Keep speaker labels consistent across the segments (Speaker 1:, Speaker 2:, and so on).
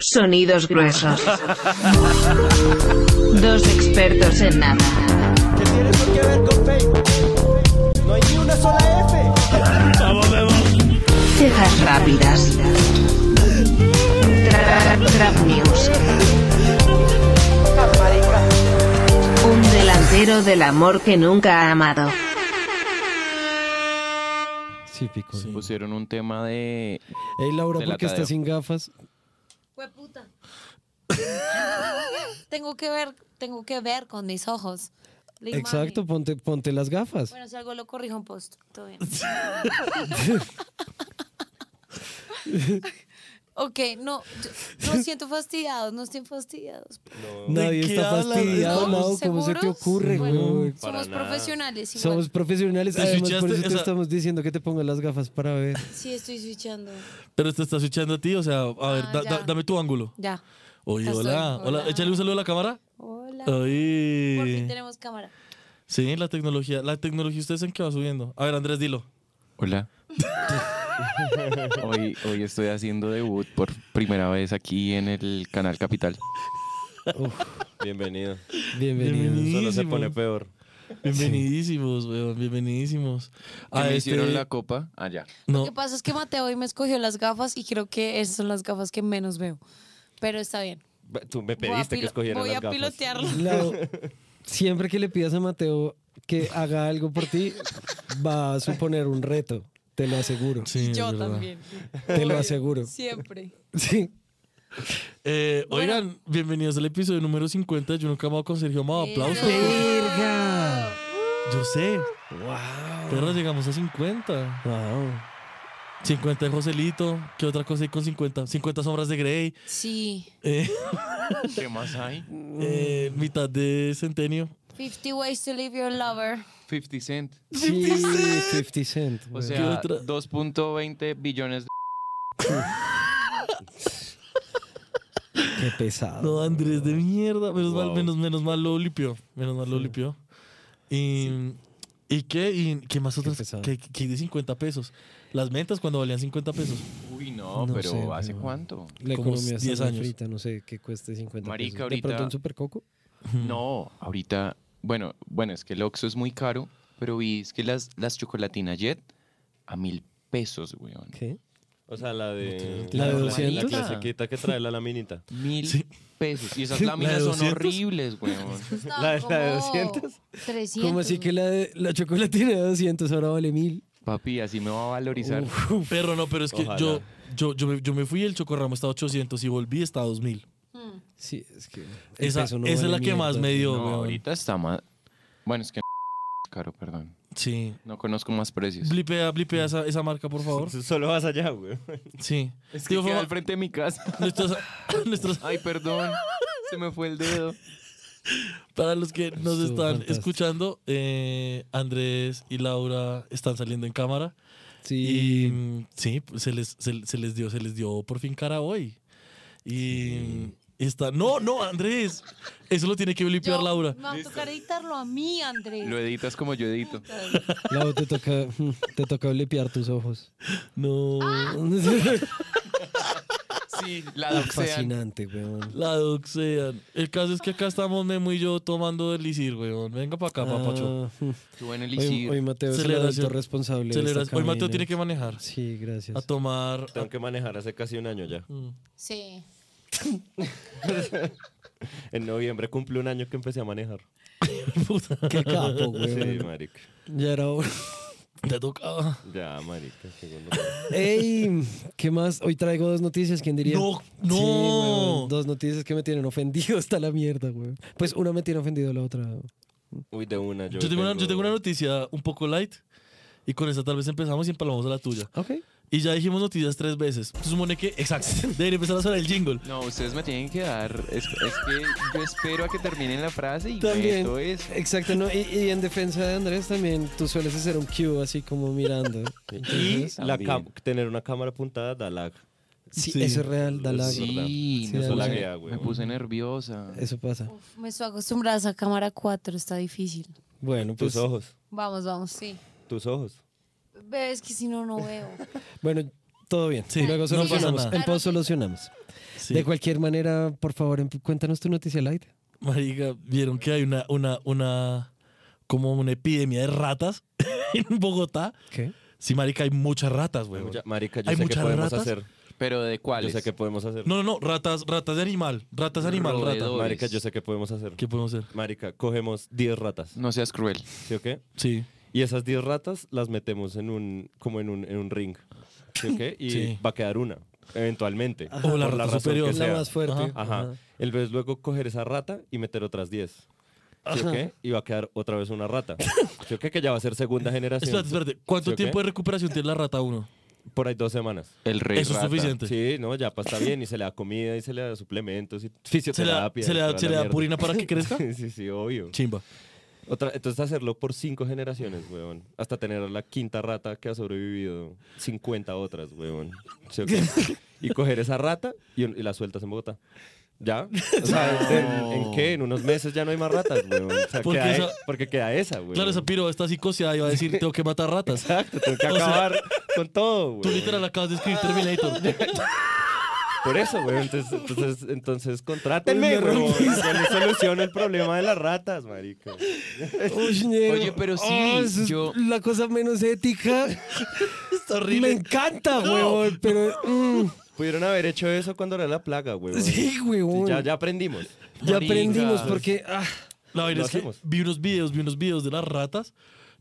Speaker 1: Sonidos gruesos. Dos expertos en nada.
Speaker 2: ¿Qué tiene por qué ver con Facebook? No hay ni una sola F.
Speaker 1: Cejas rápidas. Tra- Trap News. Un delantero del amor que nunca ha amado.
Speaker 3: Sí, pico.
Speaker 4: Sí.
Speaker 5: Pusieron un tema de.
Speaker 3: Ey, Laura,
Speaker 5: Del
Speaker 3: ¿por qué
Speaker 5: atadeo.
Speaker 3: estás sin gafas?
Speaker 6: Hueputa. tengo que ver, tengo que ver con mis ojos. la imagen.
Speaker 3: Exacto, ponte, ponte las gafas.
Speaker 6: Bueno, si algo lo corrijo en post. Todo bien. ok, no, yo- no siento fastidiados, no estén fastidiados.
Speaker 3: Nadie
Speaker 4: qué
Speaker 3: está
Speaker 4: hablas?
Speaker 3: fastidiado,
Speaker 4: ¿Estamos
Speaker 3: Mau, ¿Cómo se te
Speaker 6: seguros?
Speaker 3: ocurre,
Speaker 6: Bueno.
Speaker 3: güey?
Speaker 5: Para
Speaker 6: Somos
Speaker 5: nada.
Speaker 6: profesionales igual.
Speaker 3: Somos profesionales,
Speaker 4: ¿Te
Speaker 3: además por
Speaker 4: switchaste?
Speaker 3: eso te
Speaker 4: O sea-
Speaker 3: estamos diciendo que te pongas las gafas para ver.
Speaker 6: Sí, estoy switchando.
Speaker 4: Pero te estás switchando a ti, o sea, a ver, da-
Speaker 6: Ah, ya.
Speaker 4: da- dame tu ángulo.
Speaker 6: Ya.
Speaker 4: Oye,
Speaker 6: Ya estoy.
Speaker 4: hola, hola,
Speaker 6: Hola.
Speaker 4: échale un saludo a la cámara.
Speaker 6: Hola. Por fin
Speaker 4: Ay.
Speaker 6: tenemos cámara.
Speaker 4: Sí, la tecnología, la tecnología ustedes en qué va subiendo. A ver, Andrés, dilo.
Speaker 5: Hola. hoy, hoy estoy haciendo debut por primera vez aquí en el canal Capital.
Speaker 2: Bienvenido.
Speaker 3: Bienvenido.
Speaker 2: Solo se
Speaker 4: Bienvenidísimo.
Speaker 2: pone peor.
Speaker 4: Bienvenidísimos, weón, bienvenidísimos.
Speaker 5: Que
Speaker 4: A
Speaker 5: me
Speaker 4: este-
Speaker 5: hicieron la copa Ah, allá.
Speaker 4: No,
Speaker 6: Lo que pasa es que Mateo hoy me escogió las gafas y creo que esas son las gafas que menos veo. Pero está bien.
Speaker 2: Ba- Tú me
Speaker 6: Voy a
Speaker 2: pediste que
Speaker 6: pilo-
Speaker 2: escogieran
Speaker 6: Voy
Speaker 2: las
Speaker 6: a
Speaker 2: gafas.
Speaker 6: pilotearlo.
Speaker 3: Lau, siempre que le pidas a Mateo que haga algo por ti, va a suponer un reto. Te lo aseguro.
Speaker 4: sí, es
Speaker 6: Yo
Speaker 4: verdad.
Speaker 6: también.
Speaker 3: Te lo aseguro.
Speaker 6: Siempre.
Speaker 3: Sí.
Speaker 4: Eh, Oigan, bienvenidos al episodio número 50 de Yo Nunca Amado con Sergio Amado. Aplausos.
Speaker 3: ¡Verga!
Speaker 4: Yo sé. Pero llegamos a 50.
Speaker 3: Wow.
Speaker 4: 50 de Joselito. ¿Qué otra cosa hay con 50? 50 sombras de Grey.
Speaker 6: Sí.
Speaker 4: eh,
Speaker 5: ¿Qué más hay?
Speaker 4: eh, mitad de Centenio.
Speaker 6: 50 ways to leave your lover.
Speaker 5: 50 Cent.
Speaker 3: Sí, 50 Cent.
Speaker 5: O
Speaker 3: güey.
Speaker 5: sea,
Speaker 4: otra?
Speaker 5: 2.20 billones de.
Speaker 3: Qué pesado.
Speaker 4: No, Andrés, de mierda. Menos, mal,
Speaker 2: Wow.
Speaker 4: menos, menos mal lo limpió. Menos mal lo limpió. Y, ¿Y qué? ¿Y qué más otras?
Speaker 3: pesado.
Speaker 4: ¿Qué, qué de 50 pesos? Las ventas cuando valían 50 pesos.
Speaker 5: Uy, no,
Speaker 3: No
Speaker 5: pero
Speaker 3: sé,
Speaker 5: ¿hace
Speaker 3: pero-
Speaker 5: cuánto?
Speaker 3: La
Speaker 4: como
Speaker 3: economía está
Speaker 4: 10
Speaker 3: muy
Speaker 4: años.
Speaker 3: frita, no sé qué cueste 50
Speaker 5: Marica,
Speaker 3: pesos. ¿De
Speaker 5: ahorita-
Speaker 3: pronto un supercoco?
Speaker 5: No, ahorita. Bueno, bueno, es que el Oxxo es muy caro, pero vi es que las, las chocolatinas Jet a mil pesos, weón.
Speaker 3: ¿Qué?
Speaker 2: O sea, la de.
Speaker 3: ¿La de
Speaker 2: cla-
Speaker 3: 200?
Speaker 2: La
Speaker 4: Ah.
Speaker 2: clasiquita que trae la laminita.
Speaker 5: Mil
Speaker 4: Sí.
Speaker 5: pesos. Y esas
Speaker 4: La de
Speaker 5: láminas son
Speaker 4: 200.
Speaker 5: horribles, weón.
Speaker 2: ¿La de- la de 200?
Speaker 6: 300.
Speaker 3: ¿Cómo así que la, de- la chocolatina de 200 ahora vale 1000?
Speaker 5: Papi, así me va a valorizar.
Speaker 4: Pero no, pero es que
Speaker 2: Ojalá.
Speaker 4: yo, yo, yo, me, yo me fui el Chocorramo hasta 800 y volví hasta 2000.
Speaker 6: Hmm.
Speaker 3: Sí, es que. el
Speaker 4: Esa,
Speaker 3: peso no
Speaker 4: esa es
Speaker 3: vale
Speaker 4: la que más
Speaker 3: mierda.
Speaker 4: me dio,
Speaker 5: No,
Speaker 4: weón.
Speaker 5: ahorita está más. Bueno, es que es caro, perdón.
Speaker 4: Sí.
Speaker 5: No conozco más precios.
Speaker 4: Blipea, blipea esa, esa marca, por favor.
Speaker 2: Solo vas allá, güey.
Speaker 4: Sí.
Speaker 5: Es que
Speaker 4: Digo,
Speaker 5: queda
Speaker 4: fue-
Speaker 5: al frente de mi casa.
Speaker 4: nuestros- nuestros-
Speaker 5: Ay, perdón. Se me fue el dedo.
Speaker 4: para los que nos
Speaker 3: Estuvo
Speaker 4: están
Speaker 3: fantástico.
Speaker 4: escuchando, eh, Andrés y Laura están saliendo en cámara. Y,
Speaker 3: Sí.
Speaker 4: mm, sí, pues, se les, se, se les dio, se les dio por fin cara hoy. Y está. No, no, Andrés. Eso lo tiene que blipear Laura.
Speaker 6: Me va a tocar editarlo a mí, Andrés.
Speaker 5: Lo editas como yo edito.
Speaker 3: Lau, te toca, te toca blepear tus ojos.
Speaker 4: No.
Speaker 3: Ah.
Speaker 5: Sí, la doxean.
Speaker 3: Fascinante, weón.
Speaker 4: La doxean. El caso es que acá estamos Memo y yo tomando delicir, weón. Venga para acá, papacho.
Speaker 3: Ah, mm.
Speaker 5: Tú en el
Speaker 3: hoy,
Speaker 5: ICIR.
Speaker 3: hoy Mateo es el
Speaker 4: Aceleración.
Speaker 3: adulto responsable. de
Speaker 4: Se le-
Speaker 3: esta
Speaker 4: Hoy Mateo
Speaker 3: cabina.
Speaker 4: tiene que manejar.
Speaker 3: Sí, gracias.
Speaker 4: A tomar. ah,
Speaker 2: Tengo que manejar hace casi un año ya.
Speaker 4: Mm.
Speaker 6: Sí.
Speaker 2: En noviembre cumple un año que empecé a manejar.
Speaker 4: Puta.
Speaker 3: Qué capo,
Speaker 4: Oh,
Speaker 2: Sí,
Speaker 3: weón.
Speaker 2: marica.
Speaker 3: ya era hora.
Speaker 4: Te tocaba.
Speaker 2: Ya, marica. qué bueno.
Speaker 3: Ey, ¿qué más? Hoy traigo dos noticias, ¿quién diría?
Speaker 4: No,
Speaker 3: Sí,
Speaker 4: no.
Speaker 3: weón, dos noticias que me tienen ofendido hasta la mierda, güey. Pues una me tiene ofendido, la otra. ah,
Speaker 2: Uy, de una. Yo,
Speaker 4: Yo, tengo una, yo tengo una noticia un poco light. Y con esta tal vez empezamos y empalmamos a la tuya.
Speaker 3: Ok.
Speaker 4: Y ya dijimos noticias tres veces. Se supone que. Exacto. Debería empezar a sonar el jingle.
Speaker 5: No, ustedes me tienen que dar. Es, es que yo espero a que terminen la frase y
Speaker 3: También.
Speaker 5: meto eso.
Speaker 3: Exacto, no. Y, y en defensa de Andrés también, tú sueles hacer un cue así como mirando.
Speaker 2: Y la
Speaker 5: También.
Speaker 2: cam- tener una cámara apuntada da lag.
Speaker 3: Sí,
Speaker 4: Sí.
Speaker 3: eso es real, da lag.
Speaker 5: Sí,
Speaker 3: Sí,
Speaker 5: me,
Speaker 3: la
Speaker 5: puse,
Speaker 2: laguea, güey.
Speaker 5: me puse nerviosa.
Speaker 3: Eso pasa.
Speaker 6: Uf, me estoy acostumbrada a cámara 4, está difícil.
Speaker 3: Bueno,
Speaker 2: Tus
Speaker 3: pues.
Speaker 2: ojos.
Speaker 6: Vamos, vamos, sí.
Speaker 2: Tus ojos.
Speaker 6: Ve, es que si no, no veo.
Speaker 3: Bueno, todo bien.
Speaker 4: Sí,
Speaker 3: Luego
Speaker 4: no
Speaker 3: solucionamos.
Speaker 4: pasa nada.
Speaker 3: en post solucionamos.
Speaker 4: Sí.
Speaker 3: De cualquier manera, por favor, em- cuéntanos tu noticia light.
Speaker 4: Marica, vieron que hay una, una, una, como una epidemia de ratas en Bogotá.
Speaker 3: ¿Qué?
Speaker 4: Sí, marica, hay muchas ratas, güey.
Speaker 7: Ya, Marica, yo
Speaker 4: ¿Hay
Speaker 7: sé qué
Speaker 4: muchas
Speaker 7: podemos
Speaker 4: ratas?
Speaker 7: hacer.
Speaker 5: Pero de
Speaker 7: Yo
Speaker 5: cuáles?
Speaker 7: sé qué podemos hacer.
Speaker 4: No, no, no, ratas, ratas de animal, ratas de animal, ratas.
Speaker 5: Roedor.
Speaker 7: Marica, yo sé qué podemos hacer.
Speaker 4: ¿Qué podemos hacer?
Speaker 7: Marica, cogemos 10 ratas,
Speaker 5: No seas cruel.
Speaker 7: ¿sí o qué?
Speaker 4: Sí.
Speaker 7: Y esas 10 ratas las metemos en un, como en un, en un ring, ¿sí o qué? Y
Speaker 4: Sí.
Speaker 7: va a quedar una, eventualmente.
Speaker 4: O la
Speaker 7: por
Speaker 4: rata
Speaker 7: razón
Speaker 4: superior.
Speaker 7: que
Speaker 4: La
Speaker 7: sea.
Speaker 3: La más fuerte.
Speaker 7: Ajá.
Speaker 3: Ajá.
Speaker 7: El vez luego coger esa rata y meter otras 10. ¿Sí o qué? Y va a quedar otra vez una rata. ¿Sí o qué? Que ya va a ser segunda generación.
Speaker 4: Espérate, espérate. ¿Cuánto
Speaker 7: ¿Sí o qué?
Speaker 4: tiempo de recuperación tiene la rata uno?
Speaker 7: Por ahí dos semanas.
Speaker 5: El rey
Speaker 4: Eso es
Speaker 5: rata.
Speaker 4: suficiente.
Speaker 7: Sí, no, ya pa- está bien. Y se le da comida y se le da suplementos
Speaker 4: Se
Speaker 7: y
Speaker 4: le da,
Speaker 7: fisioterapia. y
Speaker 4: se le
Speaker 7: toda
Speaker 4: da,
Speaker 7: la
Speaker 4: se le da
Speaker 7: mierda.
Speaker 4: purina para que crezca.
Speaker 7: sí, sí, obvio.
Speaker 4: Chimba.
Speaker 7: Otra, entonces hacerlo por cinco generaciones, weón. Hasta tener a la quinta rata que ha sobrevivido 50 otras, weón. ¿Sí o qué? y coger esa rata y, un- y la sueltas en Bogotá. ¿Ya? O sea, ¿en- ¿en, qué? En unos meses ya no hay más ratas, weón. O sea,
Speaker 4: Porque
Speaker 7: queda e-
Speaker 4: esa-
Speaker 7: porque queda esa, weón.
Speaker 4: Claro, esa piro está psicoseada y va a decir, tengo que matar ratas.
Speaker 7: Exacto, tengo que
Speaker 4: O sea,
Speaker 7: acabar con todo, weón.
Speaker 4: Tú literal acabas de escribir Terminator.
Speaker 7: Por eso, güey. Entonces, entonces, entonces contrátenme, güey. Yo les soluciono el problema de las ratas, marica.
Speaker 3: Uy, ñero.
Speaker 5: Oye, pero sí,
Speaker 3: eso es
Speaker 5: yo-
Speaker 3: La cosa menos ética.
Speaker 4: Está
Speaker 3: Me
Speaker 4: horrible.
Speaker 3: encanta, huevón, pero... mm,
Speaker 7: Pudieron haber hecho eso cuando era la plaga, güey.
Speaker 3: sí, huevón.
Speaker 7: ya,
Speaker 3: ya,
Speaker 7: ya aprendimos.
Speaker 3: aprendimos
Speaker 5: Marica.
Speaker 3: porque... ah,
Speaker 4: La vaina
Speaker 7: Lo
Speaker 4: es que
Speaker 7: hacemos.
Speaker 4: vi unos videos, vi unos videos de las ratas.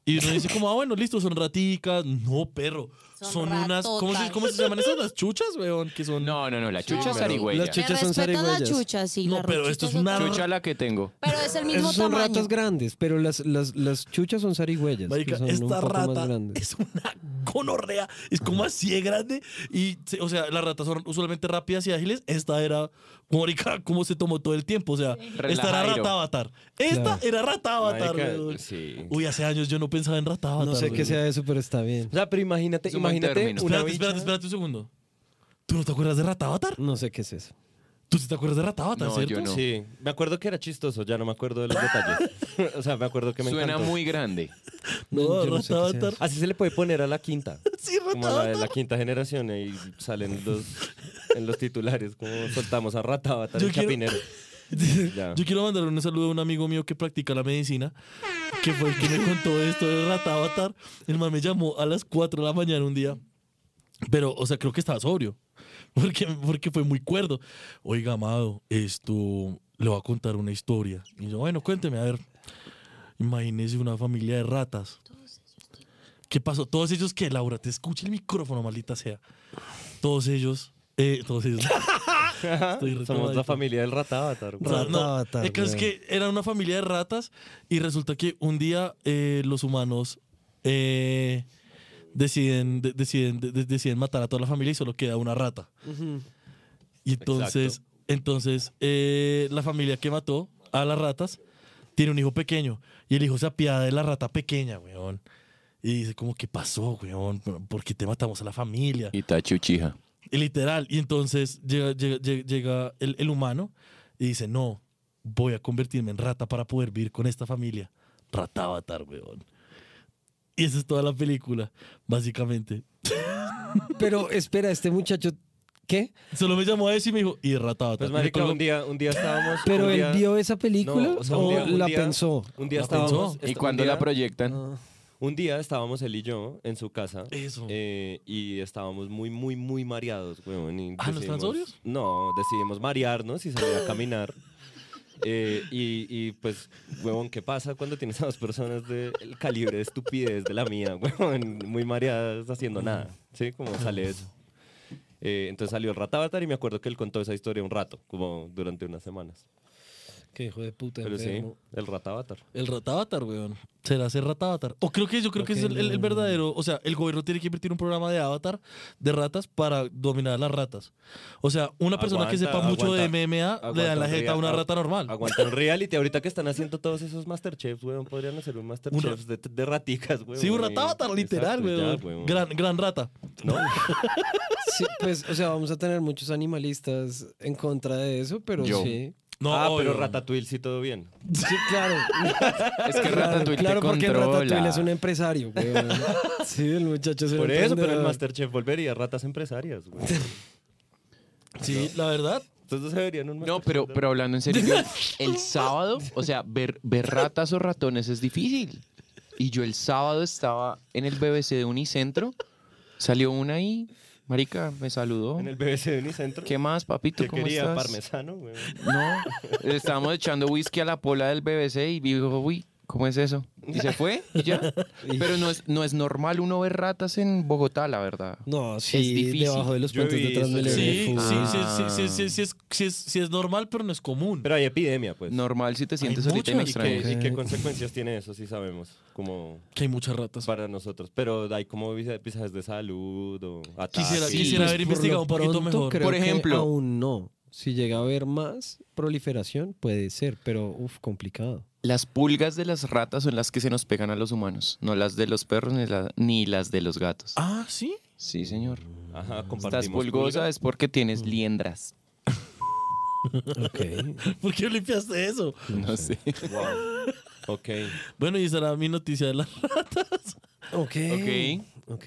Speaker 4: Y uno dice como, ah, bueno, listo, son raticas. No, perro. Son,
Speaker 6: Son
Speaker 4: unas... ¿cómo se,
Speaker 6: ratotas.
Speaker 4: cómo se llaman esas? Las chuchas, weón. Que son...
Speaker 5: No, no, no, la chucha
Speaker 6: No,
Speaker 5: es
Speaker 6: pero-
Speaker 5: zarigüeya.
Speaker 3: Las chu- chuchas son
Speaker 6: Me respetan
Speaker 3: zarigüeyas.
Speaker 6: las chuchas, sí.
Speaker 4: No,
Speaker 6: las
Speaker 4: pero esto
Speaker 6: rachitas
Speaker 4: es una
Speaker 6: son-
Speaker 5: Chucha la que tengo.
Speaker 6: Pero es el mismo
Speaker 3: Esos son
Speaker 6: tamaño.
Speaker 3: ratas grandes, pero las, las, las chuchas son zarigüeyas.
Speaker 4: Marica,
Speaker 3: que son un
Speaker 4: esta
Speaker 3: poco más
Speaker 4: rata
Speaker 3: grandes.
Speaker 4: es una gonorrea. Es como así de grande. Y, se- o sea, las ratas son usualmente rápidas y ágiles. Esta era, Mónica, cómo se tomó todo el tiempo. O sea, esta era
Speaker 5: Relajairo.
Speaker 4: rata avatar. Esta
Speaker 3: Claro.
Speaker 4: era rata avatar.
Speaker 7: Marica,
Speaker 4: weón.
Speaker 7: sí.
Speaker 4: Uy, hace años yo no pensaba en rata avatar.
Speaker 3: No sé qué
Speaker 4: weón.
Speaker 3: sea eso, pero está bien.
Speaker 7: O sea, pero imagínate,
Speaker 5: Es un buen
Speaker 7: imagínate
Speaker 5: término.
Speaker 7: una
Speaker 4: Espérate,
Speaker 7: bicha-
Speaker 4: espérate, espérate un segundo. ¿Tú no te acuerdas de rata avatar?
Speaker 3: No sé qué es eso.
Speaker 4: ¿Tú sí te acuerdas de rata avatar,
Speaker 5: No,
Speaker 4: cierto?
Speaker 5: yo no.
Speaker 7: Sí, me acuerdo que era chistoso, ya no me acuerdo de los detalles. o sea, me acuerdo que me
Speaker 5: Suena
Speaker 7: encantó.
Speaker 5: muy grande.
Speaker 4: No,
Speaker 3: Yo no sé
Speaker 4: rata
Speaker 3: qué sea
Speaker 4: avatar.
Speaker 7: Así se le puede poner a la quinta.
Speaker 4: Sí, rata
Speaker 7: Como la de
Speaker 4: avatar.
Speaker 7: la quinta generación, ahí salen los, en los titulares, como soltamos a rata, avatar
Speaker 4: Yo
Speaker 7: y
Speaker 4: quiero-
Speaker 7: chapinero. Ya.
Speaker 4: Yo quiero mandar un saludo a un amigo mío que practica la medicina, que fue el que me contó esto de Rata Avatar. El man me llamó a las 4 de la mañana un día, pero, o sea, creo que estaba sobrio, porque, porque fue muy cuerdo. Oiga, amado, esto le voy a contar una historia. Y yo, bueno, cuénteme, a ver. Imagínese una familia de ratas. ¿Qué pasó? Todos ellos que, Laura, te escucha el micrófono, maldita sea. Todos ellos, eh, todos ellos. Estoy
Speaker 7: Somos la
Speaker 4: retrobadito.
Speaker 7: familia del rata, avatar. güey.
Speaker 4: Ra- no,
Speaker 3: Ratábatas,
Speaker 4: el caso es
Speaker 3: weón.
Speaker 4: que era una familia de ratas y resulta que un día eh, los humanos eh, deciden, de- deciden, de- de- deciden matar a toda la familia y solo queda una rata. Y entonces, entonces eh, la familia que mató a las ratas tiene un hijo pequeño y el hijo se apiada de la rata pequeña, weón. Y dice, como, ¿qué pasó, weón? ¿Por qué te matamos a la familia?
Speaker 5: Itachi Uchiha.
Speaker 4: Y Literal. Y entonces llega, llega, llega- llega el, el humano y dice, no, voy a convertirme en rata para poder vivir con esta familia. Ratábatar, weón. Y esa es toda la película, básicamente.
Speaker 3: Pero espera, este muchacho, ¿qué?
Speaker 4: Solo me llamó a eso y me dijo, y Ratábatar.
Speaker 7: Pues
Speaker 4: Y me
Speaker 7: marica,
Speaker 4: colgó.
Speaker 7: un día, un día estábamos.
Speaker 3: ¿Pero
Speaker 7: un
Speaker 3: él
Speaker 7: día-
Speaker 3: vio esa película
Speaker 7: No, o sea, un
Speaker 3: o
Speaker 7: día- un
Speaker 3: la
Speaker 7: día-
Speaker 3: pensó?
Speaker 7: Un día
Speaker 4: ¿La
Speaker 7: estábamos.
Speaker 4: pensó?
Speaker 7: est-
Speaker 5: ¿Y
Speaker 7: un
Speaker 5: cuando
Speaker 7: día-
Speaker 5: la proyectan?
Speaker 3: Ah,
Speaker 7: Un día estábamos él y yo en su casa.
Speaker 4: Eso.
Speaker 7: eh, y estábamos muy, muy, muy mareados, weón. y
Speaker 4: Ah, ¿no están
Speaker 7: decidimos-
Speaker 4: sobrios?
Speaker 7: No, decidimos marearnos y salir a caminar. Eh, y, y, pues, huevón, ¿qué pasa cuando tienes a dos personas del calibre de estupidez de la mía, huevón? Muy mareadas haciendo nada, ¿sí? Como sale eso. Eh, entonces salió el ratábatar y me acuerdo que él contó esa historia un rato, como durante unas semanas.
Speaker 3: qué hijo de puta.
Speaker 7: Pero sí,
Speaker 3: enfermo.
Speaker 7: el ratábatar.
Speaker 4: El ratábatar, weón. Será ser ratábatar. O creo que yo creo que es
Speaker 3: Ok,
Speaker 4: el, el- el
Speaker 3: no.
Speaker 4: verdadero. O sea, el gobierno tiene que invertir un programa de avatar de ratas para dominar a las ratas. O sea, una persona que
Speaker 7: Aguanta,
Speaker 4: sepa mucho de
Speaker 7: aguanta,
Speaker 4: MMA le
Speaker 7: aguanta
Speaker 4: dan la
Speaker 7: un
Speaker 4: jeta a
Speaker 7: rea-
Speaker 4: una
Speaker 7: agu-
Speaker 4: rata normal.
Speaker 7: Aguanta un reality. Ahorita que están haciendo todos esos Masterchefs, weón, podrían hacer un Masterchef de, de raticas, weón.
Speaker 4: Sí, un
Speaker 7: y-
Speaker 4: ratábatar, literal,
Speaker 7: Exacto, ya,
Speaker 4: pues, weón. Gran, gran rata.
Speaker 7: No,
Speaker 3: Sí, pues, o sea, vamos a tener muchos animalistas en contra de eso, pero
Speaker 5: Yo.
Speaker 3: sí.
Speaker 4: No,
Speaker 7: ah,
Speaker 4: obvio.
Speaker 7: pero Ratatouille sí todo bien.
Speaker 3: Sí, claro.
Speaker 5: Es que
Speaker 3: claro,
Speaker 5: Ratatouille
Speaker 3: claro,
Speaker 5: te
Speaker 3: porque Ratatouille
Speaker 5: controla.
Speaker 3: es un empresario, weón. Sí, el muchacho es un
Speaker 7: Por eso, pero el
Speaker 3: emprendedor.
Speaker 7: Masterchef volvería ratas empresarias, weón.
Speaker 4: Sí, la verdad,
Speaker 7: Entonces no se verían un
Speaker 5: No, pero, pero hablando en serio, yo el sábado, o sea, ver, ver ratas o ratones es difícil. Y yo el sábado estaba en el BBC de Unicentro, salió una ahí, marica, me saludó.
Speaker 7: En el BBC de Unicentro.
Speaker 5: ¿Qué más, papito?
Speaker 7: que
Speaker 5: ¿Cómo
Speaker 7: quería
Speaker 5: estás?
Speaker 7: parmesano, güey.
Speaker 5: No, le estábamos echando whisky a la pola del BBC y dijo, uy, ¿cómo es eso? Y se fue y ya. Pero no es, no es normal uno ver ratas en Bogotá, la verdad.
Speaker 3: No,
Speaker 5: Es
Speaker 3: sí,
Speaker 5: difícil.
Speaker 3: debajo de los
Speaker 7: Yo he
Speaker 3: puentes de
Speaker 7: visto,
Speaker 3: Transmilenio.
Speaker 4: Sí, sí,
Speaker 3: full.
Speaker 4: sí, sí, sí, sí, sí, es- sí es- sí es normal, pero no es común.
Speaker 7: Pero hay epidemia, pues.
Speaker 5: Normal si te sientes ahorita en
Speaker 4: muchas.
Speaker 7: ¿Y qué,
Speaker 5: extraño.
Speaker 7: y
Speaker 3: Ok.
Speaker 7: qué consecuencias tiene eso? Sí sabemos, como
Speaker 4: que hay muchas ratas.
Speaker 7: para nosotros. Pero hay como visa- visajes de salud o ataques.
Speaker 4: Quisiera,
Speaker 5: sí.
Speaker 4: quisiera
Speaker 5: Pues
Speaker 3: Por
Speaker 4: haber
Speaker 3: lo
Speaker 4: investigado un poquito
Speaker 3: pronto,
Speaker 4: mejor.
Speaker 3: creo
Speaker 5: Por
Speaker 3: que
Speaker 5: ejemplo-
Speaker 3: aún no. Si llega a haber más proliferación, puede ser, pero uf, complicado.
Speaker 5: Las pulgas de las ratas son las que se nos pegan a los humanos, no las de los perros ni, la- ni las de los gatos.
Speaker 4: Ah, sí.
Speaker 5: Sí, señor.
Speaker 7: Ajá, compartimos.
Speaker 5: Estás pulgosa
Speaker 7: pulga.
Speaker 5: es porque tienes liendras.
Speaker 4: ¿Por qué limpiaste eso?
Speaker 5: No sé.
Speaker 7: Wow. Ok.
Speaker 4: Bueno, y esa era mi noticia de las ratas.
Speaker 3: Ok.
Speaker 5: Ok.
Speaker 3: Ok.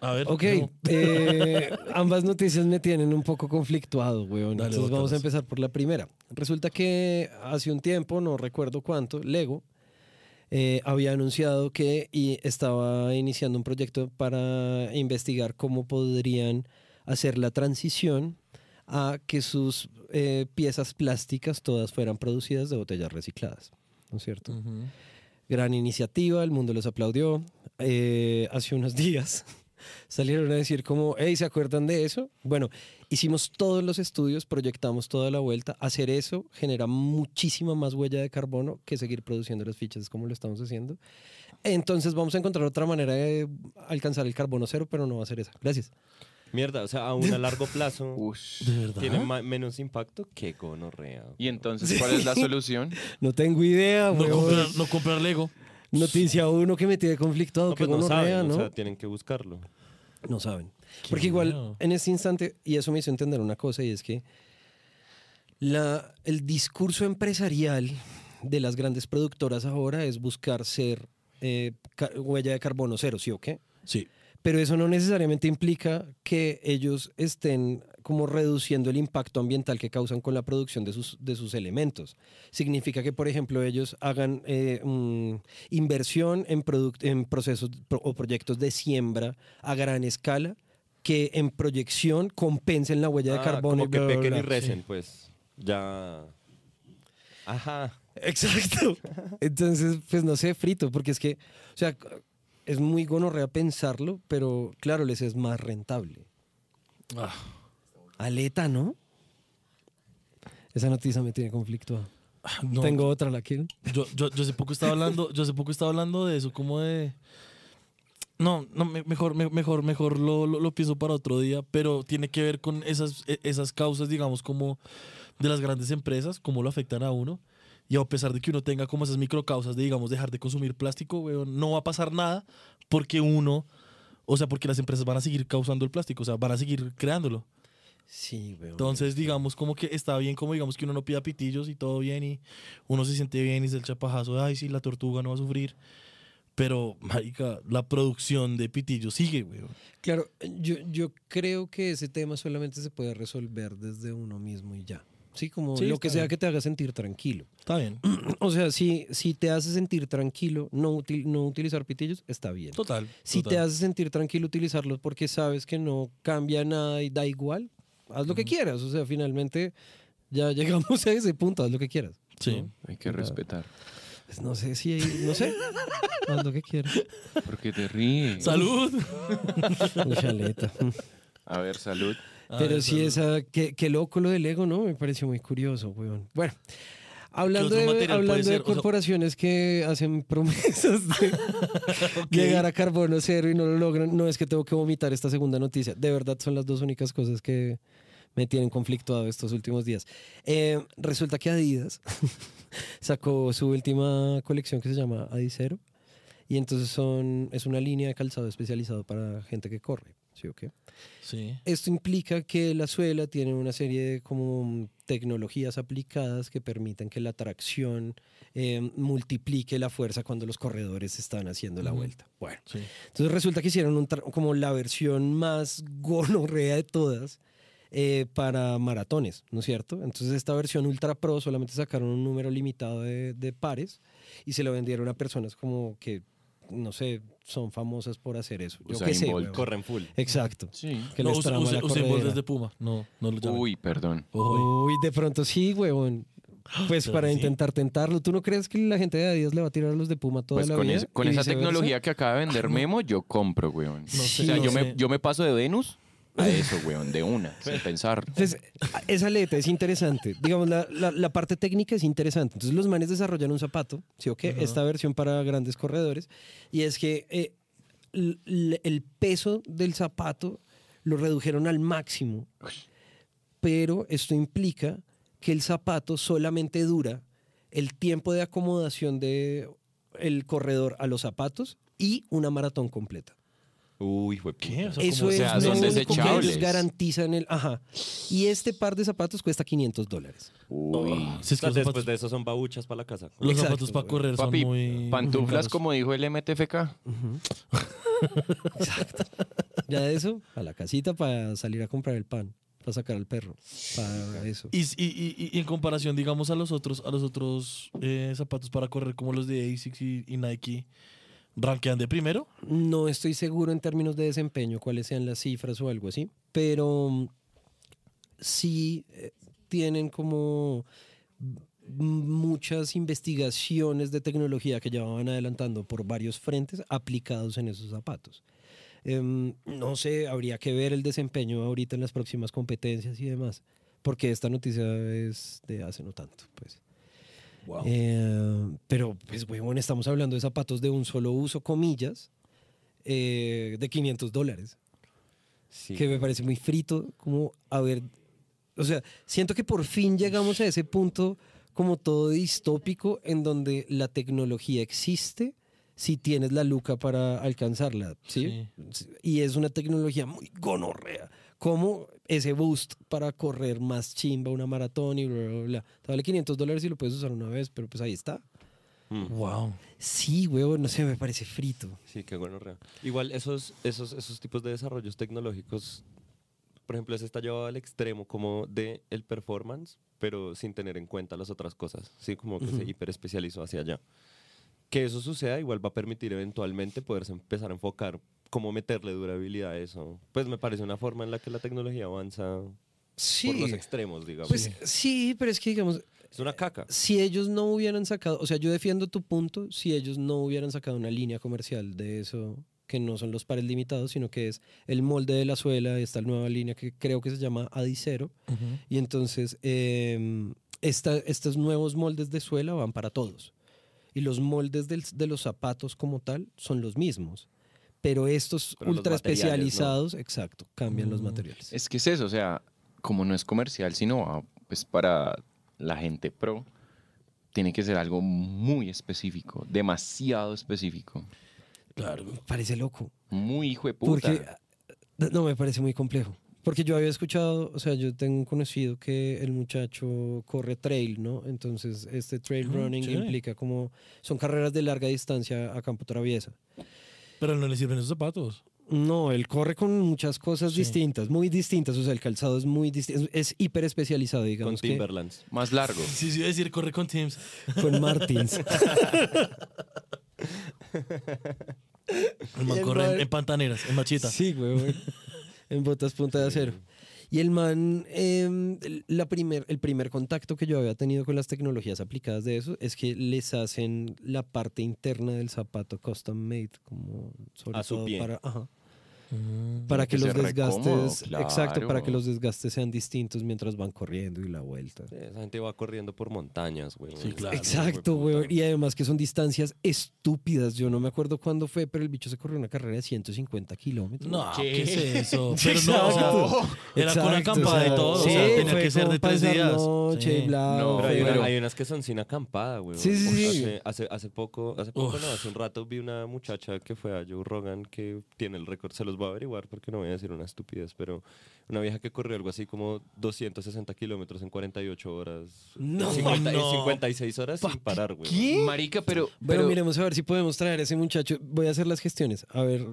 Speaker 4: A ver.
Speaker 3: Ok,
Speaker 4: no.
Speaker 3: eh, ambas noticias me tienen un poco conflictuado, weón.
Speaker 4: Dale,
Speaker 3: Entonces vamos
Speaker 4: bótalas.
Speaker 3: a empezar por la primera. Resulta que hace un tiempo, no recuerdo cuánto, Lego eh, había anunciado que y estaba iniciando un proyecto para investigar cómo podrían hacer la transición a que sus eh, piezas plásticas todas fueran producidas de botellas recicladas, ¿no es cierto?
Speaker 4: Ujú.
Speaker 3: Gran iniciativa, el mundo los aplaudió. Eh, hace unos días salieron a decir como, hey, ¿se acuerdan de eso? Bueno, hicimos todos los estudios, proyectamos toda la vuelta. Hacer eso genera muchísima más huella de carbono que seguir produciendo las fichas como lo estamos haciendo. Entonces vamos a encontrar otra manera de alcanzar el carbono cero, pero no va a ser esa. Gracias.
Speaker 7: Mierda, o sea, aún a largo plazo
Speaker 5: Ush.
Speaker 4: ¿De verdad?
Speaker 7: tiene ma- menos impacto que gonorrea.
Speaker 5: Y entonces, ¿cuál es la solución?
Speaker 3: No tengo idea,
Speaker 4: No
Speaker 3: huevón.
Speaker 4: comprar, no comprar Lego.
Speaker 3: Noticia uno que me tiene conflictuado,
Speaker 7: No,
Speaker 3: que
Speaker 7: pues no
Speaker 3: gonorrea,
Speaker 7: saben,
Speaker 3: ¿no?
Speaker 7: o sea, tienen que buscarlo.
Speaker 3: No saben.
Speaker 4: Qué
Speaker 3: Porque igual
Speaker 4: miedo.
Speaker 3: en este instante, y eso me hizo entender una cosa, y es que la, el discurso empresarial de las grandes productoras ahora es buscar ser eh, ca- huella de carbono cero, ¿sí o qué?
Speaker 4: Sí.
Speaker 3: Pero eso no necesariamente implica que ellos estén como reduciendo el impacto ambiental que causan con la producción de sus, de sus elementos. Significa que, por ejemplo, ellos hagan eh, mm, inversión en, produc- en procesos pro- o proyectos de siembra a gran escala que en proyección compensen la huella de
Speaker 7: Ah,
Speaker 3: carbono. y
Speaker 7: Como que
Speaker 3: bla, bla,
Speaker 7: pequen y
Speaker 3: bla.
Speaker 7: recen, pues. Ya. Ajá.
Speaker 3: Exacto. Entonces, pues no sé, frito, porque es que, o sea, es muy gonorrea pensarlo, pero claro, les es más rentable.
Speaker 4: Ah.
Speaker 3: Aleta, ¿no? Esa noticia me tiene conflictuado.
Speaker 4: Ah, no.
Speaker 3: Tengo otra, ¿la quiero?
Speaker 4: Yo, yo, yo hace poco estaba hablando, yo hace poco estaba hablando de eso, como de. No, no, me- mejor, me- mejor, mejor lo, lo, lo pienso para otro día, pero tiene que ver con esas, e- esas causas, digamos, como de las grandes empresas, cómo lo afectan a uno. Y a pesar de que uno tenga como esas microcausas de, digamos, dejar de consumir plástico, weón, no va a pasar nada porque uno, o sea, porque las empresas van a seguir causando el plástico, o sea, van a seguir creándolo.
Speaker 3: Sí, weón.
Speaker 4: Entonces, digamos, como que está bien, como digamos que uno no pida pitillos y todo bien, y uno se siente bien y es el chapajazo de, ay, sí, la tortuga no va a sufrir. Pero, marica, la producción de pitillos sigue, güey.
Speaker 3: Claro, yo, yo creo que ese tema solamente se puede resolver desde uno mismo y ya. Sí, como
Speaker 4: Sí,
Speaker 3: lo que
Speaker 4: está
Speaker 3: sea
Speaker 4: bien.
Speaker 3: que te haga sentir tranquilo.
Speaker 4: Está bien.
Speaker 3: O sea, si, si te hace sentir tranquilo no, util- no utilizar pitillos, está bien.
Speaker 4: Total.
Speaker 3: Si te
Speaker 4: total.
Speaker 3: hace sentir tranquilo utilizarlos porque sabes que no cambia nada y da igual, haz lo que quieras. O sea, finalmente ya llegamos a ese punto, haz lo que quieras.
Speaker 4: Sí.
Speaker 5: Hay que respetar.
Speaker 3: Pues no sé si hay- no sé. haz lo que quieras.
Speaker 5: Porque te ríes.
Speaker 4: ¡Salud!
Speaker 3: Un chaleta.
Speaker 5: A ver, salud.
Speaker 4: Ah,
Speaker 3: Pero sí, esa, qué, qué loco lo del ego, ¿no? Me pareció muy curioso, weón. Bueno, hablando
Speaker 4: otro
Speaker 3: de,
Speaker 4: material puede
Speaker 3: hablando
Speaker 4: ser?
Speaker 3: de
Speaker 4: O sea-
Speaker 3: corporaciones que hacen promesas de
Speaker 4: Ok.
Speaker 3: llegar a carbono cero y no lo logran, no es que tengo que vomitar esta segunda noticia. De verdad, son las dos únicas cosas que me tienen conflictuado estos últimos días. Eh, resulta que Adidas sacó su última colección que se llama Adicero. Y entonces son, es una línea de calzado especializado para gente que corre, ¿sí o qué?
Speaker 4: Sí.
Speaker 3: Esto implica que la suela tiene una serie de como tecnologías aplicadas que permiten que la tracción eh, multiplique la fuerza cuando los corredores están haciendo la
Speaker 4: Ujú.
Speaker 3: vuelta. Bueno,
Speaker 4: Sí.
Speaker 3: entonces resulta que hicieron un tra- como la versión más gonorrea de todas, eh, eh, para maratones, ¿no es cierto? Entonces esta versión Ultra Pro solamente sacaron un número limitado de, de pares y se lo vendieron a personas como que, no sé, son famosas por hacer eso. Yo
Speaker 5: Usain
Speaker 3: qué sé,
Speaker 5: Bolt.
Speaker 3: huevón.
Speaker 7: Corren full.
Speaker 3: Eh, Exacto.
Speaker 5: Sí.
Speaker 3: Que
Speaker 4: no,
Speaker 3: les
Speaker 4: use,
Speaker 3: trama
Speaker 4: use,
Speaker 3: la
Speaker 4: use
Speaker 3: corredera.
Speaker 4: bolsas de puma. No, no lo llamen.
Speaker 5: Uy, perdón.
Speaker 4: Ojo,
Speaker 3: Uy, de pronto sí, huevón. Pues
Speaker 4: Pero
Speaker 3: para
Speaker 4: sí.
Speaker 3: intentar tentarlo. ¿Tú no crees que la gente de Adidas le va a tirar a los de Puma toda
Speaker 5: Pues
Speaker 3: la
Speaker 5: con,
Speaker 3: vida?
Speaker 5: es- con
Speaker 3: y
Speaker 5: esa
Speaker 3: viceversa?
Speaker 5: tecnología que acaba de vender Memo, yo compro, weón.
Speaker 4: sé,
Speaker 5: o sea,
Speaker 4: no
Speaker 5: yo,
Speaker 4: sé.
Speaker 5: me, yo me paso de Venus a eso, weón, de una, sin pensar.
Speaker 3: Entonces, esa aleta es interesante. Digamos, la, la- la parte técnica es interesante. Entonces, los manes desarrollan un zapato, ¿sí o qué? Esta versión para grandes corredores. Y es que eh, l- l- el peso del zapato lo redujeron al máximo. Pero esto implica que el zapato solamente dura el tiempo de acomodación de el corredor a los zapatos y una maratón completa.
Speaker 7: Uy, fue
Speaker 4: ¿Qué? O sea,
Speaker 3: Eso
Speaker 4: como-
Speaker 3: es
Speaker 5: sea,
Speaker 3: lo
Speaker 5: son
Speaker 3: único que ellos
Speaker 5: desechables.
Speaker 3: garantizan el, ajá. Y este par de zapatos cuesta 500 dólares.
Speaker 5: Uy.
Speaker 4: Si es que Eh, los zapatos,
Speaker 7: después de eso son babuchas para la casa.
Speaker 4: los
Speaker 3: Exacto,
Speaker 4: zapatos para
Speaker 3: güey.
Speaker 4: correr son
Speaker 5: Papi,
Speaker 4: muy.
Speaker 5: pantuflas
Speaker 4: muy caros.
Speaker 5: como dijo el MTFK.
Speaker 3: Ya de eso, a la casita para salir a comprar el pan, para sacar al perro, para eso.
Speaker 4: Y, y- y- y en comparación, digamos, a los otros, a los otros eh, zapatos para correr, como los de ASICS y, y Nike, ¿ranquean de primero?
Speaker 3: No estoy seguro en términos de desempeño cuáles sean las cifras o algo así, pero mm, sí eh, tienen como m- muchas investigaciones de tecnología que llevaban adelantando por varios frentes aplicados en esos zapatos. Em, no sé, habría que ver el desempeño ahorita en las próximas competencias y demás, porque esta noticia es de hace no tanto, pues. Eh, pero, pues, huevón, estamos hablando de zapatos de un solo uso, comillas, eh, de 500 dólares,
Speaker 7: Sí.
Speaker 3: que me parece muy frito, como, a ver, o sea, siento que por fin llegamos a ese punto como todo distópico en donde la tecnología existe si tienes la luca para alcanzarla, ¿sí? Y es una tecnología muy gonorrea, como ese boost para correr más chimba una maratón y bla, bla, bla. Te vale 500 dólares y lo puedes usar una vez, pero pues ahí está.
Speaker 7: Mm.
Speaker 4: Wow.
Speaker 3: Sí, huevo, no sé, me parece frito.
Speaker 7: Sí, qué bueno. real. Igual esos, esos, esos tipos de desarrollos tecnológicos, por ejemplo, ese está llevado al extremo como de el performance, pero sin tener en cuenta las otras cosas, ¿sí? Como que se hiperespecializó hacia allá. Que eso suceda igual va a permitir eventualmente poderse empezar a enfocar cómo meterle durabilidad a eso. Pues me parece una forma en la que la tecnología avanza
Speaker 3: Sí.
Speaker 7: por los extremos, digamos.
Speaker 3: Pues eh, sí, pero es que digamos,
Speaker 7: es una caca.
Speaker 3: si ellos no hubieran sacado, o sea, yo defiendo tu punto, si ellos no hubieran sacado una línea comercial de eso, que no son los pares limitados, sino que es el molde de la suela, esta nueva línea que creo que se llama Adicero, y entonces eh, esta- estos nuevos moldes de suela van para todos. Y los moldes del- de los zapatos como tal son los mismos. Pero estos
Speaker 7: Pero los
Speaker 3: ultra
Speaker 7: materiales, ¿no?
Speaker 3: especializados, exacto, cambian
Speaker 4: Mm,
Speaker 3: los materiales.
Speaker 5: Es que es eso, o sea, como no es comercial, sino ah, pues para la gente pro, tiene que ser algo muy específico, demasiado específico.
Speaker 3: Parece loco.
Speaker 5: Muy hijo de puta.
Speaker 3: Porque no me parece muy complejo. Porque yo había escuchado, o sea, yo tengo un conocido que el muchacho corre trail, ¿no? Entonces, este trail
Speaker 4: Ah,
Speaker 3: running
Speaker 4: chévere.
Speaker 3: implica como son carreras de larga distancia a campo traviesa.
Speaker 4: Pero no le sirven esos zapatos.
Speaker 3: No, él corre con muchas cosas
Speaker 4: Sí.
Speaker 3: distintas, muy distintas, o sea, el calzado es muy distinto, es hiper especializado,
Speaker 7: Con
Speaker 3: digamos que
Speaker 7: Timberlands.
Speaker 5: Más largo.
Speaker 4: Sí, sí, iba a decir, corre con Teams.
Speaker 3: con Martins.
Speaker 4: El man
Speaker 3: El
Speaker 4: corre en-
Speaker 3: man-
Speaker 4: en pantaneras, en machita.
Speaker 3: Sí, güey. en botas punta de acero. Y el man, em, la primer, el primer contacto que yo había tenido con las tecnologías aplicadas de eso es que les hacen la parte interna del zapato custom made, como sobre
Speaker 7: A su
Speaker 3: todo
Speaker 7: pie.
Speaker 3: para, ajá, para que,
Speaker 5: que
Speaker 3: los
Speaker 5: ser re
Speaker 3: desgastes,
Speaker 5: cómodo,
Speaker 3: exacto, para
Speaker 5: claro.
Speaker 3: que los desgastes sean distintos mientras van corriendo y la vuelta.
Speaker 7: Sí, esa gente va corriendo por montañas, güey.
Speaker 4: Sí, claro.
Speaker 3: Exacto, güey. Y además que son distancias estúpidas. Yo no me acuerdo cuándo fue, pero el bicho se corrió una carrera de 150 kilómetros.
Speaker 4: No, ¿qué, es eso? Pero no,
Speaker 3: Exacto.
Speaker 4: era con
Speaker 3: o
Speaker 4: acampada
Speaker 3: sea,
Speaker 4: y todo.
Speaker 3: sí,
Speaker 4: o sea, tenía
Speaker 3: fue
Speaker 4: que ser
Speaker 3: con
Speaker 4: de tres
Speaker 3: pasar
Speaker 4: días.
Speaker 3: Noche,
Speaker 4: Sí.
Speaker 3: bla,
Speaker 5: No,
Speaker 7: Pero hay,
Speaker 5: Pero-
Speaker 7: una- hay unas que son sin acampada, güey.
Speaker 3: Sí, sí, sí.
Speaker 7: Hace, hace- hace poco, hace poco
Speaker 4: Uf.
Speaker 7: no, hace un rato vi una muchacha que fue a Joe Rogan que tiene el récord, se los voy a averiguar porque no voy a decir una estupidez, pero una vieja que corrió algo así como 260 kilómetros en 48 horas.
Speaker 3: No,
Speaker 7: en 50 en
Speaker 4: no.
Speaker 7: 56 horas sin parar, güey.
Speaker 5: Marica, pero,
Speaker 3: Bueno,
Speaker 5: pero
Speaker 3: miremos a ver si podemos traer a ese muchacho. Voy a hacer las gestiones. A ver,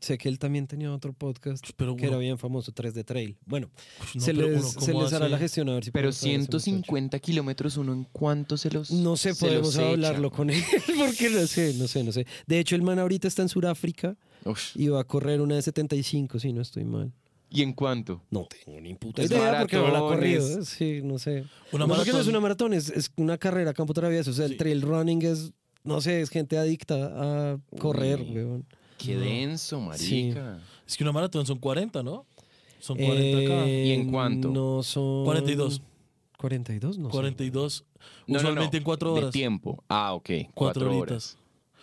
Speaker 3: Sé que él también tenía otro podcast
Speaker 4: Pero
Speaker 3: que era
Speaker 4: uno- pues,
Speaker 3: bien famoso, 3 de Trail. Bueno,
Speaker 4: no,
Speaker 3: se,
Speaker 4: pero
Speaker 3: les,
Speaker 4: uno,
Speaker 3: se
Speaker 4: ¿cómo
Speaker 3: les hará
Speaker 4: hace?
Speaker 3: la gestión a ver si
Speaker 5: Pero
Speaker 3: podemos traer a ese muchacho.
Speaker 5: 150 kilómetros, ¿uno en cuánto se los
Speaker 3: No sé,
Speaker 5: se los
Speaker 3: podemos hablarlo con él, porque no sé, no sé, no sé. De hecho, el man ahorita está en Sudáfrica
Speaker 5: echa? Uf.
Speaker 3: y va a correr una de 75, si no estoy mal.
Speaker 5: ¿Y en cuánto?
Speaker 3: No tengo ni puta
Speaker 5: Pues
Speaker 3: idea porque no la ha
Speaker 5: maratones.
Speaker 3: corrido. ¿eh? Sí, no sé.
Speaker 4: Una
Speaker 3: no, porque no es
Speaker 4: maratón.
Speaker 3: una maratón, es, es una carrera a campo travieso. O sea, el trail running es, no sé, es gente adicta a correr,
Speaker 5: Uy.
Speaker 3: weón.
Speaker 5: Qué denso,
Speaker 3: Sí.
Speaker 5: marica.
Speaker 4: Es que una maratón son 40, ¿no? Son 40 acá.
Speaker 3: Eh,
Speaker 5: ¿Y en cuánto?
Speaker 3: No son...
Speaker 4: 42.
Speaker 3: 42, no sé.
Speaker 4: 42.
Speaker 5: No, no,
Speaker 4: usualmente
Speaker 5: no,
Speaker 4: en 4
Speaker 5: De
Speaker 4: horas.
Speaker 5: tiempo. Ah, ok. 4
Speaker 4: 4
Speaker 5: horas.
Speaker 4: horitas.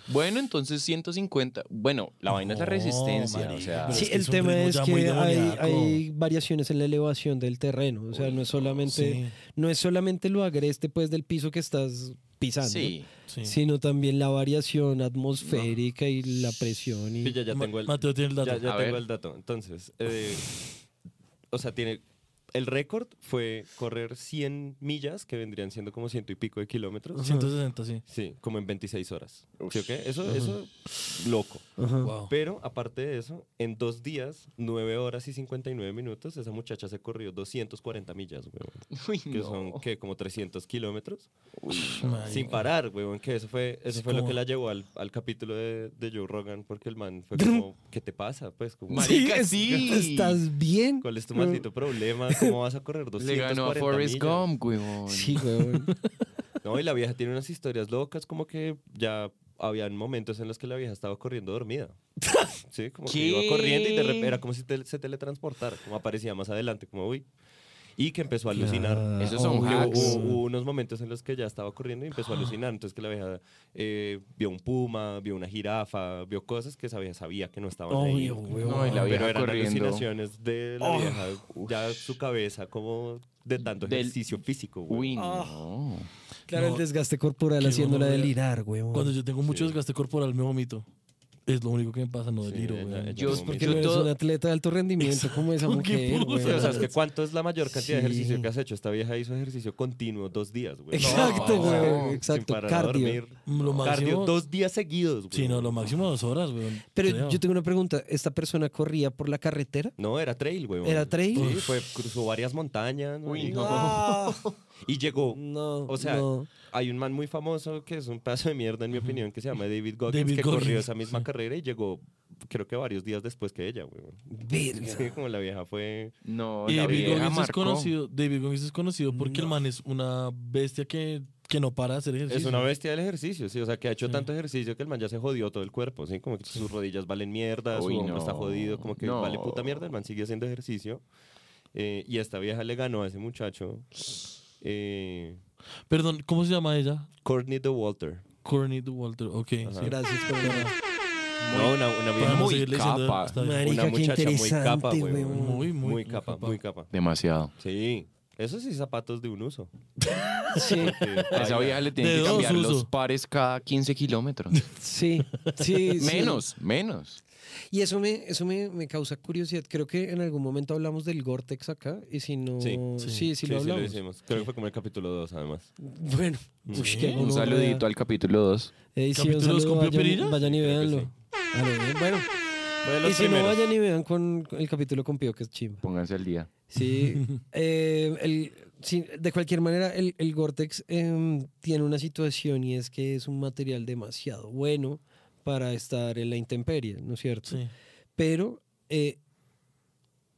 Speaker 5: Bueno, entonces 150. Bueno, la vaina es la
Speaker 4: No,
Speaker 5: resistencia.
Speaker 4: marica,
Speaker 5: o sea,
Speaker 4: pero
Speaker 3: Sí,
Speaker 4: es que
Speaker 3: el
Speaker 4: es un
Speaker 3: tema
Speaker 4: ritmo
Speaker 3: es
Speaker 4: ya muy
Speaker 3: que hay,
Speaker 4: demoníaco.
Speaker 3: hay variaciones en la elevación del terreno. O sea, no es solamente,
Speaker 4: sí.
Speaker 3: no es solamente lo agreste pues del piso que estás pisando,
Speaker 5: sí.
Speaker 4: Sí.
Speaker 3: sino también la variación atmosférica y la presión.
Speaker 7: Sí,
Speaker 3: Y...
Speaker 7: ya, ya
Speaker 4: Ma-
Speaker 7: tengo el
Speaker 4: Mateo tiene el dato.
Speaker 7: Ya, ya
Speaker 5: A
Speaker 7: tengo
Speaker 5: ver.
Speaker 7: el dato. Entonces, eh, o sea, tiene. El récord fue correr 100 millas, que vendrían siendo como ciento y pico de kilómetros.
Speaker 4: 160, sí.
Speaker 7: Sí, como en 26 horas. ¿Sí o qué? Eso, eso, loco.
Speaker 3: Ajá.
Speaker 4: Wow.
Speaker 7: Pero aparte de eso, en dos días, 9 horas y 59 minutos, esa muchacha se corrió 240 millas, weón.
Speaker 5: Uy,
Speaker 7: Que
Speaker 5: no.
Speaker 7: son, ¿qué? Como 300 kilómetros.
Speaker 4: Marica.
Speaker 7: Sin parar, weón. Que eso fue, eso
Speaker 4: Sí,
Speaker 7: fue lo
Speaker 4: como-
Speaker 7: que la llevó al, al capítulo de, de Joe Rogan, porque el man fue como, ¿qué te pasa? Pues, como,
Speaker 5: Marica, sí.
Speaker 3: ¿Estás bien?
Speaker 7: ¿Cuál es tu maldito problema? ¿Cómo vas a correr 240
Speaker 5: Le ganó a Forrest
Speaker 7: millas?
Speaker 5: Gump, weón.
Speaker 3: Sí, weón.
Speaker 7: No, y la vieja tiene unas historias locas, como que ya habían momentos en los que la vieja estaba corriendo dormida. Sí, como que iba
Speaker 5: ¿Qué?
Speaker 7: corriendo y de repente era como si te- se teletransportara, como aparecía más adelante, como uy. Y que empezó a alucinar.
Speaker 5: Esos son
Speaker 7: Hubo-
Speaker 5: hacks.
Speaker 7: Hubo, hubo unos momentos en los que ya estaba corriendo y empezó a alucinar. Entonces que la vieja eh, vio un puma, vio una jirafa, vio cosas que esa vieja sabía que no estaban ahí.
Speaker 3: Obvio, Oh. weón.
Speaker 5: No, y la vieja
Speaker 7: Pero eran
Speaker 5: corriendo.
Speaker 7: alucinaciones de la vieja. Ya su cabeza como de tanto
Speaker 5: Del-
Speaker 7: ejercicio físico. güey.
Speaker 5: Uy, no.
Speaker 3: Claro, el
Speaker 4: No,
Speaker 3: desgaste corporal
Speaker 4: qué
Speaker 3: haciéndola
Speaker 4: gonorrea.
Speaker 3: delirar, weón.
Speaker 4: Cuando yo tengo mucho desgaste corporal, me vomito. Es lo único que me pasa, no deliro,
Speaker 7: ella-
Speaker 4: weón.
Speaker 7: ella
Speaker 5: Yo-
Speaker 7: no
Speaker 3: Porque
Speaker 5: yo
Speaker 3: no
Speaker 7: me-
Speaker 3: eres
Speaker 5: todo-
Speaker 3: un atleta de alto rendimiento como esa
Speaker 4: Exacto, qué
Speaker 3: mujer,
Speaker 4: puta.
Speaker 7: Sí, o sea, es
Speaker 3: weón.
Speaker 7: que ¿cuánto es la mayor cantidad de ejercicio
Speaker 3: Sí.
Speaker 7: que has hecho? Esta vieja hizo ejercicio continuo dos días, güey.
Speaker 3: Exacto,
Speaker 5: No,
Speaker 3: weón.
Speaker 5: sin
Speaker 7: Sin
Speaker 3: Exacto,
Speaker 7: parar a
Speaker 3: cardio.
Speaker 7: dormir.
Speaker 4: Lo
Speaker 7: Cardio
Speaker 4: máximo.
Speaker 7: dos días seguidos, güey.
Speaker 4: Sí, no, lo máximo dos horas, weón.
Speaker 3: Pero
Speaker 4: creo.
Speaker 3: yo tengo una pregunta. ¿Esta persona corría por la carretera?
Speaker 7: No, era trail, güey.
Speaker 3: ¿Era trail?
Speaker 7: Sí, fue, cruzó varias montañas.
Speaker 5: Uy,
Speaker 7: güey.
Speaker 5: no.
Speaker 7: Y llegó.
Speaker 3: No,
Speaker 7: O sea,
Speaker 3: no.
Speaker 7: hay un man muy famoso que es un pedazo de mierda, en mi opinión, que se llama David Goggins,
Speaker 4: David
Speaker 7: que corrió
Speaker 4: Goggins,
Speaker 7: esa misma carrera y llegó, creo que varios días después que ella, güey.
Speaker 3: Verga.
Speaker 7: Sí, como la vieja fue.
Speaker 5: No,
Speaker 4: Y
Speaker 5: la
Speaker 4: Eh, David
Speaker 5: vieja
Speaker 4: Goggins es
Speaker 5: marcó.
Speaker 4: conocido. David Goggins es conocido porque el man es una bestia que, que no para de hacer ejercicio.
Speaker 7: Es una bestia del ejercicio, sí. O sea, que ha hecho tanto ejercicio que el man ya se jodió todo el cuerpo, ¿sí? Como que sus rodillas valen mierda,
Speaker 5: Uy,
Speaker 7: su hombro
Speaker 5: no.
Speaker 7: está jodido, como que
Speaker 5: No.
Speaker 7: vale puta mierda, el man sigue haciendo ejercicio. Eh, y esta vieja le ganó a ese muchacho, eh,
Speaker 4: Perdón, ¿cómo se llama ella?
Speaker 7: Courtney de Walter.
Speaker 4: Courtney Walter. Ok. sí.
Speaker 3: Gracias por la...
Speaker 7: No, una, una
Speaker 4: Para
Speaker 7: vieja
Speaker 4: no
Speaker 5: Muy
Speaker 4: seguirle diciendo-
Speaker 5: capa.
Speaker 4: está bien.
Speaker 3: Marica,
Speaker 7: una
Speaker 3: qué
Speaker 7: muchacha muy
Speaker 3: interesante,
Speaker 7: capa, güey.
Speaker 3: weón.
Speaker 4: Muy, muy, muy
Speaker 7: muy capa,
Speaker 4: capa.
Speaker 7: muy capa.
Speaker 5: Demasiado.
Speaker 7: Sí. Eso sí, zapatos de un uso.
Speaker 3: Sí,
Speaker 7: Sí,
Speaker 5: A esa
Speaker 7: baila.
Speaker 5: vieja le
Speaker 4: De
Speaker 5: tienen que
Speaker 4: dos
Speaker 5: cambiar los
Speaker 4: uso.
Speaker 5: pares cada 15 kilómetros.
Speaker 3: sí, sí. sí.
Speaker 5: menos, menos.
Speaker 3: Y eso me, eso me, me causa curiosidad. Creo que en algún momento hablamos del Gore-Tex acá. Y si no. Sí,
Speaker 7: Sí,
Speaker 3: sí,
Speaker 4: sí.
Speaker 7: Sí,
Speaker 3: lo
Speaker 7: sí, lo
Speaker 3: hablamos.
Speaker 7: hicimos. Creo que fue como el capítulo 2, además.
Speaker 3: bueno, pues, ush, qué
Speaker 5: Un
Speaker 3: gonorrea.
Speaker 5: saludito al capítulo 2.
Speaker 3: Ey, Eh, sí, un
Speaker 4: ¿Capítulo dos
Speaker 3: saludo,
Speaker 4: cumplió
Speaker 3: vayan,
Speaker 4: Perilla?
Speaker 3: Vayan y
Speaker 7: Creo que
Speaker 3: véanlo.
Speaker 7: sí.
Speaker 3: A ver, Bueno,
Speaker 7: Fue de
Speaker 3: y
Speaker 7: los
Speaker 3: si no,
Speaker 7: primeros.
Speaker 3: vayan y vean con con el capítulo con Pío, que es chimba.
Speaker 5: Pónganse al día.
Speaker 3: Sí, eh, el, sí, de cualquier manera, el, el Gore-Tex em, tiene una situación y es que es un material demasiado bueno para estar en la intemperie, ¿no es cierto?
Speaker 4: Sí.
Speaker 3: Pero eh,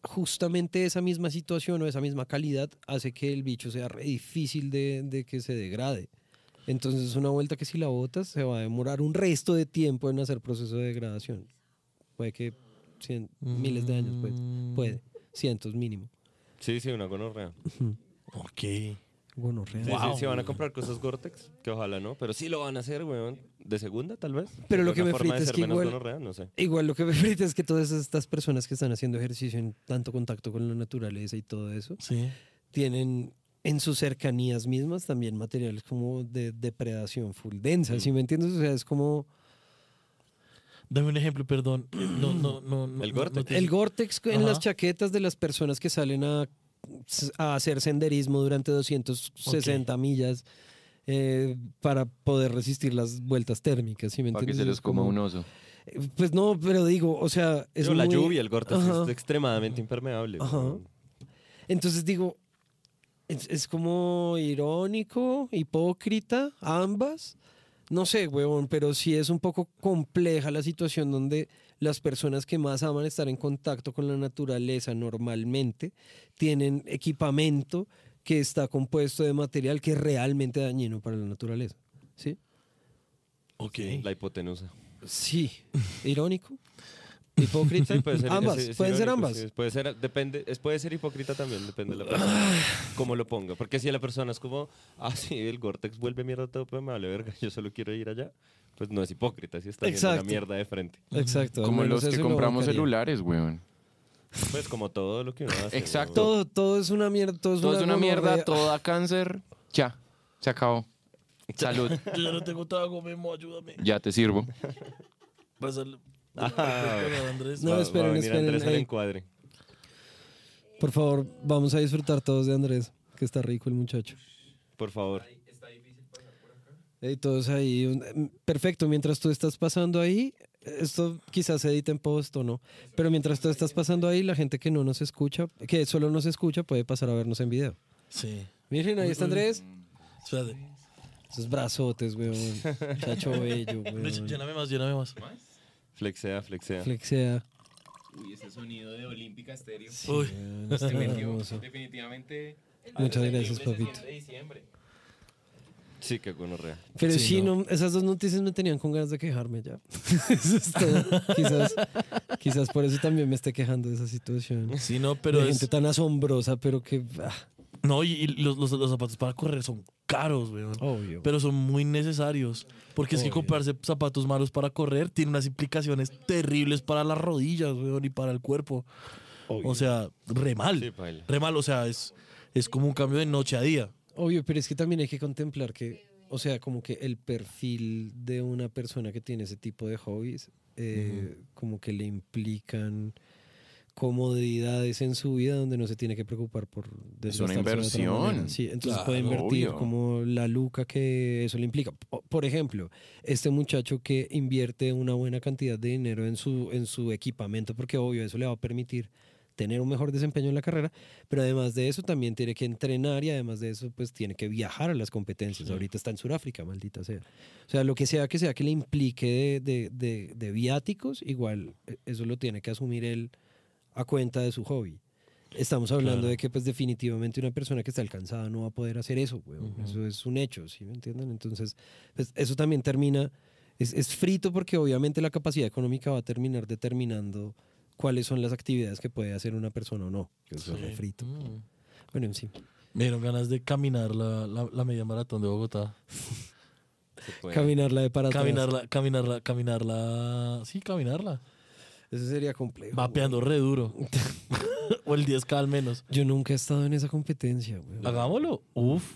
Speaker 3: justamente esa misma situación o esa misma calidad hace que el bicho sea re difícil de, de que se degrade. Entonces es una vuelta que si la botas se va a demorar un resto de tiempo en hacer proceso de degradación. Puede que cien- miles de años, puede, puede, cientos mínimo.
Speaker 7: Sí, sí, una gonorrea.
Speaker 4: Ok.
Speaker 3: Gonorrea.
Speaker 7: Sí, sí, sí, van a comprar cosas Gore-Tex, que ojalá no, pero sí lo van a hacer, weón. De segunda, tal vez.
Speaker 3: Pero lo
Speaker 7: Una
Speaker 3: que me
Speaker 7: forma
Speaker 3: frita
Speaker 7: de
Speaker 3: es
Speaker 7: ser
Speaker 3: que
Speaker 7: menos
Speaker 3: igual-
Speaker 7: gonorrea, no sé.
Speaker 3: Igual lo que me frita es que todas estas personas que están haciendo ejercicio en tanto contacto con la naturaleza y todo eso,
Speaker 4: Sí.
Speaker 3: tienen en sus cercanías mismas también materiales como de depredación full densa, ¿sí me entiendes? O sea, es como
Speaker 4: Dame un ejemplo, perdón. No, no, no. no
Speaker 7: El
Speaker 4: no-
Speaker 7: Gore-Tex.
Speaker 4: no te-
Speaker 3: el Gore-Tex en
Speaker 4: Ajá.
Speaker 3: las chaquetas de las personas que salen a, a hacer senderismo durante 260 millas eh, para poder resistir las vueltas térmicas, ¿sí me
Speaker 5: Para que
Speaker 3: entiendes?
Speaker 5: se
Speaker 3: Es
Speaker 5: los coma
Speaker 3: como-
Speaker 5: un oso.
Speaker 3: Eh, Pues no, pero digo, o sea, es
Speaker 7: Pero la
Speaker 3: muy-
Speaker 7: lluvia, el este, gorta
Speaker 3: Ajá.
Speaker 7: es extremadamente impermeable.
Speaker 3: Ajá.
Speaker 7: weón.
Speaker 3: Entonces digo, es, es como irónico, hipócrita, ambas. No sé, huevón, pero sí es un poco compleja la situación donde las personas que más aman estar en contacto con la naturaleza normalmente tienen equipamiento que está compuesto de material que es realmente dañino para la naturaleza. ¿Sí?
Speaker 4: Ok.
Speaker 7: La hipotenusa.
Speaker 3: Sí. Irónico. Hipócrita.
Speaker 7: Sí, puede ser,
Speaker 3: ambas.
Speaker 7: sí, sí,
Speaker 3: pueden ser
Speaker 7: irónico,
Speaker 3: ambas.
Speaker 7: sí, puede ser, depende, es- puede ser hipócrita también, depende de la persona.
Speaker 3: Ah.
Speaker 7: cómo lo ponga. Porque si la persona es como, ah, sí, el Gortex vuelve mierda todo, pero me vale verga, yo solo quiero ir allá. Pues no es hipócrita, si está viendo la
Speaker 3: Exacto.
Speaker 7: mierda de frente.
Speaker 3: Exacto. al
Speaker 5: Como
Speaker 3: menos
Speaker 5: los que
Speaker 3: eso no
Speaker 5: compramos
Speaker 3: bancaría.
Speaker 5: celulares, weón.
Speaker 7: Pues como todo lo que uno hace.
Speaker 5: Exacto.
Speaker 3: Todo, todo es una mierda. Todo es
Speaker 5: Todo
Speaker 3: Pues una,
Speaker 5: es una mierda,
Speaker 3: gonorrea.
Speaker 5: todo da cáncer. Ya, se acabó. Salud,
Speaker 4: Yo ya no tengo trago, Memo, ayúdame.
Speaker 5: ya te sirvo.
Speaker 4: Pásale.
Speaker 7: Ah.
Speaker 4: Pásale, Andrés.
Speaker 3: No,
Speaker 7: No,
Speaker 3: esperen,
Speaker 7: esperen,
Speaker 3: esperen,
Speaker 7: Andrés al
Speaker 3: eh.
Speaker 7: encuadre.
Speaker 3: Por favor, vamos a disfrutar todos de Andrés, que está rico el muchacho.
Speaker 7: Por favor.
Speaker 3: Y todos ahí. un- em, Perfecto, mientras tú estás pasando ahí, esto quizás se edite en post o no, pero mientras tú estás pasando ahí, la gente que no nos escucha, que solo nos escucha, puede pasar a vernos en video.
Speaker 4: Sí.
Speaker 3: Miren, ahí está Andrés.
Speaker 4: Espérate.
Speaker 3: Esos brazotes, weón. Muchacho bello,
Speaker 4: Lle-
Speaker 3: weón.
Speaker 4: Lléname más, lléname más.
Speaker 7: Flexea, flexea.
Speaker 3: Flexea.
Speaker 5: Uy, ese sonido de Olímpica Estéreo.
Speaker 4: Uy.
Speaker 3: eh. Hermoso.
Speaker 5: Definitivamente.
Speaker 3: Muchas gracias, papito.
Speaker 7: Sí, que gonorrea.
Speaker 3: Pero sí,
Speaker 4: Sí, no.
Speaker 3: no, esas dos noticias me tenían con ganas de quejarme ya. Eso es todo. quizás, quizás por eso también me esté quejando de esa situación.
Speaker 4: Sí, no,
Speaker 3: Pero
Speaker 4: pero es-
Speaker 3: gente tan asombrosa, pero que. ah,
Speaker 4: No, y, y los, los- los zapatos para correr son caros, weón.
Speaker 3: obvio.
Speaker 4: Pero son muy necesarios. Porque es que
Speaker 3: Obvio.
Speaker 4: comprarse zapatos malos para correr tiene unas implicaciones terribles para las rodillas, weón, y para el cuerpo. O sea, re mal.
Speaker 7: Sí, paila.
Speaker 4: re mal, o sea, es, es como un cambio de noche a día.
Speaker 3: Obvio, pero es que también hay que contemplar que, o sea, como que el perfil de una persona que tiene ese tipo de hobbies, eh, como que le implican comodidades en su vida donde no se tiene que preocupar por
Speaker 5: Es
Speaker 3: desgastarse
Speaker 5: una
Speaker 3: de otra
Speaker 5: inversión.
Speaker 3: manera. Sí, entonces
Speaker 4: Claro,
Speaker 3: puede invertir
Speaker 5: obvio.
Speaker 3: como la luca que eso le implica. Po- Por ejemplo, este muchacho que invierte una buena cantidad de dinero en su, en su equipamiento, porque obvio eso le va a permitir tener un mejor desempeño en la carrera, pero además de eso también tiene que entrenar y además de eso pues tiene que viajar a las competencias. Ahorita está en Sudáfrica, maldita sea. O sea, lo que sea que sea que le implique de, de- de- de viáticos, igual eh, eso lo tiene que asumir él a cuenta de su hobby. Estamos hablando de que pues definitivamente una persona que está alcanzada no va a poder hacer eso, weón. Eso es un hecho, ¿sí me entienden? Entonces, pues, eso también termina, es, es frito porque obviamente la capacidad económica va a terminar determinando cuáles son las actividades que puede hacer una persona o no. Que eso es re frito.
Speaker 4: Mm.
Speaker 3: Bueno, en sí.
Speaker 4: Me dieron ganas de caminar la, la, la media maratón de Bogotá.
Speaker 7: Se puede.
Speaker 3: Caminarla de para atrás.
Speaker 4: Caminarla, caminarla, caminarla. Sí, caminarla.
Speaker 3: Eso sería complejo.
Speaker 4: Vapeando re duro. o el 10K al menos.
Speaker 3: weón. Yo nunca he estado en esa competencia, weón.
Speaker 4: Hagámoslo. Uf.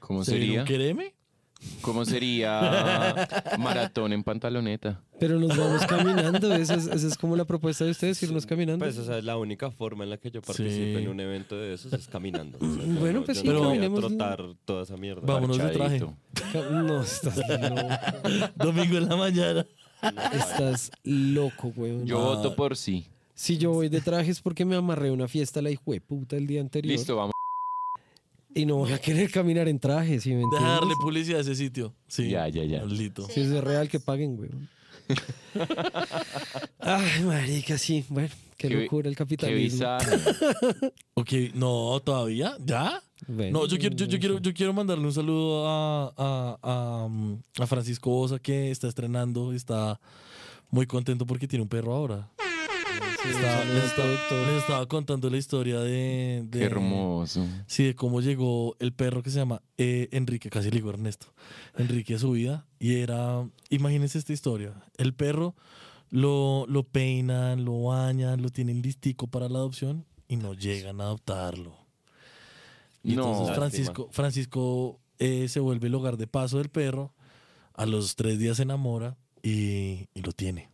Speaker 5: ¿Cómo
Speaker 4: ¿Se viene
Speaker 5: sería?
Speaker 4: un quereme?
Speaker 5: ¿Cómo sería maratón en pantaloneta?
Speaker 3: Pero nos vamos caminando. Esa es, esa es como la propuesta de ustedes, irnos caminando.
Speaker 7: Pues, o sea, la única forma en la que yo participo
Speaker 4: Sí.
Speaker 7: en un evento de esos es caminando.
Speaker 3: Bueno, pues sí,
Speaker 7: pero voy a
Speaker 3: caminemos.
Speaker 7: trotar toda esa mierda.
Speaker 4: Vámonos de traje.
Speaker 5: Parchadito.
Speaker 3: Ca- No, estás loco.
Speaker 4: Domingo en la mañana.
Speaker 3: Estás loco, weón.
Speaker 5: Yo voto por sí.
Speaker 3: Si yo voy de traje es porque me amarré a una fiesta la hijo puta el día anterior.
Speaker 5: Listo, vamos.
Speaker 3: Y no voy a querer caminar en traje, si me entiendes?
Speaker 4: Dejarle publicidad a ese sitio. Sí.
Speaker 5: Ya, ya, ya.
Speaker 4: Maldito.
Speaker 3: Si eso es real, que paguen, weón. Ay, marica, sí. Bueno, qué,
Speaker 5: Qué-
Speaker 3: locura el
Speaker 5: Qué
Speaker 3: capitalismo.
Speaker 5: bizarro.
Speaker 4: Ok, no, todavía. ¿Ya?
Speaker 3: Bueno,
Speaker 4: No, yo quiero, yo, yo
Speaker 3: bueno,
Speaker 4: quiero,
Speaker 3: sí.
Speaker 4: yo quiero mandarle un saludo a, a- a, mm, a Francisco Bosa que está estrenando. Está muy contento porque tiene un perro ahora. Estaba- les, estaba, les estaba contando la historia de. de
Speaker 5: Qué hermoso.
Speaker 4: Sí, de cómo llegó el perro que se llama eh, Enrique, casi le digo Ernesto. Enrique a su vida. Y era, imagínense esta historia. El perro lo, lo peinan, lo bañan, lo tienen listico para la adopción y no llegan a adoptarlo. Y
Speaker 5: No.
Speaker 4: entonces Francisco, Francisco eh, se vuelve el hogar de paso del perro. A los tres días se enamora y, y lo tiene.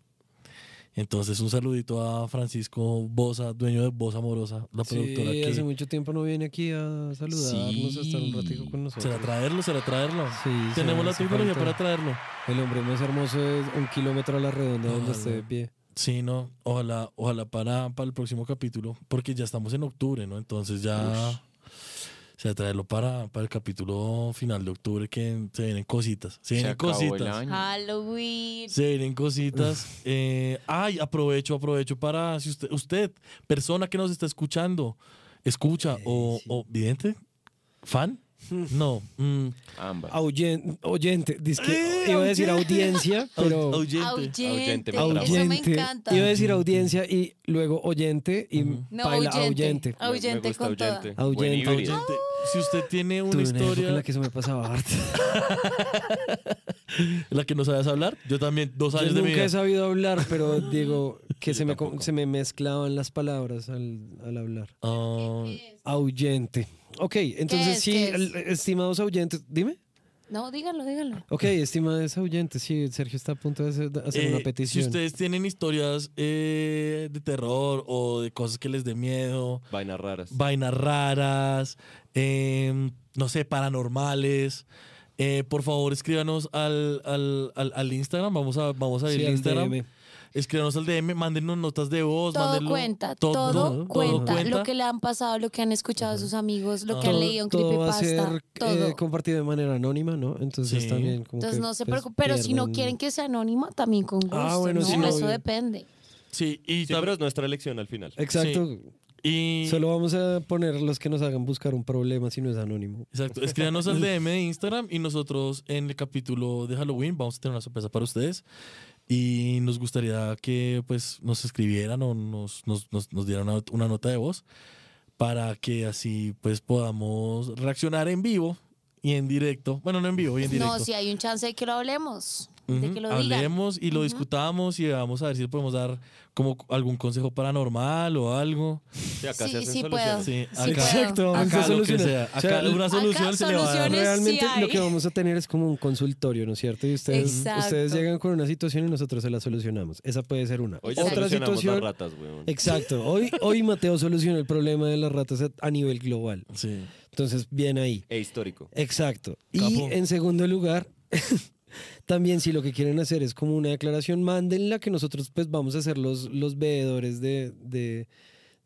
Speaker 4: Entonces, un saludito a Francisco Bosa, dueño de Voz Amorosa, la productora
Speaker 3: Sí,
Speaker 4: que.
Speaker 3: hace mucho tiempo no viene aquí a saludarnos, a estar un
Speaker 5: Sí.
Speaker 3: ratito con nosotros.
Speaker 4: Será traerlo, será traerlo.
Speaker 3: Sí,
Speaker 4: Tenemos
Speaker 3: sí,
Speaker 4: la
Speaker 3: hace
Speaker 4: tecnología
Speaker 3: falta.
Speaker 4: para traerlo.
Speaker 3: El hombre más hermoso es un kilómetro a la redonda donde
Speaker 4: Ojalá.
Speaker 3: esté de pie.
Speaker 4: Sí, no, ojalá, ojalá para, para el próximo capítulo, porque ya estamos en octubre, ¿no? Entonces ya o sea, traerlo para, para el capítulo final de octubre que se vienen cositas. Se
Speaker 5: Se
Speaker 4: vienen
Speaker 5: acabó el
Speaker 4: cositas.
Speaker 5: año.
Speaker 6: Halloween.
Speaker 4: Se vienen cositas. Eh, ay, aprovecho, aprovecho para si usted, usted, persona que nos está escuchando, escucha o, o vidente, fan, no, mm,
Speaker 5: Ambas.
Speaker 3: Oyen- oyente, dizque-
Speaker 4: Eh,
Speaker 3: iba a decir audiencia,
Speaker 4: au-
Speaker 3: pero...
Speaker 4: oyente.
Speaker 6: Ahuyente.
Speaker 7: Ahuyente, me traba.
Speaker 6: Eso me
Speaker 3: Oyente.
Speaker 6: encanta.
Speaker 3: Iba a decir audiencia y luego oyente y
Speaker 6: No,
Speaker 3: baila
Speaker 6: ahuyente.
Speaker 3: ahuyente.
Speaker 7: Me- me
Speaker 6: Ahuyente
Speaker 7: gusta
Speaker 6: con toda.
Speaker 7: Ahuyente.
Speaker 3: Ahuyente,
Speaker 7: Buen híbrido.
Speaker 3: ahuyente.
Speaker 4: Gente, Si usted tiene una
Speaker 3: Tuve una época
Speaker 4: historia
Speaker 3: en la que se me pasaba harto.
Speaker 4: la que no sabes hablar, yo también, dos
Speaker 3: Yo
Speaker 4: años de mi
Speaker 3: nunca
Speaker 4: vida.
Speaker 3: he sabido hablar, pero digo que se me, co- se me mezclaban las palabras al, al hablar.
Speaker 4: Ah,
Speaker 3: Ahuyente. Ok, entonces
Speaker 6: es?
Speaker 3: sí,
Speaker 6: ¿Qué es?
Speaker 3: el- estimados ahuyentes, dime.
Speaker 6: No, dígalo, dígalo.
Speaker 3: Ok, estimados ahuyentes, sí, Sergio está a punto de hacer, de hacer
Speaker 4: Eh,
Speaker 3: una petición.
Speaker 4: Si ustedes tienen historias eh, de terror o de cosas que les dé miedo,
Speaker 7: Vainas raras.
Speaker 4: vainas raras, eh, no sé, paranormales, eh, por favor escríbanos al, al, al- al Instagram. Vamos a, vamos a
Speaker 3: Sí,
Speaker 4: ir al
Speaker 3: al
Speaker 4: Instagram.
Speaker 3: DM.
Speaker 4: Escríbanos al DM, mándenos notas de voz.
Speaker 6: Todo
Speaker 4: mándenlo-
Speaker 6: cuenta,
Speaker 4: to-
Speaker 6: todo,
Speaker 4: no,
Speaker 6: cuenta. Lo que le han pasado, lo que han escuchado a sus amigos, lo que han leído en
Speaker 3: todo va a
Speaker 6: Creepypasta,
Speaker 3: ser
Speaker 6: todo.
Speaker 3: eh, compartido de manera anónima, ¿no? Entonces
Speaker 4: Sí.
Speaker 3: también como
Speaker 6: Entonces
Speaker 3: que,
Speaker 6: no se
Speaker 3: pues,
Speaker 6: preocupen, pero si no
Speaker 3: pierdan-
Speaker 6: quieren que sea anónima, también con gusto.
Speaker 3: Ah, bueno,
Speaker 6: ¿no?
Speaker 3: sí, obvio.
Speaker 6: Eso depende.
Speaker 4: Sí, y,
Speaker 7: Sí,
Speaker 4: tam-
Speaker 7: pero es nuestra elección al final.
Speaker 3: Exacto.
Speaker 4: y-
Speaker 3: Solo vamos a poner los que nos hagan buscar un problema si no es anónimo.
Speaker 4: Exacto. Escríbanos al DM de Instagram y nosotros en el capítulo de Halloween vamos a tener una sorpresa para ustedes. Y nos gustaría que pues nos escribieran o nos, nos, nos- nos dieran una, una nota de voz para que así pues podamos reaccionar en vivo y en directo. Bueno, no en vivo, y en directo.
Speaker 6: No, si hay un chance de que lo hablemos, de
Speaker 4: Ujú,
Speaker 6: que lo digan.
Speaker 4: Hablemos y lo discutamos y vamos a ver si le podemos dar como algún consejo paranormal o algo.
Speaker 7: Sí, acá
Speaker 6: Sí,
Speaker 7: se hacen
Speaker 6: sí puedo.
Speaker 7: soluciones.
Speaker 4: Sí,
Speaker 6: Ah, Sí,
Speaker 4: acá,
Speaker 6: puedo.
Speaker 3: Exacto, vamos
Speaker 4: acá
Speaker 3: a
Speaker 4: lo que
Speaker 3: solucionar.
Speaker 4: sea.
Speaker 3: O sea,
Speaker 4: Acá una
Speaker 6: acá
Speaker 4: solución se le va a dar.
Speaker 6: soluciones.
Speaker 3: Ah, Realmente
Speaker 6: sí
Speaker 3: lo
Speaker 6: hay.
Speaker 3: que vamos a tener es como un consultorio, ¿no es cierto? Y ustedes,
Speaker 6: Exacto.
Speaker 3: ustedes llegan con una situación y nosotros se la solucionamos. Esa puede ser una.
Speaker 7: Hoy Pues ya
Speaker 3: Otra
Speaker 7: solucionamos
Speaker 3: situación.
Speaker 7: las ratas, weón.
Speaker 3: Exacto. Hoy, hoy Mateo solucionó el problema de las ratas a- a nivel global.
Speaker 4: Sí.
Speaker 3: Entonces, bien ahí.
Speaker 7: E histórico.
Speaker 3: Exacto. Y
Speaker 4: Capo.
Speaker 3: en segundo lugar, también si lo que quieren hacer es como una declaración, mándenla que nosotros pues vamos a ser los, los veedores de, de-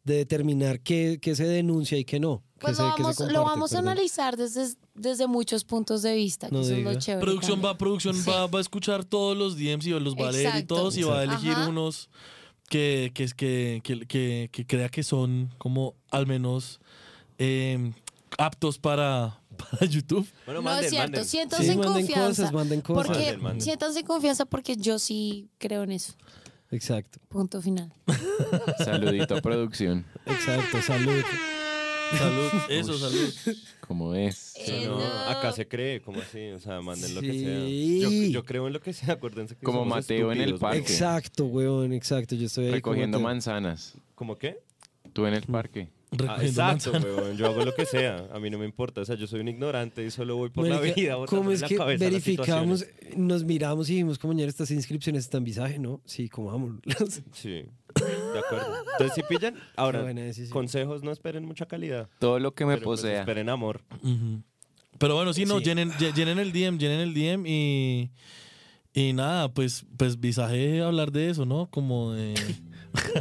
Speaker 3: de determinar qué, qué se denuncia y qué no. qué
Speaker 6: Pues
Speaker 3: se-
Speaker 6: lo
Speaker 3: qué se
Speaker 6: vamos, lo
Speaker 3: comparte,
Speaker 6: vamos a
Speaker 3: perdón.
Speaker 6: analizar desde, desde muchos puntos de vista, que
Speaker 3: No
Speaker 6: eso es lo
Speaker 3: diga.
Speaker 6: chévere.
Speaker 4: Producción
Speaker 6: también.
Speaker 4: va, producción
Speaker 6: Sí.
Speaker 4: va, va a escuchar todos los DMs y los va a leer y
Speaker 6: Exacto.
Speaker 4: todos y va a
Speaker 6: Exacto.
Speaker 4: elegir
Speaker 6: Ajá.
Speaker 4: unos que, que, es- que, que, que- que crea que son como al menos eh, aptos para, para YouTube.
Speaker 7: Bueno,
Speaker 6: no
Speaker 7: manden,
Speaker 6: es cierto,
Speaker 7: manden.
Speaker 6: siéntanse
Speaker 3: Sí,
Speaker 6: en
Speaker 3: manden
Speaker 6: confianza.
Speaker 3: cosas, manden cosas.
Speaker 6: Porque,
Speaker 7: Manden, manden.
Speaker 6: Siéntanse en confianza porque yo sí creo en eso.
Speaker 3: Exacto,
Speaker 6: Punto final.
Speaker 5: Saludito a producción.
Speaker 3: exacto, salud.
Speaker 4: Salud, eso, salud.
Speaker 5: Como es.
Speaker 7: O sea,
Speaker 6: Eh,
Speaker 7: no,
Speaker 6: no.
Speaker 7: acá se cree, como así, o sea, manden lo que
Speaker 3: Sí.
Speaker 7: sea. Yo, yo creo en lo que sea, acuérdense que
Speaker 5: Como
Speaker 7: somos
Speaker 5: Mateo en el
Speaker 7: estúpidos,
Speaker 5: parque.
Speaker 7: weón.
Speaker 3: Exacto, weón, exacto. Yo estoy ahí
Speaker 5: Recogiendo
Speaker 3: como te- pues
Speaker 5: manzanas.
Speaker 7: ¿Cómo qué?
Speaker 5: Tú en el parque.
Speaker 7: Ah,
Speaker 4: Recogiendo
Speaker 7: exacto,
Speaker 4: manzana.
Speaker 7: weón, yo hago lo que sea, a mí no me importa, o sea, yo soy un ignorante y solo voy por la
Speaker 3: Marica,
Speaker 7: vida. botándole
Speaker 3: ¿Cómo es
Speaker 7: la
Speaker 3: que
Speaker 7: cabeza a las
Speaker 3: verificamos,
Speaker 7: situaciones.
Speaker 3: nos miramos y dijimos, como ya estas inscripciones están visaje, ¿no? Sí, como vamos.
Speaker 7: Sí, de acuerdo. Entonces, si pillan, ahora,
Speaker 3: buena decisión.
Speaker 7: consejos, no esperen mucha calidad.
Speaker 5: Todo lo que me
Speaker 7: pero, pues,
Speaker 5: posea.
Speaker 7: esperen amor.
Speaker 4: Ujú. Pero bueno, sí, no,
Speaker 3: Sí.
Speaker 4: Llenen, lle- llenen el DM, llenen el DM y, y nada, pues, pues visaje hablar de eso, ¿no? Como de...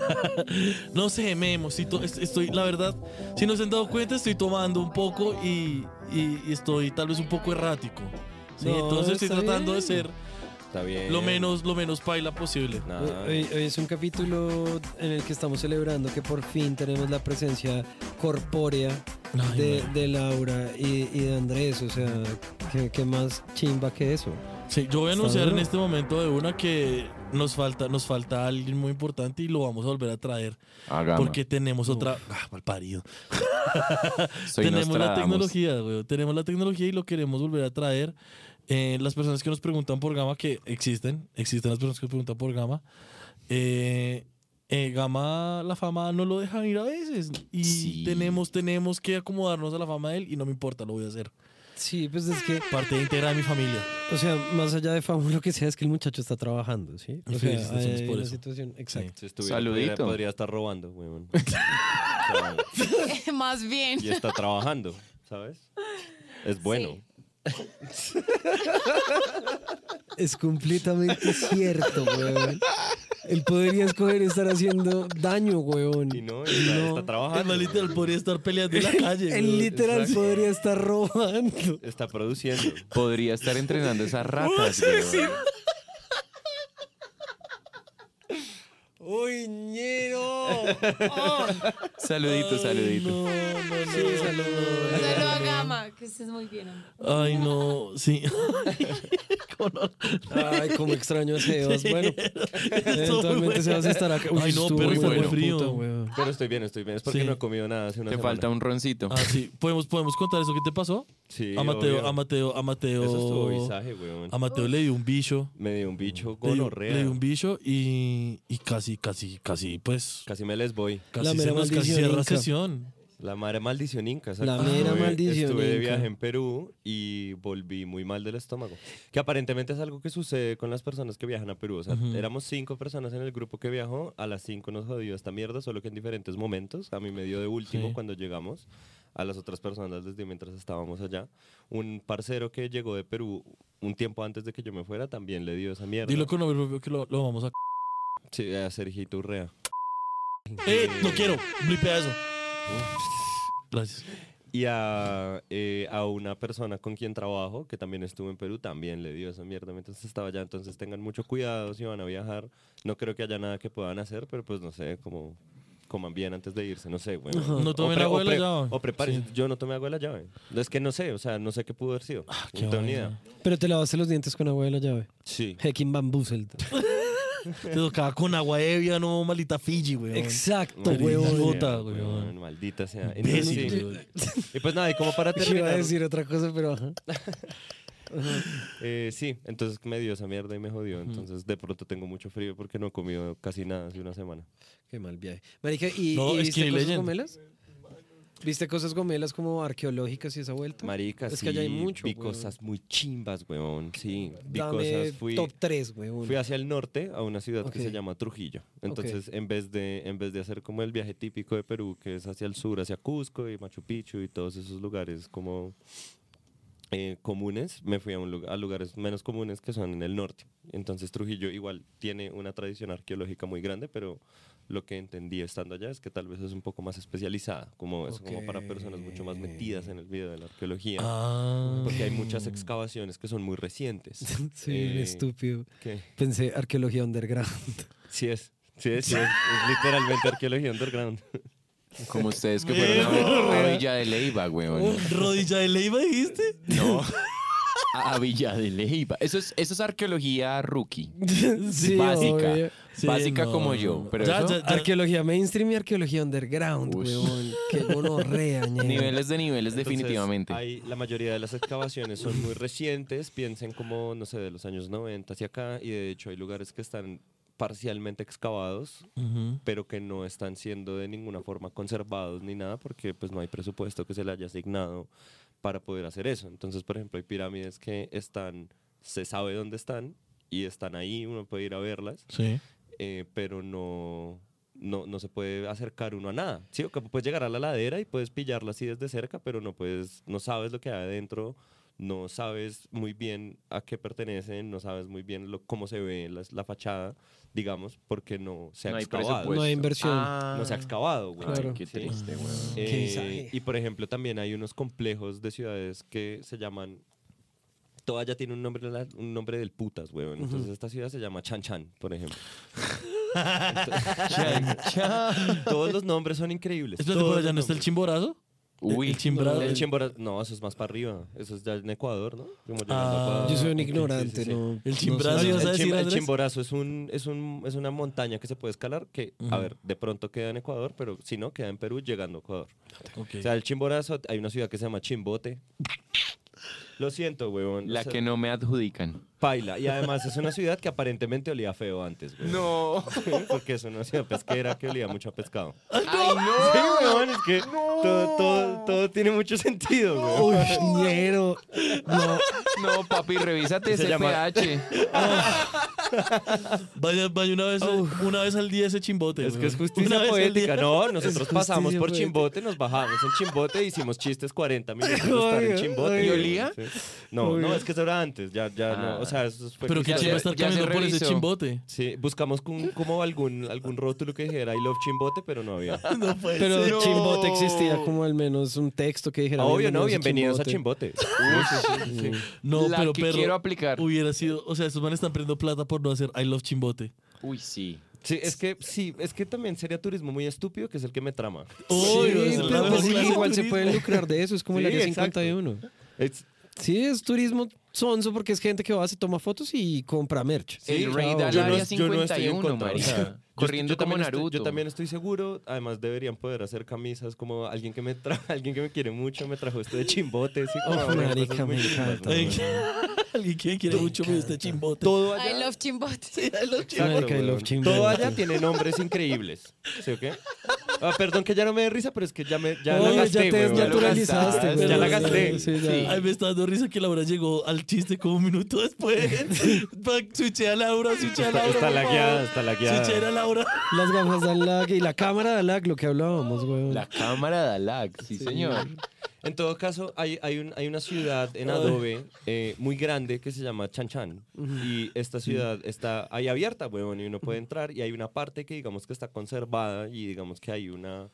Speaker 4: no sé, Memo, estoy, to- es- estoy, la verdad, si no se han dado cuenta, estoy tomando un poco y, y- y estoy tal vez un poco errático. Sí,
Speaker 3: No,
Speaker 4: entonces estoy
Speaker 3: está
Speaker 4: tratando de
Speaker 3: bien. Eh.
Speaker 4: ser
Speaker 7: Está bien.
Speaker 4: lo menos, lo menos paila posible.
Speaker 7: Nada.
Speaker 3: Hoy, hoy es un capítulo en el que estamos celebrando que por fin tenemos la presencia corpórea
Speaker 4: Ay,
Speaker 3: de,
Speaker 4: man.
Speaker 3: de Laura y, y de Andrés. O sea, ¿qué, qué más chimba que eso?
Speaker 4: Sí, yo voy a
Speaker 3: Está
Speaker 4: anunciar en
Speaker 3: duro.
Speaker 4: este momento de una que nos falta, nos falta alguien muy importante y lo vamos a volver a traer.
Speaker 5: Hagamos.
Speaker 4: Porque tenemos otra. Ah, mal parido.
Speaker 5: Soy
Speaker 4: Tenemos la
Speaker 5: Nostradamus.
Speaker 4: tecnología, güey. Tenemos la tecnología y lo queremos volver a traer. Eh, las personas que nos preguntan por Gama, que existen, existen las personas que nos preguntan por Gama. eh, eh, Gama, la fama no lo deja ir a veces. Y
Speaker 5: Sí.
Speaker 4: tenemos, tenemos que acomodarnos a la fama de él y no me importa, lo voy a hacer.
Speaker 3: Sí, pues es que,
Speaker 4: Parte íntegra de mi familia.
Speaker 3: o sea, más allá de fama, lo que sea es que el muchacho está trabajando, ¿sí? O
Speaker 4: Sí,
Speaker 3: sea,
Speaker 4: sí, sí,
Speaker 3: hay
Speaker 4: es por
Speaker 3: una
Speaker 4: eso.
Speaker 3: situación, exacto.
Speaker 7: Si estuviera,
Speaker 5: Saludito.
Speaker 7: podría, podría estar robando, weón. O sea,
Speaker 6: Más bien.
Speaker 7: y está trabajando, ¿sabes? Es bueno.
Speaker 6: Sí.
Speaker 3: Es completamente cierto, weón. Él podría escoger estar haciendo daño, weón.
Speaker 7: Y no, está, está
Speaker 4: El
Speaker 7: trabajando.
Speaker 4: mal literal podría estar peleando en la calle.
Speaker 3: Él
Speaker 4: weón.
Speaker 3: literal
Speaker 7: exacto.
Speaker 3: podría estar robando.
Speaker 7: Está produciendo.
Speaker 5: Podría estar entrenando esas ratas. weón.
Speaker 3: ¡Uy, ñero!
Speaker 5: Saludito, saludito.
Speaker 4: No, no, no.
Speaker 6: Saludo a Gama, que estés muy bien. amor.
Speaker 4: Ay, no, sí.
Speaker 3: Ay, cómo extraño a Sebas. Bueno,
Speaker 4: Estuvo muy
Speaker 3: eventualmente
Speaker 4: bueno.
Speaker 3: Sebas estará... acá.
Speaker 4: Ay, no,
Speaker 3: estuvo
Speaker 4: pero
Speaker 3: hijo de
Speaker 5: bueno.
Speaker 3: puta,
Speaker 4: frío.
Speaker 3: weón.
Speaker 7: Pero estoy bien, estoy bien. Es porque
Speaker 4: Sí.
Speaker 7: no he comido nada hace una
Speaker 5: Te
Speaker 7: semana.
Speaker 5: falta un roncito.
Speaker 4: Ah, sí. ¿Podemos, podemos contar eso que te pasó?
Speaker 7: Sí,
Speaker 4: a Mateo,
Speaker 7: obvio.
Speaker 4: a Mateo, a Mateo.
Speaker 7: Eso estuvo visaje, weón.
Speaker 4: A Mateo le dio un bicho.
Speaker 7: Me dio un bicho
Speaker 4: Le dio,
Speaker 7: gonorrea.
Speaker 4: le dio un bicho y, y casi, casi, casi, pues.
Speaker 7: Casi me les voy.
Speaker 4: Casi
Speaker 3: mera
Speaker 4: se nos casi
Speaker 3: maldición
Speaker 4: cierra
Speaker 3: inca.
Speaker 4: sesión.
Speaker 7: La mera maldición inca.
Speaker 3: La
Speaker 7: exacto.
Speaker 3: mera
Speaker 7: Estuve-
Speaker 3: maldición
Speaker 7: Estuve de
Speaker 3: inca.
Speaker 7: viaje en Perú y volví muy mal del estómago. Que aparentemente es algo que sucede con las personas que viajan a Perú. O sea, éramos cinco personas en el grupo que viajó. A las cinco nos jodió esta mierda, solo que en diferentes momentos. A mí me dio de último
Speaker 4: Sí.
Speaker 7: cuando llegamos. A las otras personas desde mientras estábamos allá. Un parcero que llegó de Perú un tiempo antes de que yo me fuera también le dio esa mierda.
Speaker 4: Dilo con nombre propio que lo, lo vamos a.
Speaker 7: Sí, a Sergito Urrea.
Speaker 4: ¡Eh! No quiero. Blipea eso. Gracias.
Speaker 7: Y a, eh, a una persona con quien trabajo, que también estuvo en Perú, también le dio esa mierda mientras estaba allá. Entonces tengan mucho cuidado si van a viajar. No creo que haya nada que puedan hacer, pero pues no sé, como coman bien antes de irse, no sé, güey.
Speaker 4: No tomen agua de la llave.
Speaker 7: O prepárense, yo no tomé agua de la llave. Es que no sé, o sea, no sé qué pudo haber sido.
Speaker 4: Ah, qué
Speaker 7: no tengo ni
Speaker 4: vaina.
Speaker 7: idea.
Speaker 3: Pero te lavaste los dientes con agua de la llave.
Speaker 7: Sí.
Speaker 3: Hacking Bamboozled.
Speaker 4: Te tocaba con agua ebria, no malita Fiji, weón.
Speaker 3: Exacto,
Speaker 7: Maldita
Speaker 4: huevón.
Speaker 3: weón.
Speaker 7: sea,
Speaker 4: Puta, huevón.
Speaker 7: huevón, Maldita sea. Entonces,
Speaker 4: Imbécil,
Speaker 7: sí.
Speaker 4: weón.
Speaker 7: Y pues nada, y como para
Speaker 3: Yo iba a
Speaker 7: terminar.
Speaker 3: decir otra cosa, pero ajá.
Speaker 7: Eh, sí, entonces me dio esa mierda y me jodió. Entonces de pronto tengo mucho frío porque no he comido casi nada hace una semana.
Speaker 3: Qué mal viaje. Marica, ¿y,
Speaker 4: No,
Speaker 3: y
Speaker 4: es
Speaker 3: viste
Speaker 4: que
Speaker 3: cosas
Speaker 4: Legend.
Speaker 3: gomelas? ¿Viste cosas gomelas como arqueológicas y esa vuelta?
Speaker 7: Marica,
Speaker 3: Es
Speaker 7: sí,
Speaker 3: que allá hay mucho,
Speaker 7: vi
Speaker 3: weón.
Speaker 7: cosas muy chimbas, weón. Sí, vi
Speaker 3: Dame
Speaker 7: cosas. Fui,
Speaker 3: top 3, weón.
Speaker 7: fui hacia el norte a una ciudad que se
Speaker 3: Ok.
Speaker 7: llama Trujillo. Entonces, en, vez de, en vez de hacer como el viaje típico de Perú, que es hacia el sur, hacia Cusco y Machu Picchu y todos esos lugares como eh, comunes, me fui a, un lu- a lugares menos comunes que son en el norte. Entonces Trujillo igual tiene una tradición arqueológica muy grande, pero lo que entendí estando allá es que tal vez es un poco más especializada, como es como para personas mucho más metidas en el video de la arqueología.
Speaker 4: Ah.
Speaker 7: Porque hay muchas excavaciones que son muy recientes.
Speaker 3: Soy un
Speaker 7: Eh,
Speaker 3: estúpido.
Speaker 7: que-
Speaker 3: Pensé arqueología underground.
Speaker 7: Sí es. Sí es, sí es. Es literalmente arqueología underground.
Speaker 5: Como ustedes que fueron a, a Villa de Leiva, weón.
Speaker 4: ¿Rodilla de Leiva dijiste?
Speaker 5: No. A a Villa de Leiva. Eso es, eso es arqueología rookie.
Speaker 3: sí,
Speaker 5: básica.
Speaker 3: obvio.
Speaker 4: Sí,
Speaker 5: básica
Speaker 4: no,
Speaker 5: como
Speaker 4: no,
Speaker 5: yo.
Speaker 4: no.
Speaker 5: Pero
Speaker 4: Ya,
Speaker 5: eso-
Speaker 4: ya, ya.
Speaker 3: Arqueología mainstream y arqueología underground,
Speaker 5: Ush.
Speaker 3: weón. Qué gonorrea, ñero.
Speaker 5: niveles de niveles,
Speaker 7: Entonces,
Speaker 5: definitivamente.
Speaker 7: hay- la mayoría de las excavaciones son muy recientes, piensen como, no sé, de los años 90 hacia acá, y de hecho hay lugares que están parcialmente excavados,
Speaker 4: Ujú.
Speaker 7: pero que no están siendo de ninguna forma conservados ni nada, porque pues no hay presupuesto que se le haya asignado para poder hacer eso. Entonces, por ejemplo, hay pirámides que están, se sabe dónde están, y están ahí, uno puede ir a verlas,
Speaker 4: Sí.
Speaker 7: eh, pero no, no, no se puede acercar uno a nada. Sí, o que puedes llegar a la ladera y puedes pillarla así desde cerca, pero no, puedes, no sabes lo que hay adentro, no sabes muy bien a qué pertenecen, no sabes muy bien lo- cómo se ve la, la fachada, digamos, porque no se ha
Speaker 5: No hay
Speaker 7: excavado.
Speaker 5: presupuesto.
Speaker 3: No hay inversión.
Speaker 5: Ah.
Speaker 7: No se ha excavado, güey.
Speaker 5: Ay,
Speaker 3: Claro.
Speaker 5: qué
Speaker 7: Sí.
Speaker 5: triste, weón.
Speaker 7: Eh,
Speaker 3: Qué visaje.
Speaker 7: y por ejemplo, también hay unos complejos de ciudades que se llaman. Toda ya tiene un nombre, la- un nombre del putas, weón. Entonces, esta ciudad se llama Chan Chan, por ejemplo. Todos los nombres son increíbles.
Speaker 4: Espérate,
Speaker 7: todos
Speaker 4: por allá
Speaker 7: los
Speaker 4: no está el
Speaker 7: nombres.
Speaker 4: chimborazo.
Speaker 5: Uy,
Speaker 4: el chimbrado.
Speaker 7: El Chimborazo- No, eso es más para arriba. Eso es ya en Ecuador, ¿no? Como llegando
Speaker 4: Ah,
Speaker 7: a-
Speaker 3: Yo soy un
Speaker 7: Sí, sí,
Speaker 3: ignorante,
Speaker 7: sí.
Speaker 3: no.
Speaker 4: El
Speaker 7: No,
Speaker 4: chimbrazo.
Speaker 7: no,
Speaker 4: ¿Ibas a
Speaker 7: el,
Speaker 4: decir,
Speaker 7: chim- el
Speaker 4: Andrés?
Speaker 7: Chimborazo es, un, es, un, es una montaña que se puede escalar que, a ver, de pronto queda en Ecuador, pero si no, queda en Perú llegando a Ecuador.
Speaker 4: Ok.
Speaker 7: O sea, el Chimborazo, hay una ciudad que se llama Chimbote. Lo siento, huevón. o
Speaker 5: la
Speaker 7: sea,
Speaker 5: que no me adjudican.
Speaker 7: Paila. Y además es una ciudad que aparentemente olía feo antes, güey.
Speaker 5: No.
Speaker 7: Porque es una ciudad pesquera que olía mucho a pescado.
Speaker 5: ¡Ay, no!
Speaker 7: weón, es que todo, todo, todo tiene mucho sentido, weón.
Speaker 3: Uy, ñero. No,
Speaker 5: No, papi, revísate
Speaker 7: Se
Speaker 5: ese
Speaker 7: llama-
Speaker 5: pH.
Speaker 4: Vaya, vaya una vez, al- una vez al día ese chimbote.
Speaker 7: Es que
Speaker 4: weón.
Speaker 7: es justicia
Speaker 4: Una vez al
Speaker 7: Pues poética.
Speaker 4: día.
Speaker 7: No, nosotros
Speaker 3: justicia
Speaker 7: pasamos por
Speaker 3: poética.
Speaker 7: Chimbote, nos bajamos en Chimbote, hicimos chistes 40 minutos de estar en
Speaker 3: Oiga,
Speaker 7: Chimbote.
Speaker 3: oiga.
Speaker 5: ¿Y olía?
Speaker 7: Sí. No, no,
Speaker 3: Oiga.
Speaker 7: es que eso era antes, ya, ya,
Speaker 5: Ah.
Speaker 7: no, o sea, eso fue
Speaker 4: Pero
Speaker 7: que
Speaker 4: qué
Speaker 5: Ya
Speaker 4: chimba
Speaker 5: se-
Speaker 4: estar
Speaker 5: ya se
Speaker 4: caminando por ese
Speaker 5: revisó.
Speaker 4: chimbote.
Speaker 7: Sí, buscamos con- como algún, algún rótulo que dijera I love Chimbote, pero no había.
Speaker 4: No puede
Speaker 3: pero
Speaker 4: ser.
Speaker 3: Chimbote existía como al menos un texto que dijera.
Speaker 7: Ah, Obvio, no, bienvenidos a Chimbote.
Speaker 4: No,
Speaker 5: la
Speaker 4: pero
Speaker 5: que
Speaker 4: perro,
Speaker 5: quiero aplicar.
Speaker 4: Hubiera sido, o sea, estos manes están perdiendo plata por no hacer I love chimbote.
Speaker 5: Uy, sí.
Speaker 7: Sí, es que sí, es que también sería turismo muy estúpido, que es el que me trama.
Speaker 3: Sí,
Speaker 4: Obvio, es la
Speaker 3: pero
Speaker 4: mejor
Speaker 3: pues sí,
Speaker 4: clase de
Speaker 3: igual se
Speaker 4: turismo.
Speaker 3: pueden lucrar de eso, es como el
Speaker 7: Sí,
Speaker 3: área
Speaker 7: exacto.
Speaker 3: 51.
Speaker 7: Es-
Speaker 3: Sí, es turismo sonso porque es gente que va, se toma fotos y compra merch.
Speaker 7: Sí,
Speaker 5: el rey
Speaker 3: claro.
Speaker 5: da
Speaker 3: Yo
Speaker 5: la
Speaker 3: no
Speaker 5: área
Speaker 7: yo no estoy en
Speaker 5: 51,
Speaker 7: contra, o sea,
Speaker 5: marica.
Speaker 7: yo estoy-
Speaker 5: corriendo
Speaker 7: yo
Speaker 5: como
Speaker 7: también estoy-
Speaker 5: Naruto.
Speaker 7: yo también estoy seguro, además deberían poder hacer camisas como alguien que me tra alguien que me quiere mucho, me trajo esto de chimbote. Sí, como
Speaker 3: Uf,
Speaker 7: cosas
Speaker 3: Oh, marica,
Speaker 7: muy
Speaker 3: me
Speaker 7: chimbas,
Speaker 3: encanta.
Speaker 7: ¿no?
Speaker 4: Ay, Alguien que quiere mucho me este chimbote.
Speaker 7: Todo
Speaker 6: I
Speaker 7: allá,
Speaker 6: love chimbote.
Speaker 7: Exacto,
Speaker 3: Marica, I
Speaker 7: weón.
Speaker 3: love Chimbote.
Speaker 7: todo allá tiene nombres increíbles. ¿Sí o qué? Ah, perdón que ya no me dé risa, pero es que ya me ya
Speaker 3: Obvio,
Speaker 7: la gasté,
Speaker 3: ya te
Speaker 7: weón.
Speaker 3: naturalizaste.
Speaker 5: Ya
Speaker 3: güey.
Speaker 7: la gasté.
Speaker 3: Sí, ya.
Speaker 5: Sí.
Speaker 4: Ay, me está dando risa que Laura llegó al chiste como un minuto después. Pa- Switché a Laura, switché a
Speaker 7: Está,
Speaker 4: Laura.
Speaker 7: está
Speaker 4: por
Speaker 7: lagueada,
Speaker 4: favor.
Speaker 7: está lagueada.
Speaker 4: Switché a Laura.
Speaker 3: Las gafas dan lag y la cámara da lag, lo que hablábamos, güey.
Speaker 5: La cámara da lag, sí, señor.
Speaker 7: En todo caso, hay, hay, un- hay una ciudad en Adobe eh, muy grande que se llama Chan Chan. Y esta ciudad está ahí abierta, huevón, y uno puede entrar. Y hay una parte que digamos que está conservada y digamos que hay una...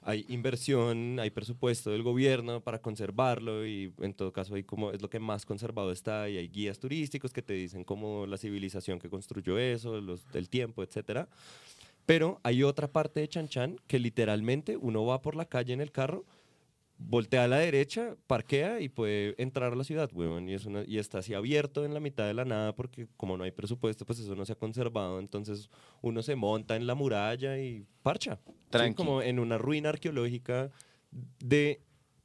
Speaker 7: Hay inversión, hay presupuesto del gobierno para conservarlo y en todo caso hay como es lo que más conservado está y hay guías turísticos que te dicen como la civilización que construyó eso, los, el tiempo, etcétera. Pero hay otra parte de Chan Chan que literalmente uno va por la calle en el carro voltea a la derecha, parquea y puede entrar a la ciudad, huevón. Y, es una, y está así abierto en la mitad de la nada porque como no hay presupuesto, pues eso no se ha conservado. Entonces uno se monta en la muralla y parcha. Sí,
Speaker 5: Tranqui.
Speaker 7: Como en una ruina arqueológica de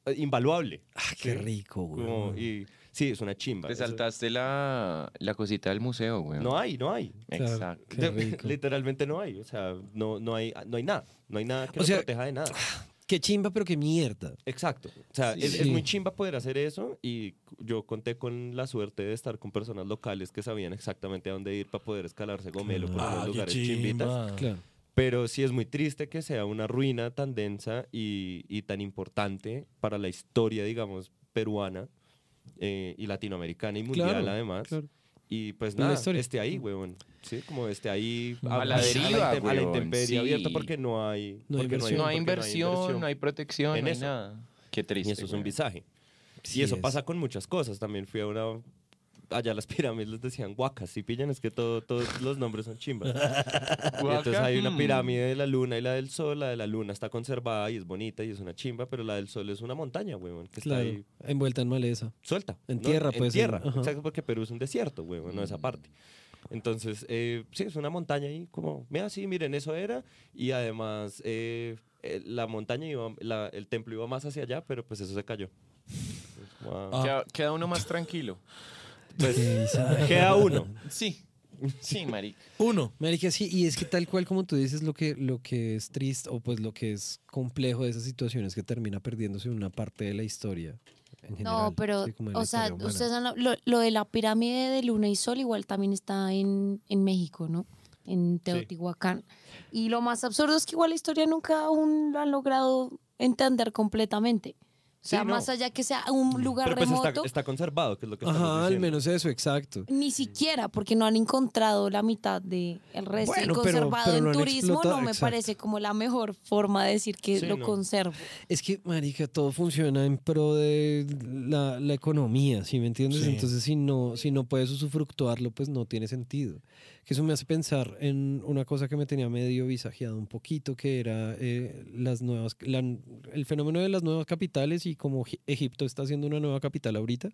Speaker 7: eh, invaluable.
Speaker 3: Ah, qué rico,
Speaker 7: Como-
Speaker 3: güey.
Speaker 7: y, sí, es una chimba.
Speaker 5: Te
Speaker 7: Eso-
Speaker 5: saltaste la, la cosita del museo, güey.
Speaker 7: No hay, no hay.
Speaker 5: Exacto.
Speaker 3: Qué rico.
Speaker 7: Literalmente no hay. O sea, no, no, hay, no hay nada. No hay nada que
Speaker 3: O
Speaker 7: nos
Speaker 3: sea-
Speaker 7: proteja de nada.
Speaker 3: Qué chimba, pero qué mierda.
Speaker 7: Exacto. O sea,
Speaker 5: Sí.
Speaker 7: es, es muy
Speaker 3: Sí.
Speaker 7: chimba poder hacer eso y yo conté con la suerte de estar con personas locales que sabían exactamente a dónde ir para poder escalarse Gomelo por
Speaker 4: Ah,
Speaker 7: unos
Speaker 4: qué
Speaker 7: lugares chimbitas.
Speaker 4: chimba.
Speaker 3: Claro.
Speaker 7: Pero sí es muy triste que sea una ruina tan densa y, y tan importante para la historia, digamos, peruana eh, y latinoamericana y mundial
Speaker 3: Claro,
Speaker 7: además.
Speaker 3: claro.
Speaker 7: Y pues
Speaker 3: La
Speaker 7: nada,
Speaker 3: historia.
Speaker 7: esté ahí, huevón. Sí, como esté ahí
Speaker 5: Mm. A la
Speaker 7: aguas-
Speaker 5: deriva,
Speaker 7: intem- a la
Speaker 5: huevón,
Speaker 7: intemperie
Speaker 5: sí.
Speaker 7: abierta porque no hay,
Speaker 3: No hay
Speaker 7: porque
Speaker 3: inversión.
Speaker 5: No hay
Speaker 7: porque
Speaker 5: inversión, no hay protección,
Speaker 7: En
Speaker 5: no hay
Speaker 7: eso.
Speaker 5: nada. Qué triste.
Speaker 7: y eso es un
Speaker 5: güey.
Speaker 7: visaje.
Speaker 3: Sí
Speaker 7: y eso
Speaker 3: es.
Speaker 7: pasa con muchas cosas. También fui a una. Allá las pirámides les decían huacas. Si pillan, es que todo- todos los nombres son chimbas. Y entonces hay una
Speaker 5: Hmm.
Speaker 7: pirámide de la luna y la del sol. La de la luna está conservada y es bonita y es una chimba, pero la del sol es una montaña, huevón, que
Speaker 3: Claro.
Speaker 7: está ahí
Speaker 3: Envuelta en maleza.
Speaker 7: suelta.
Speaker 3: En tierra,
Speaker 7: En
Speaker 3: pues,
Speaker 7: tierra.
Speaker 3: en- ajá.
Speaker 7: Exacto, porque Perú es un desierto, huevón, no esa parte. Entonces, eh, sí, es una montaña ahí, como, mira, sí, miren, eso era. Y además, eh, eh, la montaña iba, la- el templo iba más hacia allá, pero pues eso se cayó. Es como, ah,
Speaker 5: Queda, queda uno más tranquilo.
Speaker 7: pues, queda uno.
Speaker 5: Sí. Sí, marica.
Speaker 4: Uno.
Speaker 3: Marica, sí, y es que tal cual como tú dices, lo que, lo que es triste o pues lo que es complejo de esas situaciones que termina perdiéndose una parte de la historia. en
Speaker 6: No,
Speaker 3: general,
Speaker 6: pero,
Speaker 3: sí, como de la
Speaker 6: o sea,
Speaker 3: historia humana.
Speaker 6: ustedes han hab- lo, lo de la pirámide de Luna y Sol igual también está en, en México, ¿no? En Teotihuacán. Y lo más absurdo es que igual la historia nunca aún lo han logrado entender completamente. O sea,
Speaker 7: Sí, no.
Speaker 6: más allá que sea un lugar
Speaker 7: Pero pues está,
Speaker 6: remoto,
Speaker 7: está conservado, que es lo que estamos
Speaker 3: Ajá, al
Speaker 7: diciendo.
Speaker 3: menos eso, exacto.
Speaker 6: ni siquiera, porque no han encontrado la mitad del el resto.
Speaker 3: Bueno,
Speaker 6: y
Speaker 3: pero-
Speaker 6: conservado
Speaker 3: pero lo
Speaker 6: en
Speaker 3: han
Speaker 6: turismo no
Speaker 3: explotado,
Speaker 6: me
Speaker 3: exacto.
Speaker 6: parece como la mejor forma de decir que
Speaker 7: Sí,
Speaker 6: lo
Speaker 7: no.
Speaker 6: conservo.
Speaker 3: Es que, marica, todo funciona en pro de la, la economía, ¿sí me entiendes?
Speaker 4: Sí.
Speaker 3: Entonces, si no, si no puedes usufructuarlo, pues no tiene sentido. Que eso me hace pensar en una cosa que me tenía medio visajeado un poquito, que era eh, las nuevas, la- el fenómeno de las nuevas capitales y como Egi- Egipto está haciendo una nueva capital ahorita.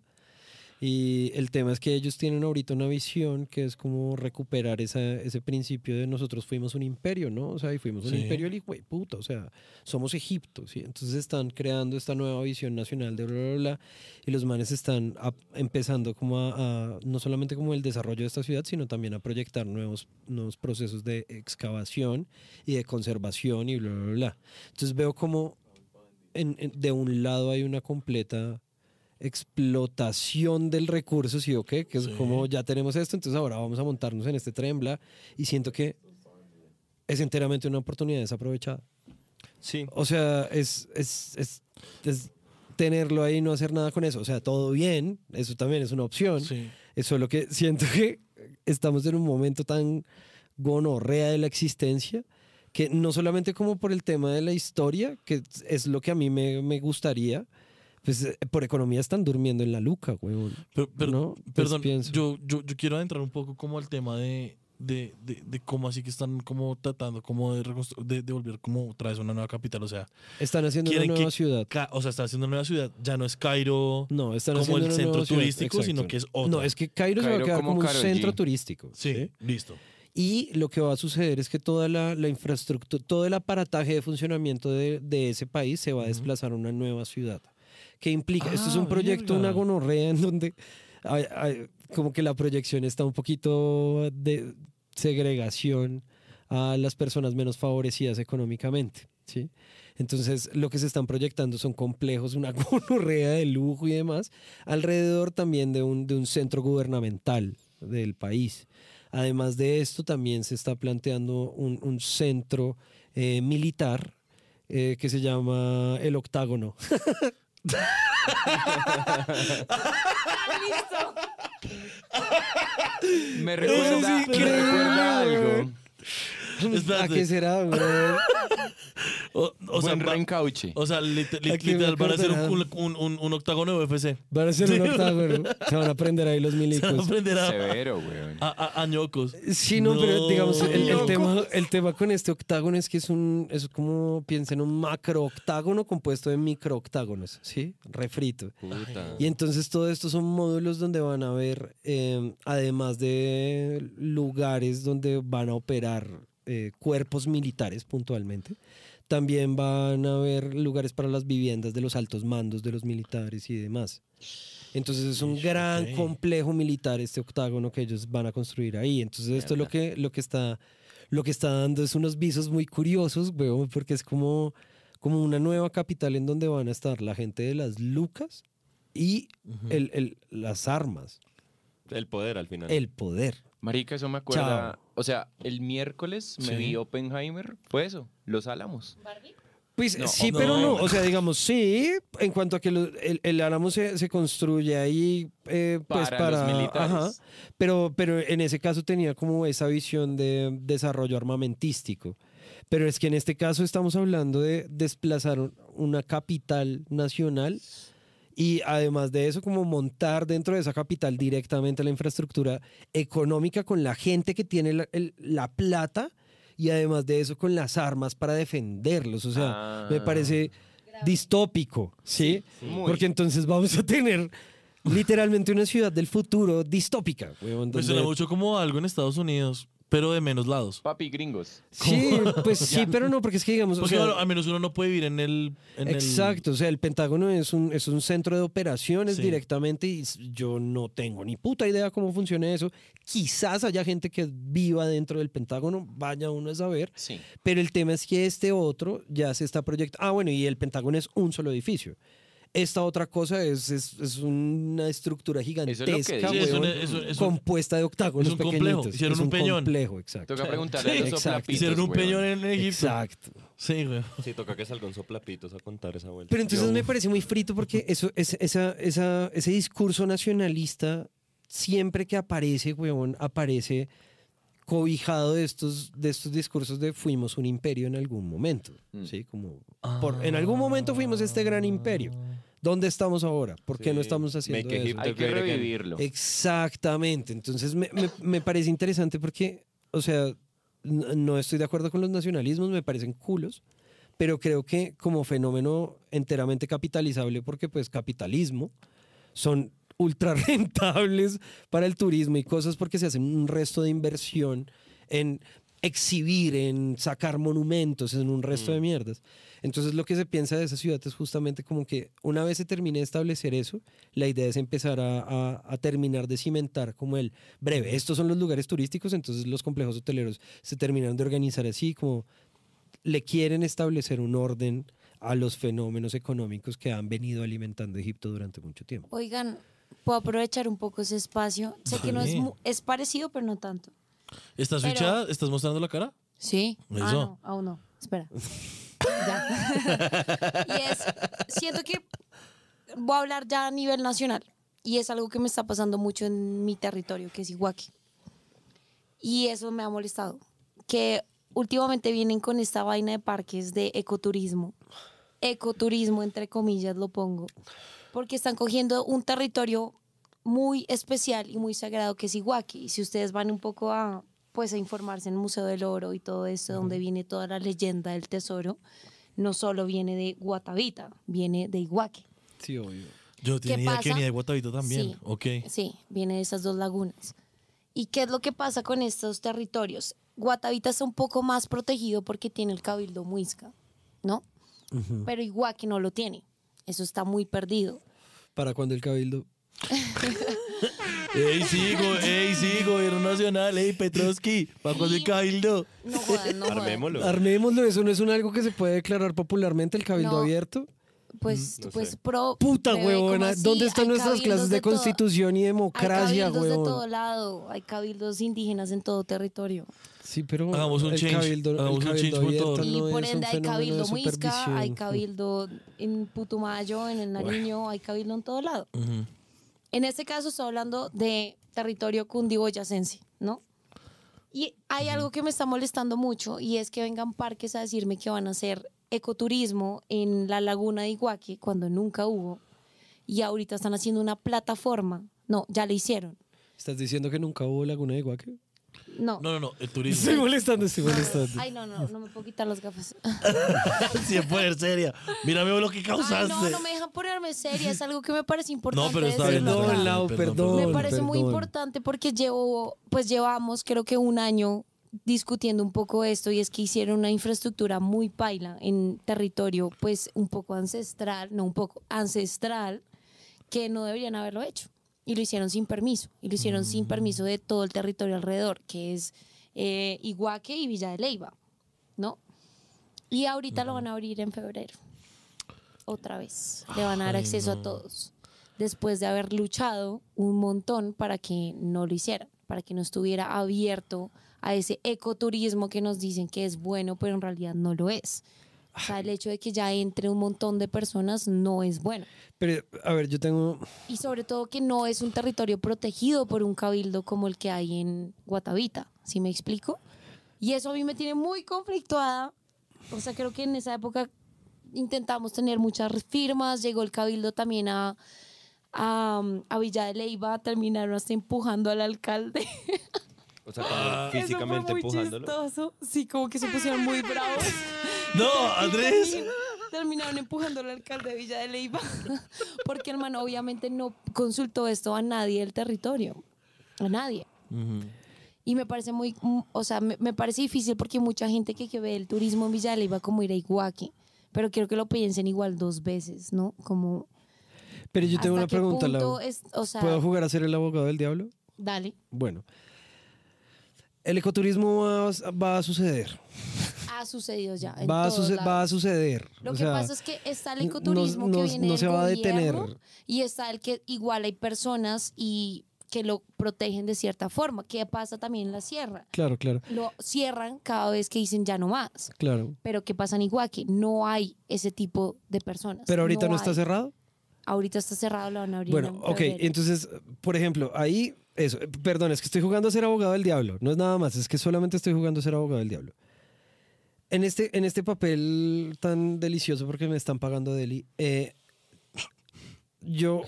Speaker 3: Y el tema es que ellos tienen ahorita una visión que es como recuperar esa- ese principio de nosotros fuimos un imperio, ¿no? O sea, y fuimos un
Speaker 4: Sí.
Speaker 3: imperio el hijo de puta, o sea, somos Egipto, ¿sí? Entonces están creando esta nueva visión nacional de bla, bla, bla, y los manes están a- empezando como a, a- no solamente como el desarrollo de esta ciudad, sino también a proyectar nuevos, nuevos procesos de excavación y de conservación y bla, bla, bla. Entonces veo como en- en- de un lado hay una completa explotación del recurso, ¿sí o qué? Que es como ya tenemos esto, entonces ahora vamos a montarnos en este tren, bla, y siento que es enteramente una oportunidad desaprovechada.
Speaker 7: Sí.
Speaker 3: O sea, es, es, es, es tenerlo ahí y no hacer nada con eso. O sea, todo bien, eso también es una opción.
Speaker 4: Sí.
Speaker 3: Es solo que siento que estamos en un momento tan gonorrea de la existencia que no solamente como por el tema de la historia, que es lo que a mí me, me gustaría, pues eh, por economía están durmiendo en la luca, huevón.
Speaker 4: Pero- pero-
Speaker 3: No, pues
Speaker 4: perdón,
Speaker 3: pienso.
Speaker 4: yo, yo, yo quiero adentrar un poco como al tema de, de, de- de cómo así que están como tratando como de, reconstru- de, de volver como otra vez una nueva capital. O sea,
Speaker 3: Están haciendo una
Speaker 4: Quieren que
Speaker 3: nueva ciudad.
Speaker 4: ca- o sea, están haciendo una nueva ciudad. Ya no es Cairo.
Speaker 3: No, están
Speaker 4: como
Speaker 3: haciendo
Speaker 4: el
Speaker 3: una
Speaker 4: centro
Speaker 3: nueva ciudad,
Speaker 4: turístico, sino que es otra.
Speaker 3: No, es que Cairo, se va
Speaker 5: Cairo
Speaker 3: a quedar
Speaker 5: como
Speaker 3: como, un
Speaker 5: Karol
Speaker 3: centro
Speaker 5: G.
Speaker 3: turístico.
Speaker 4: Sí, listo.
Speaker 3: Y lo que va a suceder es que toda la, la infraestructura, todo el aparataje de funcionamiento de, de ese país se va a desplazar a una nueva ciudad. Que implica, esto es
Speaker 4: Ah,
Speaker 3: un proyecto,
Speaker 4: verga.
Speaker 3: una gonorrea en donde hay- hay- como que la proyección está un poquito de segregación a las personas menos favorecidas económicamente. ¿sí? Entonces, lo que se están proyectando son complejos, una gonorrea de lujo y demás, alrededor también de un, de un centro gubernamental del país. Además de esto, también se está planteando un, un centro eh, militar eh, que se llama el Octágono.
Speaker 5: Me recuerda, me recuerda algo.
Speaker 3: ¿A
Speaker 4: Espérate.
Speaker 3: qué será? güey?
Speaker 4: O, o sea,
Speaker 5: Buen
Speaker 4: va-
Speaker 5: reencauche.
Speaker 4: o sea, lit- lit-
Speaker 3: Aquí me
Speaker 4: literal, van a hacer un,
Speaker 3: acordarán.
Speaker 4: un, un- un octágono de UFC.
Speaker 3: Van a ser un octágono. Se van a prender ahí los
Speaker 4: Se van a
Speaker 3: milicos.
Speaker 4: aprender a,
Speaker 5: Severo, weón.
Speaker 4: a, a- a ñocos.
Speaker 3: Sí, no, pero digamos, el, el
Speaker 4: Loco.
Speaker 3: tema, el tema con este octágono es que es un, es como, piensa en un macro octágono compuesto de micro octágonos, ¿sí? Refrito.
Speaker 7: Puta.
Speaker 3: Y entonces todo esto son módulos donde van a haber, eh, además de lugares donde van a operar eh, cuerpos militares puntualmente, también van a haber lugares para las viviendas de los altos mandos de los militares y demás. Entonces es un gran
Speaker 4: ok.
Speaker 3: complejo militar este octágono que ellos van a construir ahí. Entonces esto es lo que, lo que está lo que está dando es unos visos muy curiosos, weón, porque es como, como una nueva capital en donde van a estar la gente de las lucas y el- el- las armas,
Speaker 7: El poder al final.
Speaker 3: el poder.
Speaker 5: Marica, eso me acuerda.
Speaker 3: Chao.
Speaker 5: O sea, el miércoles me
Speaker 4: Sí.
Speaker 5: vi Oppenheimer. Fue eso, Los Álamos.
Speaker 3: Pues
Speaker 5: No,
Speaker 3: sí,
Speaker 4: no.
Speaker 3: pero no. O sea, digamos, sí, en cuanto a que lo- el, el Álamo se, se construye ahí, eh, pues
Speaker 5: Para
Speaker 3: para,
Speaker 5: los militares.
Speaker 3: pero, pero en ese caso tenía como esa visión de desarrollo armamentístico. Pero es que en este caso estamos hablando de desplazar un- una capital nacional y además de eso, como montar dentro de esa capital directamente la infraestructura económica con la gente que tiene la, el- la plata y además de eso con las armas para defenderlos. O sea, me
Speaker 5: Ah.
Speaker 3: parece distópico, ¿sí?
Speaker 5: muy.
Speaker 3: Porque entonces vamos a tener literalmente una ciudad del futuro distópica. huevón,
Speaker 4: Me
Speaker 3: donde-
Speaker 4: suena mucho como algo en Estados Unidos, pero de menos lados.
Speaker 5: Papi gringos.
Speaker 3: Sí, pues sí, pero no, porque es que digamos... Pues, o
Speaker 4: Porque
Speaker 3: sea,
Speaker 4: claro, al menos uno no puede vivir en el. en el-
Speaker 3: Exacto, o sea, el Pentágono es un, es un centro de operaciones
Speaker 4: Sí.
Speaker 3: directamente y s- yo no tengo ni puta idea cómo funciona eso. Quizás haya gente que viva dentro del Pentágono, vaya uno a saber,
Speaker 5: Sí.
Speaker 3: pero el tema es que este otro ya se está proyectando. Ah, bueno, y el Pentágono es un solo edificio. Esta otra cosa es, es, es una estructura
Speaker 5: es lo
Speaker 3: gigantesca,
Speaker 5: que dicen. Sí, es
Speaker 4: un-
Speaker 3: huevón,
Speaker 4: es un- es un-
Speaker 3: compuesta de octágonos
Speaker 4: es un complejo,
Speaker 3: pequeñitos.
Speaker 4: hicieron
Speaker 3: Es
Speaker 4: un peñón.
Speaker 3: complejo, exacto.
Speaker 5: Toca preguntarle a
Speaker 3: Sí,
Speaker 5: los
Speaker 3: exacto.
Speaker 5: soplapitos.
Speaker 4: Hicieron un
Speaker 5: weón.
Speaker 4: peñón en Egipto.
Speaker 3: Exacto.
Speaker 4: Sí, güey.
Speaker 7: Sí, toca que salga un soplapitos a contar esa vuelta.
Speaker 3: Pero entonces
Speaker 7: Yo-
Speaker 3: me parece muy frito porque eso, es- esa, esa- ese discurso nacionalista, siempre que aparece, huevón, aparece cobijado de estos, de estos discursos de fuimos un imperio en algún momento.
Speaker 7: Mm.
Speaker 3: ¿sí? Como por, en algún momento fuimos este gran imperio. ¿Dónde estamos ahora? ¿Por qué no
Speaker 7: Ah. Sí,
Speaker 3: estamos haciendo
Speaker 7: make
Speaker 3: eso?
Speaker 7: Egipto
Speaker 5: Hay que
Speaker 7: great again.
Speaker 5: revivirlo.
Speaker 3: Exactamente. Entonces me, me- me parece interesante porque, o sea, n- no estoy de acuerdo con los nacionalismos, me parecen culos, pero creo que como fenómeno enteramente capitalizable, porque pues capitalismo son ultra rentables para el turismo y cosas porque se hacen un resto de inversión en exhibir, en sacar monumentos, en un resto de mierdas. Entonces lo que se piensa de esa ciudad es justamente como que una vez se termine de establecer eso, la idea es empezar a, a- a terminar de cimentar como el breve, estos son los lugares turísticos, entonces los complejos hoteleros se terminan de organizar así como le quieren establecer un orden a los fenómenos económicos que han venido alimentando Egipto durante mucho tiempo.
Speaker 6: Oigan, puedo aprovechar un poco ese espacio. Sé que no es,
Speaker 4: Dale.
Speaker 6: mu- es parecido, pero no tanto.
Speaker 4: ¿Estás
Speaker 6: Pero-
Speaker 4: fichada? ¿Estás mostrando la cara?
Speaker 6: Sí.
Speaker 4: Eso.
Speaker 6: Ah, no, aún no. Espera. Ya. y es, siento que voy a hablar ya a nivel nacional. Y es algo que me está pasando mucho en mi territorio, que es Iguaque. Y eso me ha molestado. Que últimamente vienen con esta vaina de parques de ecoturismo. Ecoturismo, entre comillas, lo pongo. Porque están cogiendo un territorio muy especial y muy sagrado que es Iguaque. Y si ustedes van un poco a, pues, a informarse en el Museo del Oro y todo esto, donde viene toda la leyenda del tesoro, no solo viene de Guatavita, viene de Iguaque.
Speaker 3: Sí, obvio.
Speaker 4: Yo tenía idea que
Speaker 6: pasa?
Speaker 4: venía de Guatavito también.
Speaker 6: Sí.
Speaker 4: Ok.
Speaker 6: Sí, viene de esas dos lagunas. ¿Y qué es lo que pasa con estos territorios? Guatavita está un poco más protegido porque tiene el cabildo muisca, ¿no? Pero Iguaque no lo tiene. Eso está muy perdido.
Speaker 3: Para cuando el cabildo...
Speaker 4: ¡Ey, sí, go- ey, sí, gobierno nacional! ¡Ey, Petrovsky! ¡Bajo de cabildo!
Speaker 6: No jodan, no jodan.
Speaker 7: Armémoslo.
Speaker 3: Armémoslo, eso no es un algo que se puede declarar popularmente el cabildo
Speaker 6: No.
Speaker 3: abierto.
Speaker 6: Pues,
Speaker 7: Mm, No
Speaker 6: pues
Speaker 7: sé.
Speaker 6: pro.
Speaker 3: Puta
Speaker 6: bebé, ¿cómo
Speaker 3: huevona,
Speaker 6: así?
Speaker 3: ¿dónde están
Speaker 6: Hay
Speaker 3: nuestras
Speaker 6: cabildos
Speaker 3: clases de,
Speaker 6: todo-
Speaker 3: constitución y
Speaker 6: Hay
Speaker 3: democracia,
Speaker 6: cabildos de todo
Speaker 3: huevón?
Speaker 6: lado. Hay cabildos indígenas en todo territorio.
Speaker 3: Sí, pero
Speaker 4: Hagamos un
Speaker 3: el
Speaker 4: change,
Speaker 3: cabildo, el
Speaker 4: hagamos un
Speaker 3: cabildo
Speaker 4: change punto
Speaker 3: abierto
Speaker 4: org.
Speaker 6: Y
Speaker 3: no
Speaker 6: por
Speaker 3: es
Speaker 6: ende
Speaker 3: un
Speaker 6: hay
Speaker 3: fenómeno de
Speaker 6: cabildo muisca, hay
Speaker 3: supervisión.
Speaker 6: cabildo en Putumayo, en el Nariño, hay cabildo en todo lado.
Speaker 4: Ujú.
Speaker 6: En este caso estoy hablando de territorio cundiboyacense, ¿no? Y hay algo que me está molestando mucho y es que vengan parques a decirme que van a hacer ecoturismo en la laguna de Iguaque cuando nunca hubo y ahorita están haciendo una plataforma. No, ya la hicieron.
Speaker 3: ¿Estás diciendo que nunca hubo laguna de Iguaque?
Speaker 6: No.
Speaker 4: No, no, no, el turismo.
Speaker 3: Estoy molestando, estoy molestando.
Speaker 6: Ay, no, no, no me puedo quitar las gafas.
Speaker 4: Sí, poder seria. Mírame lo que
Speaker 6: Ay,
Speaker 4: causaste.
Speaker 6: no, no me dejan ponerme seria, es algo que me parece importante.
Speaker 4: No, pero está bien,
Speaker 6: decirlo
Speaker 4: está
Speaker 3: Perdón,
Speaker 6: acá.
Speaker 4: bien,
Speaker 3: Lau,
Speaker 4: perdón,
Speaker 3: perdón.
Speaker 6: Me parece muy
Speaker 3: perdón.
Speaker 6: importante porque llevo, pues llevamos creo que un año discutiendo un poco esto y es que hicieron una infraestructura muy paila en territorio pues un poco ancestral, no un poco ancestral, que no deberían haberlo hecho. Y lo hicieron sin permiso, y lo hicieron
Speaker 4: Mm.
Speaker 6: sin permiso de todo el territorio alrededor, que es eh, Iguaque y Villa de Leiva, ¿no? Y ahorita lo van a abrir en febrero, otra vez. Le van a dar
Speaker 4: Ay,
Speaker 6: acceso
Speaker 4: no.
Speaker 6: a todos después de haber luchado un montón para que no lo hicieran, para que no estuviera abierto a ese ecoturismo que nos dicen que es bueno, pero en realidad no lo es. O sea, el hecho de que ya entre un montón de personas no es bueno.
Speaker 3: Pero, a ver, yo tengo...
Speaker 6: Y sobre todo que no es un territorio protegido por un cabildo como el que hay en Guatavita, ¿sí me explico? Y eso a mí me tiene muy conflictuada. O sea, creo que en esa época intentamos tener muchas firmas, llegó el cabildo también a, a, a Villa de Leiva, terminaron hasta empujando al alcalde.
Speaker 7: O sea,
Speaker 3: Ah,
Speaker 7: como
Speaker 6: eso
Speaker 7: físicamente
Speaker 6: fue muy
Speaker 7: empujándolo.
Speaker 6: chistoso. Sí, como que se pusieron muy bravos.
Speaker 4: No, Andrés.
Speaker 6: Terminaron empujando al alcalde de Villa de Leiva porque el man obviamente no consultó esto a nadie del territorio, a nadie.
Speaker 4: Ujú.
Speaker 6: Y me parece muy, mm, o sea, me, me parece difícil porque mucha gente que, que ve el turismo en Villa de Leiva como ir a Iguaque, pero quiero que lo piensen igual dos veces, ¿no? Como
Speaker 3: Pero yo tengo
Speaker 6: ¿hasta
Speaker 3: una
Speaker 6: qué
Speaker 3: pregunta,
Speaker 6: punto
Speaker 3: Lau.
Speaker 6: es- o sea,
Speaker 3: ¿Puedo jugar a ser el abogado del diablo?
Speaker 6: dale.
Speaker 3: Bueno. El ecoturismo va, va a suceder.
Speaker 6: Ha sucedido ya. en
Speaker 3: Va a,
Speaker 6: todos
Speaker 3: suce-
Speaker 6: lados.
Speaker 3: va a suceder.
Speaker 6: Lo
Speaker 3: O
Speaker 6: que
Speaker 3: sea,
Speaker 6: pasa es que está el
Speaker 3: no-
Speaker 6: ecoturismo
Speaker 3: no-
Speaker 6: que viene
Speaker 3: no
Speaker 6: del
Speaker 3: se va a
Speaker 6: gobierno
Speaker 3: detener.
Speaker 6: y está el que igual hay personas y que lo protegen de cierta forma. ¿Qué pasa también en la sierra?
Speaker 3: Claro, claro,
Speaker 6: Lo cierran cada vez que dicen ya no más.
Speaker 3: claro.
Speaker 6: Pero ¿qué pasa en Iguaque? No hay ese tipo de personas.
Speaker 3: Pero ahorita no,
Speaker 6: hay.
Speaker 3: está cerrado.
Speaker 6: Ahorita está cerrado, lo van a abrir.
Speaker 3: Bueno,
Speaker 6: en
Speaker 3: ok.
Speaker 6: febrero.
Speaker 3: Entonces, por ejemplo, ahí, eso. eh, Perdón, es que estoy jugando a ser abogado del diablo. No es nada más, es que solamente estoy jugando a ser abogado del diablo. En este, en este papel tan delicioso, porque me están pagando Deli, eh, yo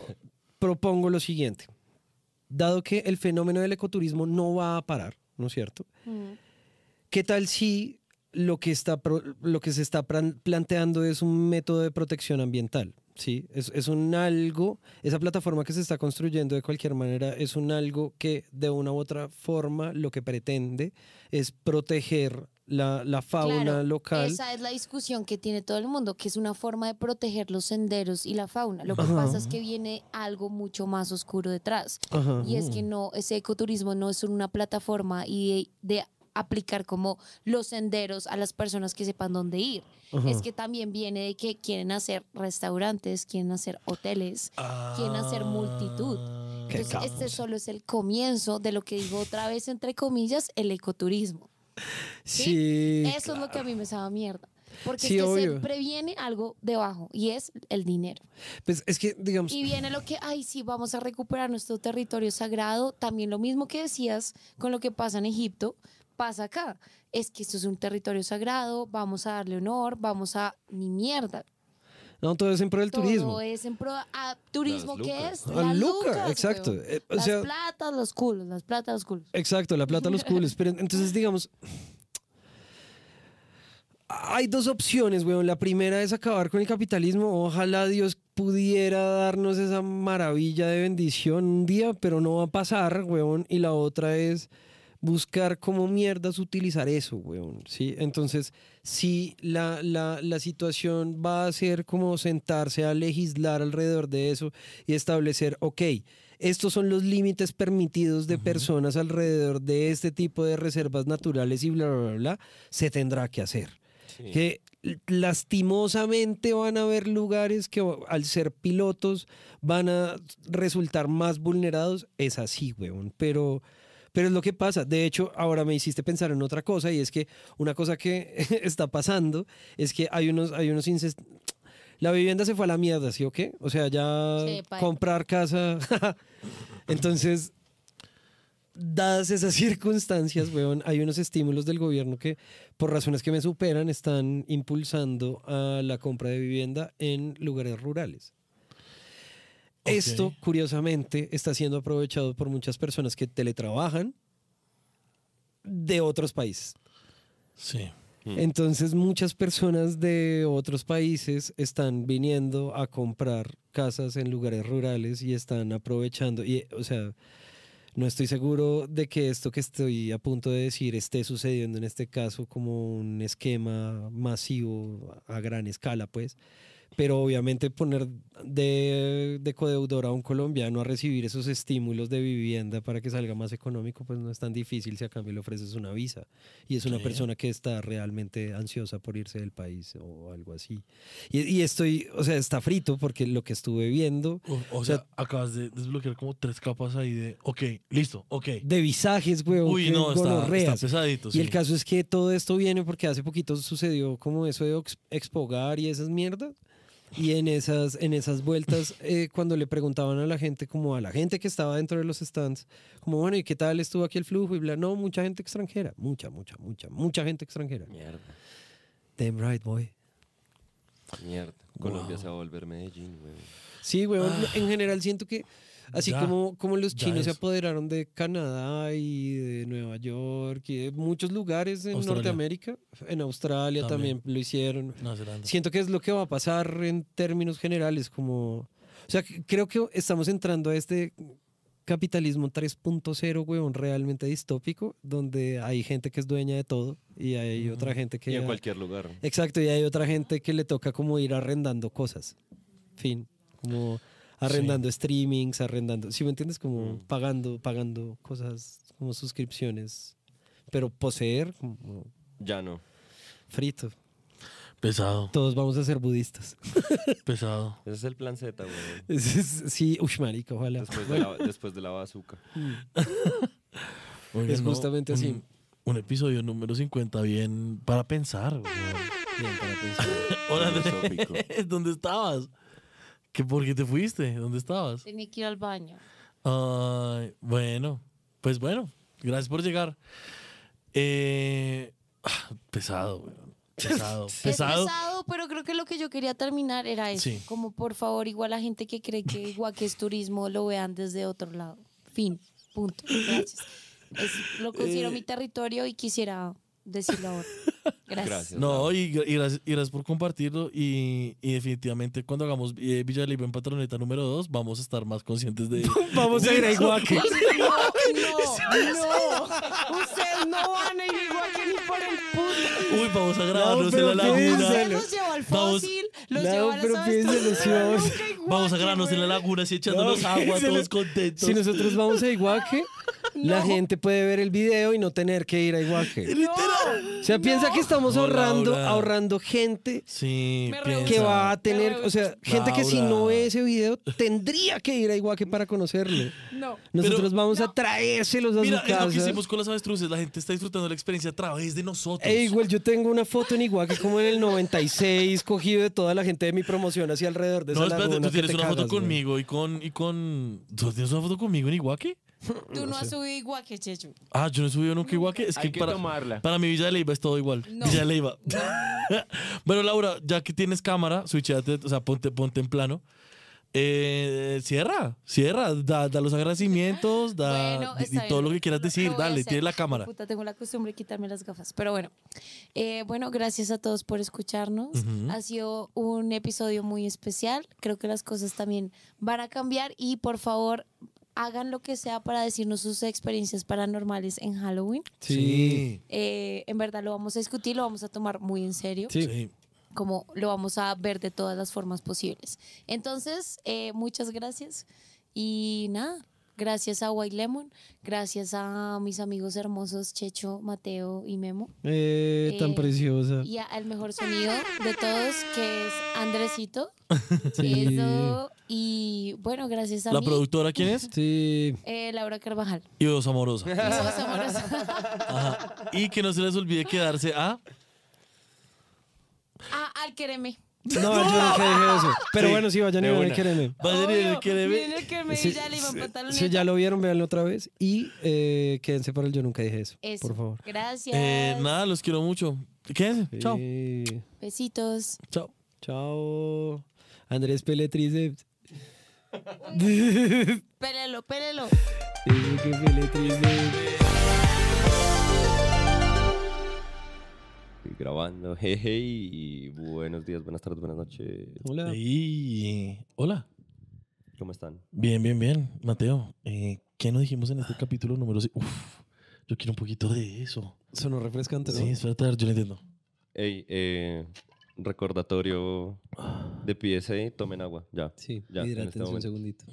Speaker 3: propongo lo siguiente. Dado que el fenómeno del ecoturismo no va a parar, ¿no es cierto?
Speaker 6: Mm.
Speaker 3: ¿Qué tal si lo que, está, pro- lo que se está plan- planteando es un método de protección ambiental? Sí, es, es un algo, esa plataforma que se está construyendo de cualquier manera es un algo que de una u otra forma lo que pretende es proteger la, la fauna
Speaker 6: Claro,
Speaker 3: local.
Speaker 6: Esa es la discusión que tiene todo el mundo, que es una forma de proteger los senderos y la fauna. Lo que
Speaker 3: Ajá.
Speaker 6: pasa es que viene algo mucho más oscuro detrás.
Speaker 3: Ajá.
Speaker 6: Y es que no, ese ecoturismo no es una plataforma y de, de aplicar como los senderos a las personas que sepan dónde ir.
Speaker 3: Ajá.
Speaker 6: Es que también viene de que quieren hacer restaurantes, quieren hacer hoteles, quieren hacer multitud.
Speaker 3: Ah,
Speaker 4: Ah,
Speaker 3: Qué
Speaker 6: Entonces, este solo es el comienzo de lo que digo otra vez, entre comillas, el ecoturismo.
Speaker 3: sí,
Speaker 6: Eso es lo que a mí me sabe mierda.
Speaker 3: Sí,
Speaker 6: Porque es que
Speaker 3: obvio.
Speaker 6: se previene algo debajo y es el dinero.
Speaker 3: pues es que, digamos,
Speaker 6: Y viene lo que, ay, sí, vamos a recuperar nuestro territorio sagrado. También lo mismo que decías con lo que pasa en Egipto, pasa acá. Es que esto es un territorio sagrado, vamos a darle honor, vamos a. ni mierda.
Speaker 3: no todo es en pro del turismo.
Speaker 6: Todo es en pro. a turismo,
Speaker 7: Las
Speaker 6: ¿qué
Speaker 7: lucas.
Speaker 6: es?
Speaker 3: Ah,
Speaker 6: Las
Speaker 3: lucas,
Speaker 6: lucas,
Speaker 3: exacto.
Speaker 6: weón.
Speaker 3: Eh, o
Speaker 6: las
Speaker 3: sea-
Speaker 6: platas, los culos, las platas, los culos.
Speaker 3: Exacto, la plata a los culos. Pero entonces, digamos. Hay dos opciones, weón. La primera es acabar con el capitalismo. Ojalá Dios pudiera darnos esa maravilla de bendición un día, pero no va a pasar, weón. Y la otra es buscar cómo mierdas utilizar eso, weón. ¿sí? Entonces, si la, la, la situación va a ser como sentarse a legislar alrededor de eso y establecer, ok, estos son los límites permitidos de personas alrededor de este tipo de reservas naturales y bla, bla, bla, bla, se tendrá que hacer. Que lastimosamente van a haber lugares que al ser pilotos van a resultar más vulnerados. Es así, weón. Pero, pero es lo que pasa. De hecho, ahora me hiciste pensar en otra cosa y es que una cosa que está pasando es que hay unos, hay unos inces- La vivienda se fue a la mierda, ¿sí o qué? O sea, ya
Speaker 6: Sí, paila.
Speaker 3: comprar casa. Entonces, dadas esas circunstancias, weón, hay unos estímulos del gobierno que, por razones que me superan, están impulsando a la compra de vivienda en lugares rurales. Esto,
Speaker 4: Ok.
Speaker 3: curiosamente, está siendo aprovechado por muchas personas que teletrabajan de otros países.
Speaker 4: Sí.
Speaker 3: Entonces, muchas personas de otros países están viniendo a comprar casas en lugares rurales y están aprovechando. Y, o sea, no estoy seguro de que esto que estoy a punto de decir esté sucediendo en este caso como un esquema masivo a gran escala, pues. Pero obviamente poner de, de codeudor a un colombiano a recibir esos estímulos de vivienda para que salga más económico, pues no es tan difícil si a cambio le ofreces una visa. Y es una persona que está realmente ansiosa por irse del país o algo así. Y, y estoy, o sea, está frito porque lo que estuve viendo
Speaker 4: O, o sea, acabas de desbloquear como tres capas ahí de, ok, listo, ok.
Speaker 3: de visajes, weón.
Speaker 4: Uy,
Speaker 3: que
Speaker 4: no, está, está
Speaker 3: gonorreas.
Speaker 4: pesadito. sí.
Speaker 3: Y el caso es que todo esto viene porque hace poquito sucedió como eso de Ox- expogar y esas mierdas. Y en esas, en esas vueltas, eh, cuando le preguntaban a la gente, como a la gente que estaba dentro de los stands, como bueno, ¿y qué tal estuvo aquí el flujo? Y bla, no, mucha gente extranjera, mucha, mucha, mucha, mucha gente extranjera.
Speaker 7: Mierda,
Speaker 3: Damn right, boy.
Speaker 7: mierda. Colombia se va a volver Medellín, güey.
Speaker 3: Sí, weón, en general siento que así
Speaker 4: Ah. Ya,
Speaker 3: como, como los
Speaker 4: ya
Speaker 3: chinos se
Speaker 4: eso.
Speaker 3: apoderaron de Canadá y de Nueva York y de muchos lugares en
Speaker 4: Australia.
Speaker 3: Norteamérica, en Australia
Speaker 4: También.
Speaker 3: también lo hicieron.
Speaker 4: Nueva Zelanda.
Speaker 3: Siento que es lo que va a pasar en términos generales, como... O sea, que- creo que estamos entrando a este capitalismo 3.0, weón, realmente distópico, donde hay gente que es dueña de todo y hay otra gente que...
Speaker 7: Y en cualquier lugar.
Speaker 3: Exacto, y hay otra gente que le toca como ir arrendando cosas. Fin, como arrendando streamings, arrendando... Si me entiendes,
Speaker 7: Mm.
Speaker 3: como pagando, pagando cosas, como suscripciones, pero poseer, como
Speaker 7: Ya no.
Speaker 3: frito.
Speaker 4: Pesado,
Speaker 3: Todos vamos a ser budistas.
Speaker 4: pesado.
Speaker 7: Ese es el plan Z, güey.
Speaker 3: Es- es- Sí, uy, marica, ojalá.
Speaker 7: Después de la, después de la bazooka.
Speaker 4: Oigan,
Speaker 3: Es
Speaker 4: no,
Speaker 3: justamente
Speaker 4: un-
Speaker 3: así.
Speaker 4: Un episodio número 50 bien para pensar. güey.
Speaker 3: Bien, para pensar.
Speaker 4: Hola,
Speaker 7: Filosófico.
Speaker 4: Andrés, ¿dónde estabas? ¿Que ¿Por qué te fuiste? ¿Dónde estabas?
Speaker 6: Tenía que ir al baño.
Speaker 4: Ay, bueno, pues bueno, gracias por llegar. Eh, ah, pesado, güey. Pesado, pesado.
Speaker 6: Es pesado, pero creo que lo que yo quería terminar era eso.
Speaker 4: Sí.
Speaker 6: Como por favor, igual la gente que cree que Guaque es turismo lo vean desde otro lado. Fin.
Speaker 4: Eh,
Speaker 6: Punto. Gracias. Es- lo considero mi territorio y quisiera decirlo ahora. Gracias.
Speaker 7: Gracias.
Speaker 4: No, y, gra- y gracias, y gracias por compartirlo. Y, y definitivamente cuando hagamos eh, Villa Libre en Patroneta número 2, vamos a estar más conscientes de...
Speaker 3: Vamos a ir a Iguaque.
Speaker 6: No, no, no. Ustedes no van a ir igual que ni por el puto.
Speaker 4: Uy, vamos a grabarnos
Speaker 3: pero
Speaker 4: en la
Speaker 3: ¿qué
Speaker 4: laguna.
Speaker 6: Ustedes
Speaker 3: Piénsalo.
Speaker 6: los llevó al
Speaker 4: Vamos.
Speaker 6: fósil, los
Speaker 3: No,
Speaker 6: llevó a las
Speaker 3: pero piénsalo,
Speaker 6: avestruces,
Speaker 3: sí, vamos.
Speaker 6: nunca igual,
Speaker 4: Vamos a grabarnos en la
Speaker 6: güey.
Speaker 4: laguna así echándonos
Speaker 3: No,
Speaker 4: agua,
Speaker 3: piénsalo.
Speaker 4: todos contentos.
Speaker 3: Si nosotros vamos a Iguaque, la gente puede ver el video y no tener que ir a Iguaque.
Speaker 4: Literal.
Speaker 3: O sea, piensa que estamos
Speaker 4: No,
Speaker 3: ahorrando,
Speaker 4: Laura.
Speaker 3: ahorrando gente
Speaker 4: Sí,
Speaker 6: Me
Speaker 4: piensa.
Speaker 3: que va a tener, o sea, gente que si no
Speaker 4: Laura.
Speaker 3: ve ese video tendría que ir a Iguaque para conocerlo.
Speaker 6: No.
Speaker 3: Nosotros
Speaker 4: Pero-
Speaker 3: vamos a traérselos a
Speaker 4: Mira,
Speaker 3: su
Speaker 4: es lo que
Speaker 3: casa.
Speaker 4: hicimos con las avestruces. La gente está disfrutando la experiencia a través de nosotros.
Speaker 3: Ey, güey, yo tengo una foto en Iguaque como en el 96, cogido de toda la gente de mi promoción hacia alrededor de
Speaker 4: no,
Speaker 3: esa
Speaker 4: espérate,
Speaker 3: laguna que
Speaker 4: tú tienes
Speaker 3: te
Speaker 4: una foto
Speaker 3: cagas, güey.
Speaker 4: conmigo y con, y con. ¿Tú tienes una foto conmigo en Iguaque?
Speaker 6: Tú no has subido igual que Chechu.
Speaker 4: Ah, yo no he subido nunca a Iguaque. Es
Speaker 5: Hay
Speaker 4: que
Speaker 5: que
Speaker 4: para,
Speaker 5: tomarla.
Speaker 4: para mi Villa de Leiva es todo igual.
Speaker 6: No.
Speaker 4: Villa de Leiva. bueno, Laura, ya que tienes cámara, switchate, o sea, ponte, ponte en plano. Eh, cierra, cierra, da, da los agradecimientos, da
Speaker 6: Bueno,
Speaker 4: di-
Speaker 6: está
Speaker 4: di todo
Speaker 6: bien.
Speaker 4: lo que quieras
Speaker 6: Lo-
Speaker 4: decir.
Speaker 6: lo voy a
Speaker 4: Dale,
Speaker 6: hacer.
Speaker 4: tiene la cámara.
Speaker 6: Puta, tengo la costumbre de quitarme las gafas. Pero bueno, Eh, bueno, gracias a todos por escucharnos. Ha sido un episodio muy especial. Creo que las cosas también van a cambiar y por favor hagan lo que sea para decirnos sus experiencias paranormales en Halloween.
Speaker 3: Sí.
Speaker 6: Eh, en verdad lo vamos a discutir, lo vamos a tomar muy en serio
Speaker 4: Sí.
Speaker 3: Sí.
Speaker 4: Sí.
Speaker 6: como lo vamos a ver de todas las formas posibles. Entonces, eh, muchas gracias y nada, gracias a White Lemon, gracias a mis amigos hermosos Checho, Mateo y Memo
Speaker 3: Eh, tan
Speaker 6: Eh,
Speaker 3: preciosa.
Speaker 6: y a- al mejor sonido de todos que es Andresito.
Speaker 3: Sí.
Speaker 6: Eso, y bueno, gracias a
Speaker 4: ¿La
Speaker 6: mí,
Speaker 4: productora quién es?
Speaker 3: Sí.
Speaker 6: eh, Laura Carvajal.
Speaker 4: Y dos amorosa.
Speaker 6: Somos amorosas.
Speaker 4: Ajá. Y que no se les olvide quedarse a.
Speaker 6: Ah, al quereme.
Speaker 3: No, yo nunca dije eso. Pero
Speaker 4: Sí,
Speaker 3: bueno, sí, vayan y
Speaker 7: de
Speaker 3: vean
Speaker 7: una.
Speaker 3: Quéreme.
Speaker 4: Vayan y el que debe.
Speaker 6: Miren el quereme
Speaker 3: Sí,
Speaker 6: y ya le iban pantalones.
Speaker 3: Si ya lo vieron, véanlo otra vez. Y eh, quédense para el Yo Nunca Dije Eso,
Speaker 6: Eso,
Speaker 3: por favor.
Speaker 6: Gracias.
Speaker 4: Eh, nada, los quiero mucho. Quédense. Chao.
Speaker 3: Sí.
Speaker 6: Besitos.
Speaker 4: Chao.
Speaker 3: Chao. Andrés Peletriceps.
Speaker 6: Pélelo, pélelo.
Speaker 3: Dice que Peletriceps.
Speaker 7: Estoy grabando, jeje, y buenos días, buenas tardes, buenas noches.
Speaker 3: Hola.
Speaker 4: Y hola.
Speaker 7: ¿Cómo están?
Speaker 4: Bien, bien, bien. Mateo, eh, ¿qué nos dijimos en este capítulo número 6? Uf, yo quiero un poquito de eso.
Speaker 3: Sonó refrescante, ¿no?
Speaker 4: Sí, espérate, a ver, yo lo entiendo.
Speaker 7: Ey, eh, recordatorio de PSA, tomen agua, ya.
Speaker 3: Sí,
Speaker 7: ya, en
Speaker 3: hidrátense
Speaker 7: este
Speaker 3: un
Speaker 7: momento.
Speaker 3: segundito.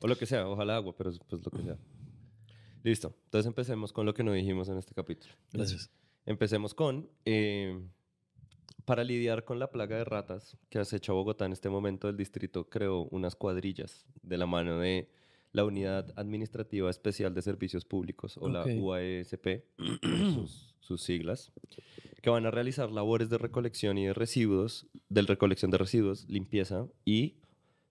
Speaker 7: O lo que sea, ojalá agua, pero es, pues lo que sea. Listo, entonces empecemos con lo que nos dijimos en este capítulo.
Speaker 4: Gracias.
Speaker 7: Empecemos con, eh, para lidiar con la plaga de ratas que acecha Bogotá en este momento, el distrito creó unas cuadrillas de la mano de la Unidad Administrativa Especial de Servicios Públicos, o
Speaker 3: Ok.
Speaker 7: la UASP, por sus, sus siglas, que van a realizar labores de recolección y de residuos, del recolección de residuos, limpieza y,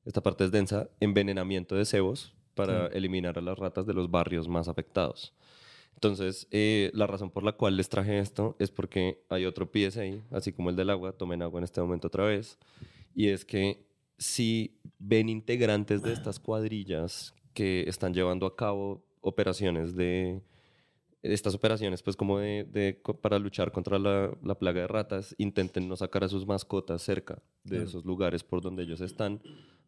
Speaker 7: esta parte es densa, envenenamiento de cebos para eliminar a las ratas de los barrios más afectados. Entonces, eh, la razón por la cual les traje esto es porque hay otro PSI, así como el del agua, tomen agua en este momento otra vez, y es que si ven integrantes de estas cuadrillas que están llevando a cabo operaciones de estas operaciones pues como de, de co- para luchar contra la, la plaga de ratas intenten no sacar a sus mascotas cerca de esos lugares por donde ellos están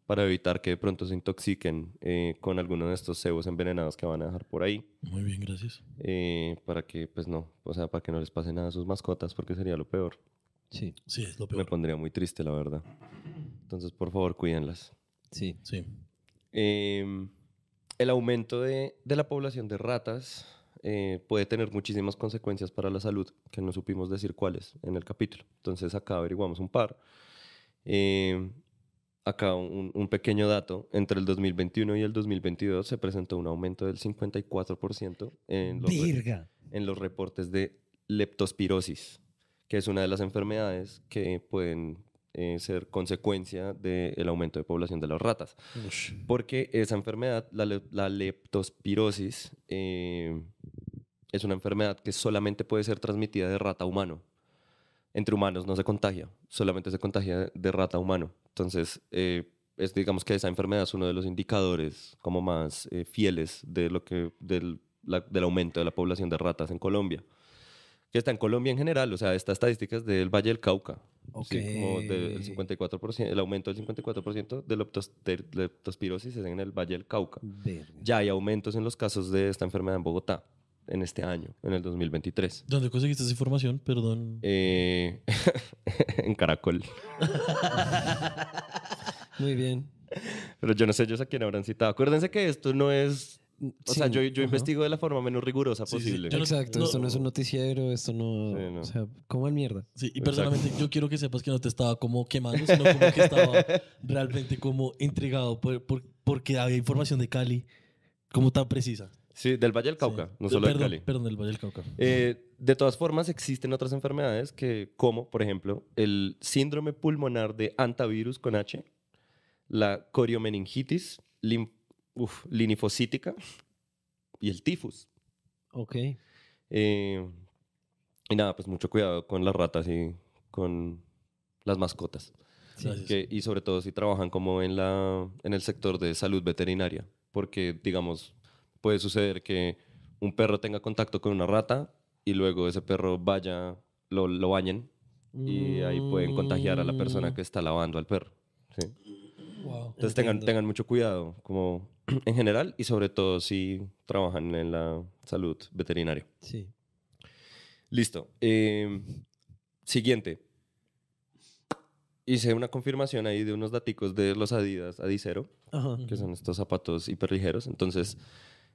Speaker 7: para evitar que de pronto se intoxiquen eh, con alguno de estos cebos envenenados que van a dejar por ahí
Speaker 4: Muy bien, gracias.
Speaker 7: eh, para que pues no o sea para que no les pase nada a sus mascotas porque sería lo peor
Speaker 3: Sí,
Speaker 4: Sí, es lo
Speaker 7: me
Speaker 4: peor.
Speaker 7: pondría muy triste la verdad entonces por favor cuídenlas
Speaker 3: sí.
Speaker 4: Sí.
Speaker 7: em, el aumento de, de la población de ratas eh, puede tener muchísimas consecuencias para la salud, que no supimos decir cuáles en el capítulo. Entonces acá averiguamos un par. Em, acá un, un pequeño dato, entre el 2021 y el 2022 se presentó un aumento del 54% en los, re-
Speaker 3: Virga.
Speaker 7: en los reportes de leptospirosis, que es una de las enfermedades que pueden eh, ser consecuencia del aumento de población de las ratas. Porque esa enfermedad, la, le- la leptospirosis, eh, es una enfermedad que solamente puede ser transmitida de rata a humano. Entre humanos no se contagia, solamente se contagia de- de rata a humano. Entonces, eh, es, digamos que esa enfermedad es uno de los indicadores como más eh, fieles de lo que, del, la- del aumento de la población de ratas en Colombia. que está en Colombia en general, o sea, estas estadísticas del Valle del Cauca. Sí, como
Speaker 3: Ok.
Speaker 7: del 54%, el aumento del 54% de leptoster- leptospirosis es en el Valle del Cauca.
Speaker 3: Verga.
Speaker 7: Ya hay aumentos en los casos de esta enfermedad en Bogotá en este año, en el 2023.
Speaker 4: ¿Dónde conseguiste esa información? Perdón.
Speaker 7: Eh, en Caracol.
Speaker 3: Muy bien.
Speaker 7: Pero yo no sé ellos a quién habrán citado. Acuérdense que esto no es... O
Speaker 3: Sí,
Speaker 7: sea, yo,
Speaker 3: ajá.
Speaker 7: yo investigo de la forma menos rigurosa
Speaker 4: Sí, sí,
Speaker 7: posible.
Speaker 4: yo no-
Speaker 3: Exacto,
Speaker 4: no-
Speaker 3: esto no es un noticiero, esto no...
Speaker 7: Sí, no.
Speaker 3: O sea, como el mierda.
Speaker 4: Sí, y
Speaker 7: Exacto.
Speaker 4: personalmente yo quiero que sepas que no te estaba como quemando, sino como que estaba realmente como intrigado por, por- porque había información de Cali como tan precisa.
Speaker 7: Sí, del Valle del Cauca,
Speaker 4: Sí.
Speaker 7: no solo
Speaker 4: perdón,
Speaker 7: de Cali.
Speaker 4: Perdón, del Valle del Cauca.
Speaker 7: Eh, de todas formas, existen otras enfermedades que, como por ejemplo el síndrome pulmonar de antivirus con H, la coriomeningitis lim- uf, linifocítica y el tifus.
Speaker 3: Ok.
Speaker 7: Eh, y nada, pues mucho cuidado con las ratas y con las mascotas.
Speaker 4: Gracias.
Speaker 7: Que- y sobre todo si trabajan como en, la, en el sector de salud veterinaria, porque digamos, puede suceder que un perro tenga contacto con una rata y luego ese perro vaya, lo, lo bañen y ahí pueden contagiar a la
Speaker 4: Mm.
Speaker 7: persona que está lavando al perro. ¿sí?
Speaker 4: Wow.
Speaker 7: Entonces tengan,
Speaker 3: Entiendo.
Speaker 7: tengan mucho cuidado como en general y sobre todo si trabajan en la salud veterinaria.
Speaker 3: Sí.
Speaker 7: Listo. eh, siguiente. Hice una confirmación ahí de unos daticos de los Adidas Adicero,
Speaker 3: Ajá.
Speaker 7: que son estos zapatos hiperligeros. Entonces,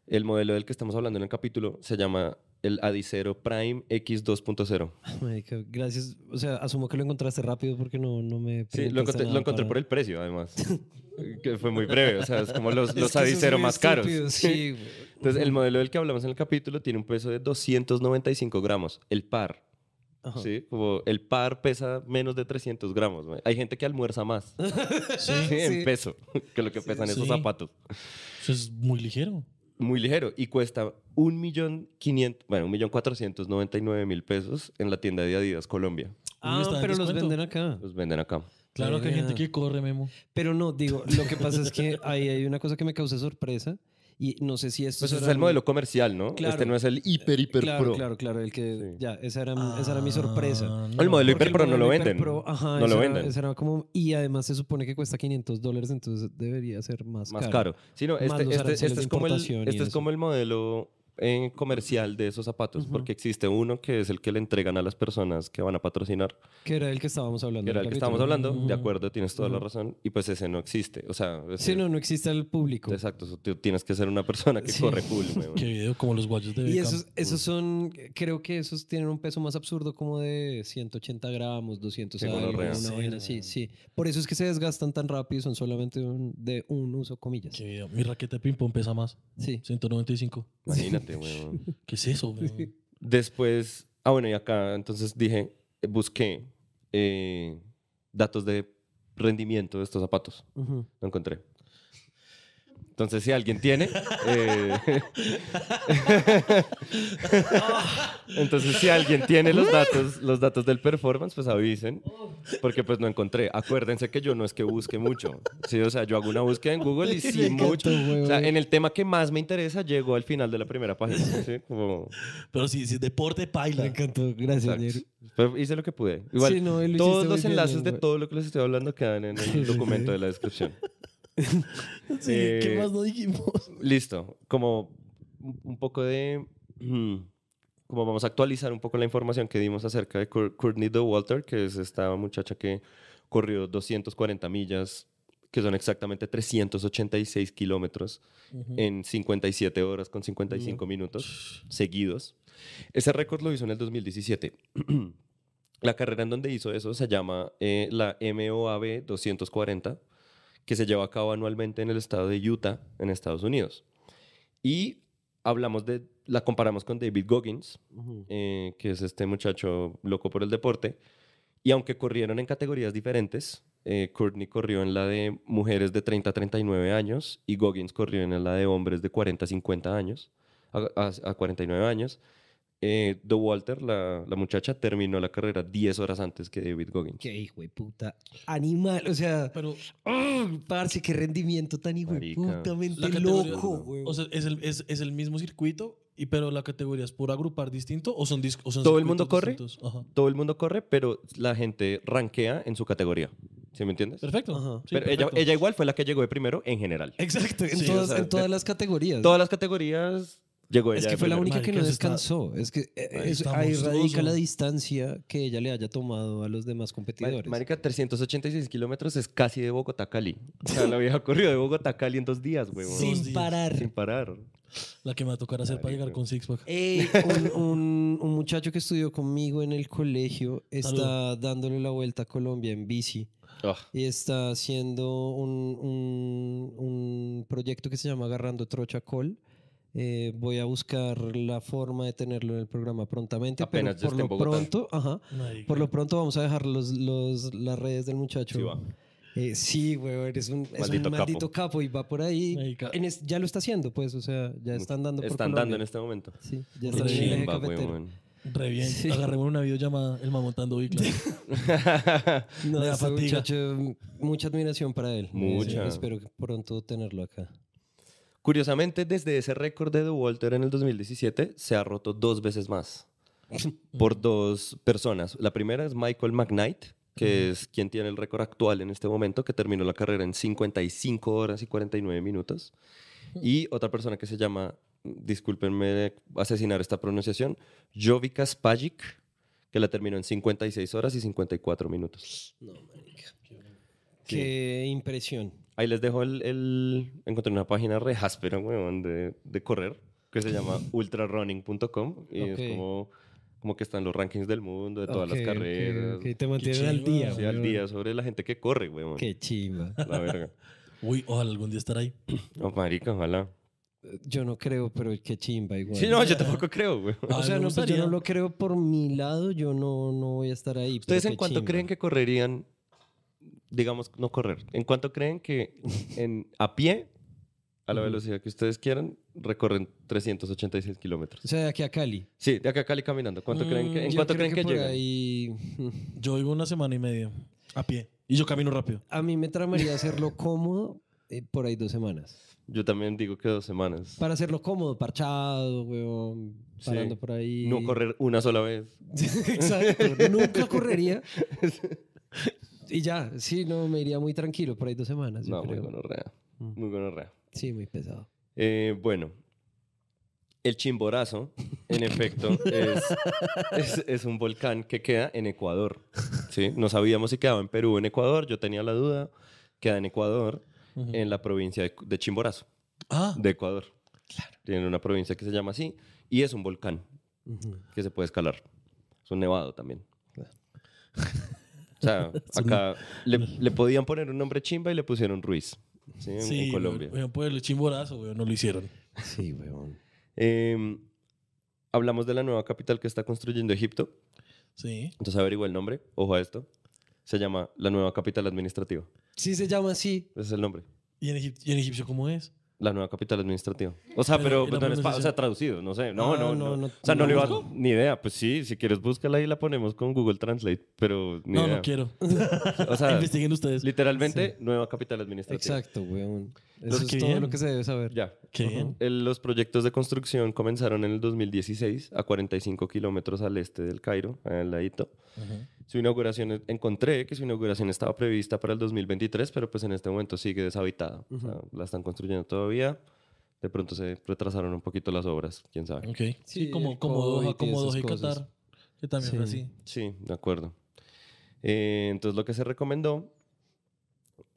Speaker 7: el modelo del que estamos hablando en el capítulo se llama el Adicero Prime X2.0.
Speaker 3: Ah, Marica, gracias. O sea, asumo que lo encontraste rápido porque no, no me...
Speaker 7: Sí, lo encontré, lo encontré por el precio, además. que fue muy breve, o sea, es como los, los Adicero más caros.
Speaker 3: Sí, güey.
Speaker 7: Entonces, el modelo del que hablamos en el capítulo tiene un peso de 295 gramos, el par.
Speaker 3: Ajá.
Speaker 7: Sí, como el par pesa menos de 300 gramos. güey. Hay gente que almuerza más
Speaker 4: Sí,
Speaker 7: sí, en
Speaker 3: Sí.
Speaker 7: peso que lo que pesan esos
Speaker 4: Sí.
Speaker 7: zapatos.
Speaker 4: eso es muy ligero.
Speaker 7: Muy ligero y cuesta un millón quinientos- bueno, un millón cuatrocientos noventa y nueve mil pesos en la tienda de Adidas Colombia.
Speaker 3: Ah,
Speaker 4: está en
Speaker 3: pero los
Speaker 4: descuento.
Speaker 3: venden acá.
Speaker 7: Los venden acá.
Speaker 4: Claro que hay gente
Speaker 3: Verga.
Speaker 4: que corre, Memo.
Speaker 3: Pero no, digo, lo que pasa es que ahí hay una cosa que me causa sorpresa y no sé si esto...
Speaker 7: Pues ese es
Speaker 3: será
Speaker 7: el
Speaker 3: mi-
Speaker 7: modelo comercial, ¿no?
Speaker 3: Claro.
Speaker 7: Este no es el hiper, hiper
Speaker 3: claro,
Speaker 7: pro.
Speaker 3: Claro, claro, el que...
Speaker 7: Sí.
Speaker 3: Ya, esa era, Mm, esa era mi sorpresa.
Speaker 4: Ah,
Speaker 7: El modelo
Speaker 3: Porque
Speaker 7: hiper pro no lo
Speaker 3: modelo
Speaker 7: venden.
Speaker 3: hiperpro, ajá,
Speaker 7: no
Speaker 3: ese
Speaker 7: lo
Speaker 3: era-
Speaker 7: venden.
Speaker 3: ese era como, y además se supone que cuesta 500 dólares, entonces debería ser más,
Speaker 7: más caro. Sí, no,
Speaker 3: Más
Speaker 7: este,
Speaker 3: los
Speaker 7: este-
Speaker 3: aranceles
Speaker 7: este
Speaker 3: de
Speaker 7: es, como el,
Speaker 3: importación y
Speaker 7: este es
Speaker 3: eso.
Speaker 7: como el modelo eh, comercial de esos zapatos, porque existe uno que es el que le entregan a las personas que van a patrocinar,
Speaker 3: Que era el que estábamos hablando.
Speaker 7: que
Speaker 3: en
Speaker 7: era
Speaker 3: el
Speaker 7: el que
Speaker 3: capítulo.
Speaker 7: estábamos hablando, de
Speaker 4: Mm.
Speaker 7: acuerdo, tienes toda la razón, y pues ese no existe. O sea, ese-
Speaker 3: Sí, no, no existe al público.
Speaker 7: exacto, eso tú tienes que ser una persona que
Speaker 3: Sí.
Speaker 7: corre cool, weón.
Speaker 4: Qué video, como los guayos de
Speaker 3: Y
Speaker 4: Beckham.
Speaker 3: esos, esos son, creo que esos tienen un peso más absurdo como de 180 gramos, 200
Speaker 7: Qué
Speaker 3: algo,
Speaker 7: gonorrea.
Speaker 3: una vaina así, sí. Por eso es que se desgastan tan rápido, son solamente un- de un uso, comillas.
Speaker 4: Qué video. Mi raqueta de ping-pong pesa más.
Speaker 3: Sí.
Speaker 4: 195.
Speaker 7: Imagínate, weón.
Speaker 4: ¿Qué es eso, weón?
Speaker 7: Después, ah, bueno, y acá entonces dije, eh, busqué eh, datos de rendimiento de estos zapatos.
Speaker 3: Ujú.
Speaker 7: Lo encontré. Entonces, si alguien tiene. eh, Entonces, si alguien tiene los datos, los datos del performance, pues avisen. Porque pues no encontré. Acuérdense que yo no es que busque mucho. Sí, o sea, yo hago una búsqueda en Google y sí mucho. O sea, en el tema que más me interesa, llego al final de la primera página. ¿sí? Como,
Speaker 4: Pero sí, sí, deporte paila.
Speaker 3: Me encantó, gracias,
Speaker 7: exacto.
Speaker 3: Nier.
Speaker 7: Pero hice lo que pude. Igual,
Speaker 3: Sí, no, y lo
Speaker 7: todos
Speaker 3: hiciste muy
Speaker 7: los
Speaker 3: bien,
Speaker 7: enlaces de
Speaker 3: güey.
Speaker 7: todo lo que les estoy hablando quedan en el documento de la descripción.
Speaker 4: Sí,
Speaker 7: Eh,
Speaker 4: ¿Qué más no dijimos?
Speaker 7: Listo, como un un poco de... mm, Como vamos a actualizar un poco la información que dimos acerca de Cour- Courtney de Walter, que es esta muchacha que corrió 240 millas, que son exactamente 386 kilómetros, en 57 horas con 55 minutos seguidos. Ese récord lo hizo en el 2017. la carrera en donde hizo eso se llama eh, la MOAB 240, que se lleva a cabo anualmente en el estado de Utah, en Estados Unidos. Y hablamos de, la comparamos con David Goggins, eh, que es este muchacho loco por el deporte. Y aunque corrieron en categorías diferentes, eh, Courtney corrió en la de mujeres de 30 a 39 años y Goggins corrió en la de hombres de 40 a 50 años, a, a- a 49 años. Eh, The Walter, la, la muchacha, terminó la carrera 10 horas antes que David Goggins.
Speaker 3: Qué hijo de puta animal, o sea,
Speaker 4: Pero
Speaker 3: ¡ah! parce, qué rendimiento tan hijo de
Speaker 7: Marica.
Speaker 3: puta, mente
Speaker 4: la categoría-
Speaker 3: loco, güey.
Speaker 4: O sea, es el, es, es el mismo circuito Y pero la categoría es por agrupar distinto o son dis- o son
Speaker 7: Todo el
Speaker 4: circuitos
Speaker 7: mundo corre.
Speaker 4: distintos? Ajá.
Speaker 7: Todo el mundo corre, pero la gente rankea en su categoría. ¿Sí me entiendes?
Speaker 4: Perfecto.
Speaker 3: Ajá.
Speaker 4: Sí,
Speaker 7: pero
Speaker 4: perfecto.
Speaker 7: Ella, ella igual fue la que llegó de primero en general.
Speaker 3: Exacto, en,
Speaker 4: Sí,
Speaker 3: todas,
Speaker 7: o sea,
Speaker 3: en todas las categorías.
Speaker 7: Todas las categorías llegó ella.
Speaker 3: es que
Speaker 7: de
Speaker 3: fue la
Speaker 7: primero.
Speaker 3: única que no
Speaker 4: Marica, eso está-
Speaker 3: descansó. Es que eh,
Speaker 4: Ahí
Speaker 3: eso-
Speaker 4: está
Speaker 3: ahí
Speaker 4: monstruoso.
Speaker 3: radica la distancia que ella le haya tomado a los demás
Speaker 7: Ma-
Speaker 3: competidores.
Speaker 7: Marica, 386 kilómetros es casi de Bogotá a Cali. O sea, la vieja corrió de Bogotá a Cali en dos días, güey.
Speaker 4: Sí.
Speaker 3: Sin
Speaker 4: días.
Speaker 3: parar.
Speaker 7: Sin parar.
Speaker 4: La que me va a tocar hacer para
Speaker 7: Marica.
Speaker 4: llegar con Sixpack.
Speaker 3: Ey, Eh, un, un- un muchacho que estudió conmigo en el colegio está
Speaker 4: Saludo.
Speaker 3: dándole la vuelta a Colombia en bici y está haciendo un, un- un proyecto que se llama Agarrando Trocha Col. Eh, voy a buscar la forma de tenerlo en el programa prontamente,
Speaker 7: Apenas ya
Speaker 3: pero por
Speaker 7: esté en
Speaker 3: lo
Speaker 7: Bogotá.
Speaker 3: pronto, ajá,
Speaker 4: Marica.
Speaker 3: por lo pronto vamos a dejar los, los- las redes del muchacho.
Speaker 7: Sí, va.
Speaker 3: Eh, sí, güey, eres un es un maldito,
Speaker 7: Maldito capo.
Speaker 3: capo. y va por ahí.
Speaker 4: Marica.
Speaker 3: En es- ya lo está haciendo, pues, o sea, ya están dando por
Speaker 7: Están
Speaker 3: Colombia.
Speaker 7: dando en este momento.
Speaker 3: Sí, ya
Speaker 4: Qué
Speaker 3: está en el eje
Speaker 7: Chimba,
Speaker 3: cafetero.
Speaker 7: weón.
Speaker 4: Re bien.
Speaker 3: Sí.
Speaker 4: Agarremos una videollamada, el mamontando bicla.
Speaker 3: No,
Speaker 4: Le da
Speaker 3: este
Speaker 4: fatiga.
Speaker 3: muchacho, mucha admiración para él.
Speaker 7: Mucha.
Speaker 3: Eh, espero que pronto tenerlo acá.
Speaker 7: Curiosamente, desde ese récord de The Walter en el 2017, se ha roto dos veces más. Por dos personas. La primera es Michael McKnight, que es quien tiene el récord actual en este momento, que terminó la carrera en 55 horas y 49 minutos. Y otra persona que se llama, discúlpenme asesinar esta pronunciación, Jovica Spajic, que la terminó en 56 horas y 54 minutos.
Speaker 3: Qué impresión.
Speaker 7: Ahí les dejo el. el- encontré una página re áspera, weón, de, de correr, que se llama ultrarunning.com. Y
Speaker 3: Ok.
Speaker 7: es como, como que están los rankings del mundo, de todas
Speaker 3: Ok,
Speaker 7: las carreras.
Speaker 3: ok, ok, Te mantienen al
Speaker 4: chimba,
Speaker 3: día.
Speaker 7: sí, al
Speaker 3: weón.
Speaker 7: día sobre la gente que corre, weón.
Speaker 3: Qué chimba.
Speaker 7: La verga.
Speaker 4: Uy, ojalá algún día estar ahí.
Speaker 7: No, marica, ojalá.
Speaker 3: Yo no creo, pero qué chimba igual.
Speaker 7: Sí, no, yo tampoco creo, weón.
Speaker 4: Ah,
Speaker 3: o sea,
Speaker 4: me
Speaker 3: no, pues yo
Speaker 4: gustaría.
Speaker 3: no lo creo por mi lado, yo no, no voy a estar ahí.
Speaker 7: ¿Ustedes en cuánto creen que correrían, digamos, no correr? ¿En cuánto creen que en, a pie, a la velocidad que ustedes quieran, recorren 386 kilómetros?
Speaker 3: O sea, de aquí a Cali.
Speaker 7: Sí, de acá a Cali caminando. ¿Cuánto creen que, ¿En
Speaker 3: Mm, Yo
Speaker 7: cuánto
Speaker 3: creo
Speaker 7: creen que,
Speaker 3: por
Speaker 7: llegan?
Speaker 3: ahí-
Speaker 4: Yo vivo una semana y media a pie y yo camino rápido.
Speaker 3: A mí me tramaría hacerlo cómodo eh, por ahí dos semanas.
Speaker 7: Yo también digo que dos semanas.
Speaker 3: Para hacerlo cómodo, parchado, weón,
Speaker 7: Sí.
Speaker 3: parando por ahí.
Speaker 7: No correr una sola vez.
Speaker 3: Exacto, nunca correría. Y ya, sí, no, me iría muy tranquilo por ahí dos semanas. yo
Speaker 7: no, muy
Speaker 3: creo.
Speaker 7: gonorrea.
Speaker 3: Mm.
Speaker 7: Muy gonorrea.
Speaker 3: Sí, muy pesado.
Speaker 7: Eh, bueno, el Chimborazo, en efecto, es, es- es un volcán que queda en Ecuador. ¿sí? No sabíamos si quedaba en Perú o en Ecuador. Yo tenía la duda. Queda en Ecuador,
Speaker 3: Mm.
Speaker 7: en la provincia de- de Chimborazo.
Speaker 4: Ah,
Speaker 7: de Ecuador. Tienen una provincia que se llama así y es un volcán que se puede escalar. Es un nevado también. O sea, acá le, le podían poner un nombre chimba y le pusieron Ruiz ¿sí? en,
Speaker 4: sí,
Speaker 7: en Colombia.
Speaker 4: Weón, weón, el chimborazo, weón, no lo hicieron.
Speaker 3: Sí, weón.
Speaker 7: Eh, hablamos de la nueva capital que está construyendo Egipto.
Speaker 4: Sí.
Speaker 7: Entonces averigua el nombre. Ojo a esto. Se llama la nueva capital administrativa.
Speaker 3: Sí, se llama así.
Speaker 7: Ese es el nombre.
Speaker 4: ¿Y en, Egip- y en egipcio cómo es?
Speaker 7: La nueva capital administrativa. O sea,
Speaker 4: Pero,
Speaker 7: pero,
Speaker 4: ¿y la
Speaker 7: no en espa- o
Speaker 4: pronunciación?
Speaker 7: sea, traducido, no sé. No,
Speaker 3: Ah,
Speaker 7: no,
Speaker 3: no,
Speaker 7: no,
Speaker 3: no,
Speaker 7: O sea, no
Speaker 3: ¿no
Speaker 7: le iba
Speaker 3: busco?
Speaker 7: ni idea. Pues sí, si quieres búscala y la ponemos con Google Translate, pero ni
Speaker 4: no,
Speaker 7: idea.
Speaker 4: no quiero.
Speaker 7: O sea,
Speaker 4: Investiguen ustedes.
Speaker 7: literalmente nueva capital administrativa.
Speaker 3: Exacto, weón. Eso
Speaker 4: Qué
Speaker 3: es todo
Speaker 4: bien.
Speaker 3: lo que se debe saber.
Speaker 7: Ya.
Speaker 4: Qué bien.
Speaker 7: El- los proyectos de construcción comenzaron en el 2016 a 45 kilómetros al este del Cairo, al ladito.
Speaker 4: Ajá.
Speaker 7: Su inauguración, encontré que su inauguración estaba prevista para el 2023, pero pues en este momento sigue deshabitada. O sea, la están construyendo todavía. De pronto se retrasaron un poquito las obras, quién sabe.
Speaker 4: Ok. Sí,
Speaker 3: Sí,
Speaker 4: como,
Speaker 3: el
Speaker 4: como
Speaker 3: COVID
Speaker 4: Doha,
Speaker 3: y
Speaker 4: como
Speaker 3: esas
Speaker 4: Doha y
Speaker 3: cosas.
Speaker 4: Qatar, que también fue
Speaker 3: Sí.
Speaker 4: así.
Speaker 7: Sí, de acuerdo. Eh, entonces lo que se recomendó,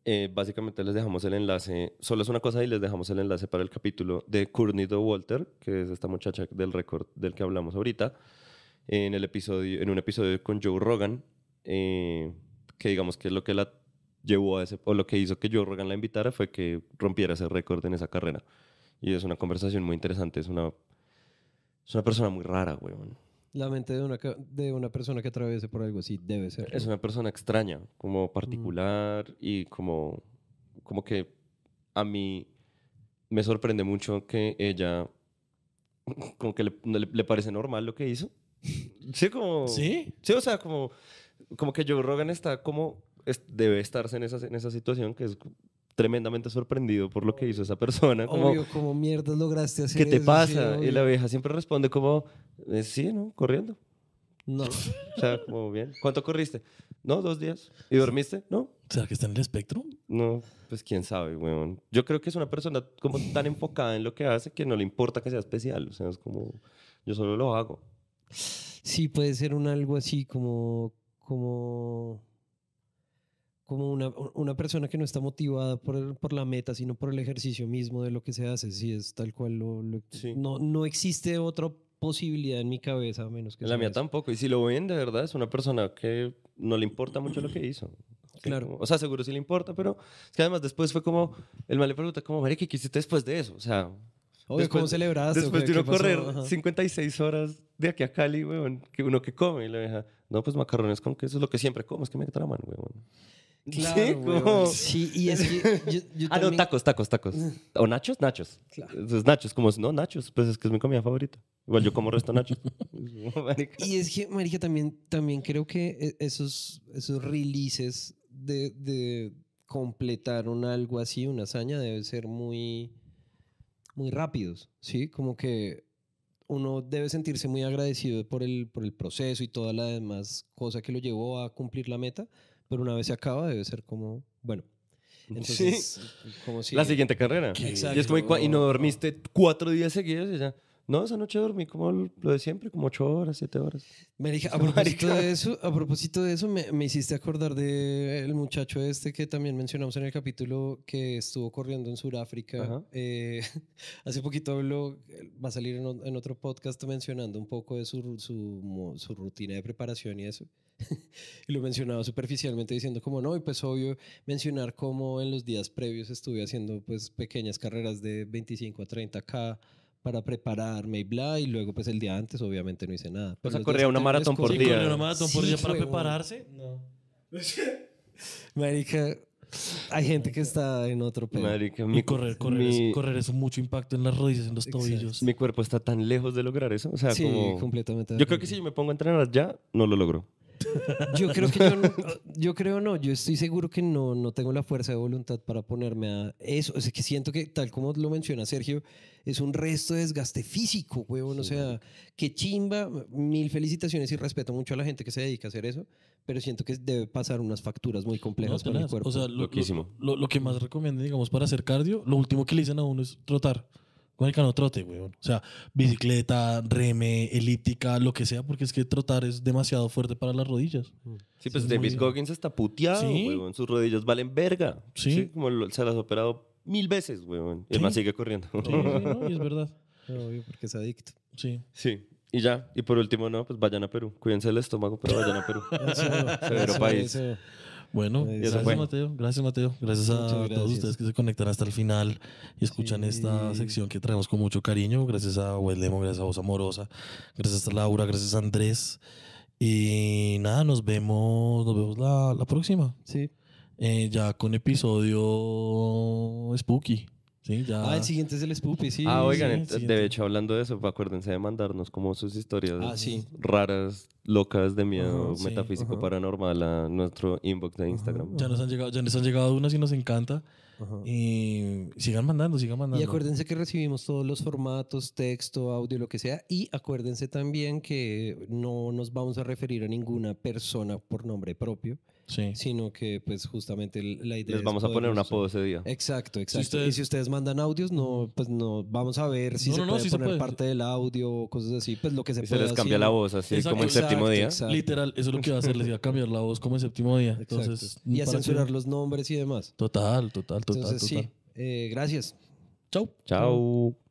Speaker 7: eh, básicamente les dejamos el enlace, solo es una cosa y les dejamos el enlace para el capítulo de Curnido Walter, que es esta muchacha del récord del que hablamos ahorita, en, el episodio, en un episodio con Joe Rogan, eh, que digamos que lo que la llevó a ese, o lo que hizo que Joe Rogan la invitara fue que rompiera ese récord en esa carrera. Y es una conversación muy interesante, es una, es una persona muy rara, weón.
Speaker 3: La mente de una, ca- de una persona que atraviese por algo así debe ser.
Speaker 7: Es una persona extraña,
Speaker 3: Mm.
Speaker 7: como particular y como, como que a mí me sorprende mucho que ella, como que le, no le- le parece normal lo que hizo. Sí,
Speaker 4: Oh.
Speaker 7: como...
Speaker 4: ¿Sí?
Speaker 7: Sí, o sea, como, como que Joe Rogan está como, es- debe estarse en esa, en esa situación que es, tremendamente sorprendido por lo que hizo esa persona. Como,
Speaker 3: Obvio, como mierdas lograste hacer
Speaker 7: ¿qué te
Speaker 3: eso? Sí,
Speaker 7: pasa? y la
Speaker 3: obvio.
Speaker 7: vieja siempre responde como, "Eh, sí, ¿no? Corriendo.
Speaker 3: No.
Speaker 7: O sea, como bien. ¿Cuánto corriste? No, dos días. ¿Y dormiste? No.
Speaker 4: ¿Será que está en el espectro?
Speaker 7: No, pues quién sabe, weón. Yo creo que es una persona como tan enfocada en lo que hace que no le importa que sea especial. O sea, es como, yo solo lo hago.
Speaker 3: Sí, puede ser un algo así como. como como una, una persona que no está motivada por, el- por la meta, sino por el ejercicio mismo de lo que se hace. Sí, es tal cual. Lo, lo-
Speaker 7: Sí.
Speaker 3: no, no existe otra posibilidad en mi cabeza, a menos que...
Speaker 7: En la
Speaker 3: sea
Speaker 7: mía
Speaker 3: eso.
Speaker 7: tampoco. Y si lo ven, de verdad, es una persona que no le importa mucho lo que hizo. Sí,
Speaker 3: Claro.
Speaker 7: como- o sea, seguro sí le importa, pero es que además después fue como, el mal le pregunta, como, Mari, ¿qué hiciste después de eso? O sea,
Speaker 3: Obvio, ¿cómo
Speaker 7: después-
Speaker 3: celebraste?
Speaker 7: después
Speaker 3: ¿Qué-
Speaker 7: de uno
Speaker 3: Ah, qué pasó?
Speaker 7: correr
Speaker 3: Ajá.
Speaker 7: 56 horas de aquí a Cali, weón, que uno que come y le deja, no, pues macarrones con queso, es lo que siempre como, es que me traman, weón.
Speaker 3: Claro,
Speaker 7: Sí,
Speaker 3: weón.
Speaker 7: como-
Speaker 3: Sí, y es que yo, yo
Speaker 7: Ah, no,
Speaker 3: también- Mm.
Speaker 7: tacos, tacos, tacos. ¿O nachos? Nachos. Entonces, nachos, como, no, nachos, pues es que es mi comida favorita. Igual yo como resto nachos. Marica.
Speaker 3: Y es que, marica, también, también creo que e- esos, esos releases de, de completar un algo así, una hazaña, debe ser muy, muy rápidos, ¿sí? Como que uno debe sentirse muy agradecido por el, por el proceso y toda la demás cosa que lo llevó a cumplir la meta, pero una vez se acaba debe ser como, bueno, entonces, como si...
Speaker 7: la siguiente carrera.
Speaker 3: ¿Qué?
Speaker 7: Y es como, ¿y,
Speaker 3: Exacto.
Speaker 7: cua- y no dormiste cuatro días seguidos? Y ya, no, esa noche dormí como lo de siempre, como ocho horas, siete horas.
Speaker 3: Marica, a propósito de eso, a propósito de eso me, me hiciste acordar del muchacho este que también mencionamos en el capítulo que estuvo corriendo en Sudáfrica.
Speaker 7: Ajá.
Speaker 3: Eh, hace poquito habló, va a salir en, o- en otro podcast mencionando un poco de su, ru- su, mo- su rutina de preparación y eso. y lo mencionaba superficialmente diciendo como no, y pues obvio mencionar cómo en los días previos estuve haciendo pues pequeñas carreras de 25 a 30k para prepararme y bla, y luego pues el día antes obviamente no hice nada. Pero
Speaker 7: sea,
Speaker 3: los días
Speaker 7: corría una
Speaker 3: anteriores
Speaker 7: maratón por
Speaker 4: ¿Sí,
Speaker 3: corrí.
Speaker 7: día.
Speaker 4: corrió una maratón por
Speaker 3: Sí,
Speaker 4: día para
Speaker 3: huevón.
Speaker 4: prepararse? No.
Speaker 3: Marica, hay gente que está en otro pedo.
Speaker 7: Marica,
Speaker 4: Y correr, correr,
Speaker 7: mi-
Speaker 4: es, correr es un mucho impacto en las rodillas, en los
Speaker 3: Exacto.
Speaker 4: tobillos.
Speaker 7: mi cuerpo está tan lejos de lograr eso. O sea,
Speaker 3: sí,
Speaker 7: como...
Speaker 3: completamente. de
Speaker 7: Yo creo que
Speaker 3: acuerdo.
Speaker 7: si yo me pongo a entrenar ya, no lo logro.
Speaker 3: Yo creo que yo, no- yo creo no, yo estoy seguro que no, no tengo la fuerza de voluntad para ponerme a eso. Es que siento que, tal como lo menciona Sergio, es un resto de desgaste físico, huevón. O sea, que chimba, mil felicitaciones y respeto mucho a la gente que se dedica a hacer eso, pero siento que debe pasar unas facturas muy
Speaker 4: No,
Speaker 3: complejas para el
Speaker 4: tenaz.
Speaker 3: cuerpo.
Speaker 4: o sea, lo,
Speaker 7: Loquísimo.
Speaker 4: lo- lo que más recomiendo, digamos, para hacer cardio, lo último que le dicen a uno es trotar. Con el cano trote, weón. O sea, bicicleta, reme, elíptica, lo que sea, porque es que trotar es demasiado fuerte para las rodillas.
Speaker 7: Sí,
Speaker 4: es
Speaker 7: pues
Speaker 4: muy
Speaker 7: David
Speaker 4: bien.
Speaker 7: Goggins está puteado,
Speaker 4: Sí.
Speaker 7: huevón. Sus rodillas valen verga.
Speaker 4: Sí.
Speaker 7: como lo- se las ha operado mil veces, huevón. Y el
Speaker 4: Sí.
Speaker 7: man sigue corriendo.
Speaker 4: Sí, sí, no, y es verdad.
Speaker 3: Obvio, porque es adicto.
Speaker 4: Sí.
Speaker 7: Sí. Y ya. Y por último, no, pues vayan a Perú. Cuídense el estómago, pero vayan a Perú.
Speaker 3: Eso,
Speaker 7: Severo
Speaker 3: eso,
Speaker 7: país.
Speaker 3: eso.
Speaker 4: Bueno,
Speaker 3: Eso
Speaker 4: gracias
Speaker 7: fue.
Speaker 4: Mateo, gracias Mateo, gracias a
Speaker 3: Muchas
Speaker 4: todos
Speaker 3: gracias.
Speaker 4: ustedes que se conectan hasta el final y escuchan esta
Speaker 3: Sí.
Speaker 4: sección que traemos con mucho cariño, gracias a Weslemo, gracias a Voz Amorosa, gracias a Laura, gracias a Andrés y nada, nos vemos, nos vemos la, la próxima,
Speaker 3: Sí.
Speaker 4: eh, ya con episodio spooky, ¿sí? Ya.
Speaker 3: Ah, el siguiente es el Spoopy, sí.
Speaker 7: ah,
Speaker 4: sí,
Speaker 7: oigan,
Speaker 4: el
Speaker 7: ent-
Speaker 4: siguiente.
Speaker 7: de hecho, hablando de eso, acuérdense de mandarnos como sus historias
Speaker 3: Ah, sí.
Speaker 7: raras, locas, de miedo,
Speaker 4: Ajá, sí,
Speaker 7: metafísico,
Speaker 3: ajá.
Speaker 7: paranormal a nuestro inbox de Instagram.
Speaker 4: Ya nos han llegado, ya nos han llegado unas y nos encanta.
Speaker 3: Ajá.
Speaker 4: Y sigan mandando, sigan mandando.
Speaker 3: Y acuérdense que recibimos todos los formatos, texto, audio, lo que sea. Y acuérdense también que no nos vamos a referir a ninguna persona por nombre propio,
Speaker 4: Sí.
Speaker 3: sino que pues justamente el- la idea
Speaker 7: Les
Speaker 3: es
Speaker 7: vamos a poner
Speaker 3: podernos-
Speaker 7: un apodo ese día.
Speaker 3: Exacto, exacto. y
Speaker 4: ustedes-
Speaker 3: si ustedes mandan audios, no, pues no, vamos a ver si
Speaker 4: No,
Speaker 3: se
Speaker 4: no, no,
Speaker 3: puede
Speaker 4: sí se
Speaker 3: poner
Speaker 4: puede.
Speaker 3: parte del audio o cosas así, pues lo que se
Speaker 7: Y se
Speaker 3: pueda.
Speaker 7: les cambia
Speaker 3: sí,
Speaker 7: la
Speaker 3: ¿no?
Speaker 7: voz, así
Speaker 4: Exacto,
Speaker 7: como el séptimo
Speaker 3: exacto,
Speaker 7: día.
Speaker 3: exacto,
Speaker 4: Literal, eso es lo que va a hacer, les iba a cambiar la voz como en séptimo día.
Speaker 3: exacto.
Speaker 4: Entonces,
Speaker 3: y a
Speaker 4: para que-
Speaker 3: censurar los nombres y demás.
Speaker 4: Total, total, total,
Speaker 3: Entonces
Speaker 4: total.
Speaker 3: sí, eh, gracias.
Speaker 4: Chau.
Speaker 7: Chao.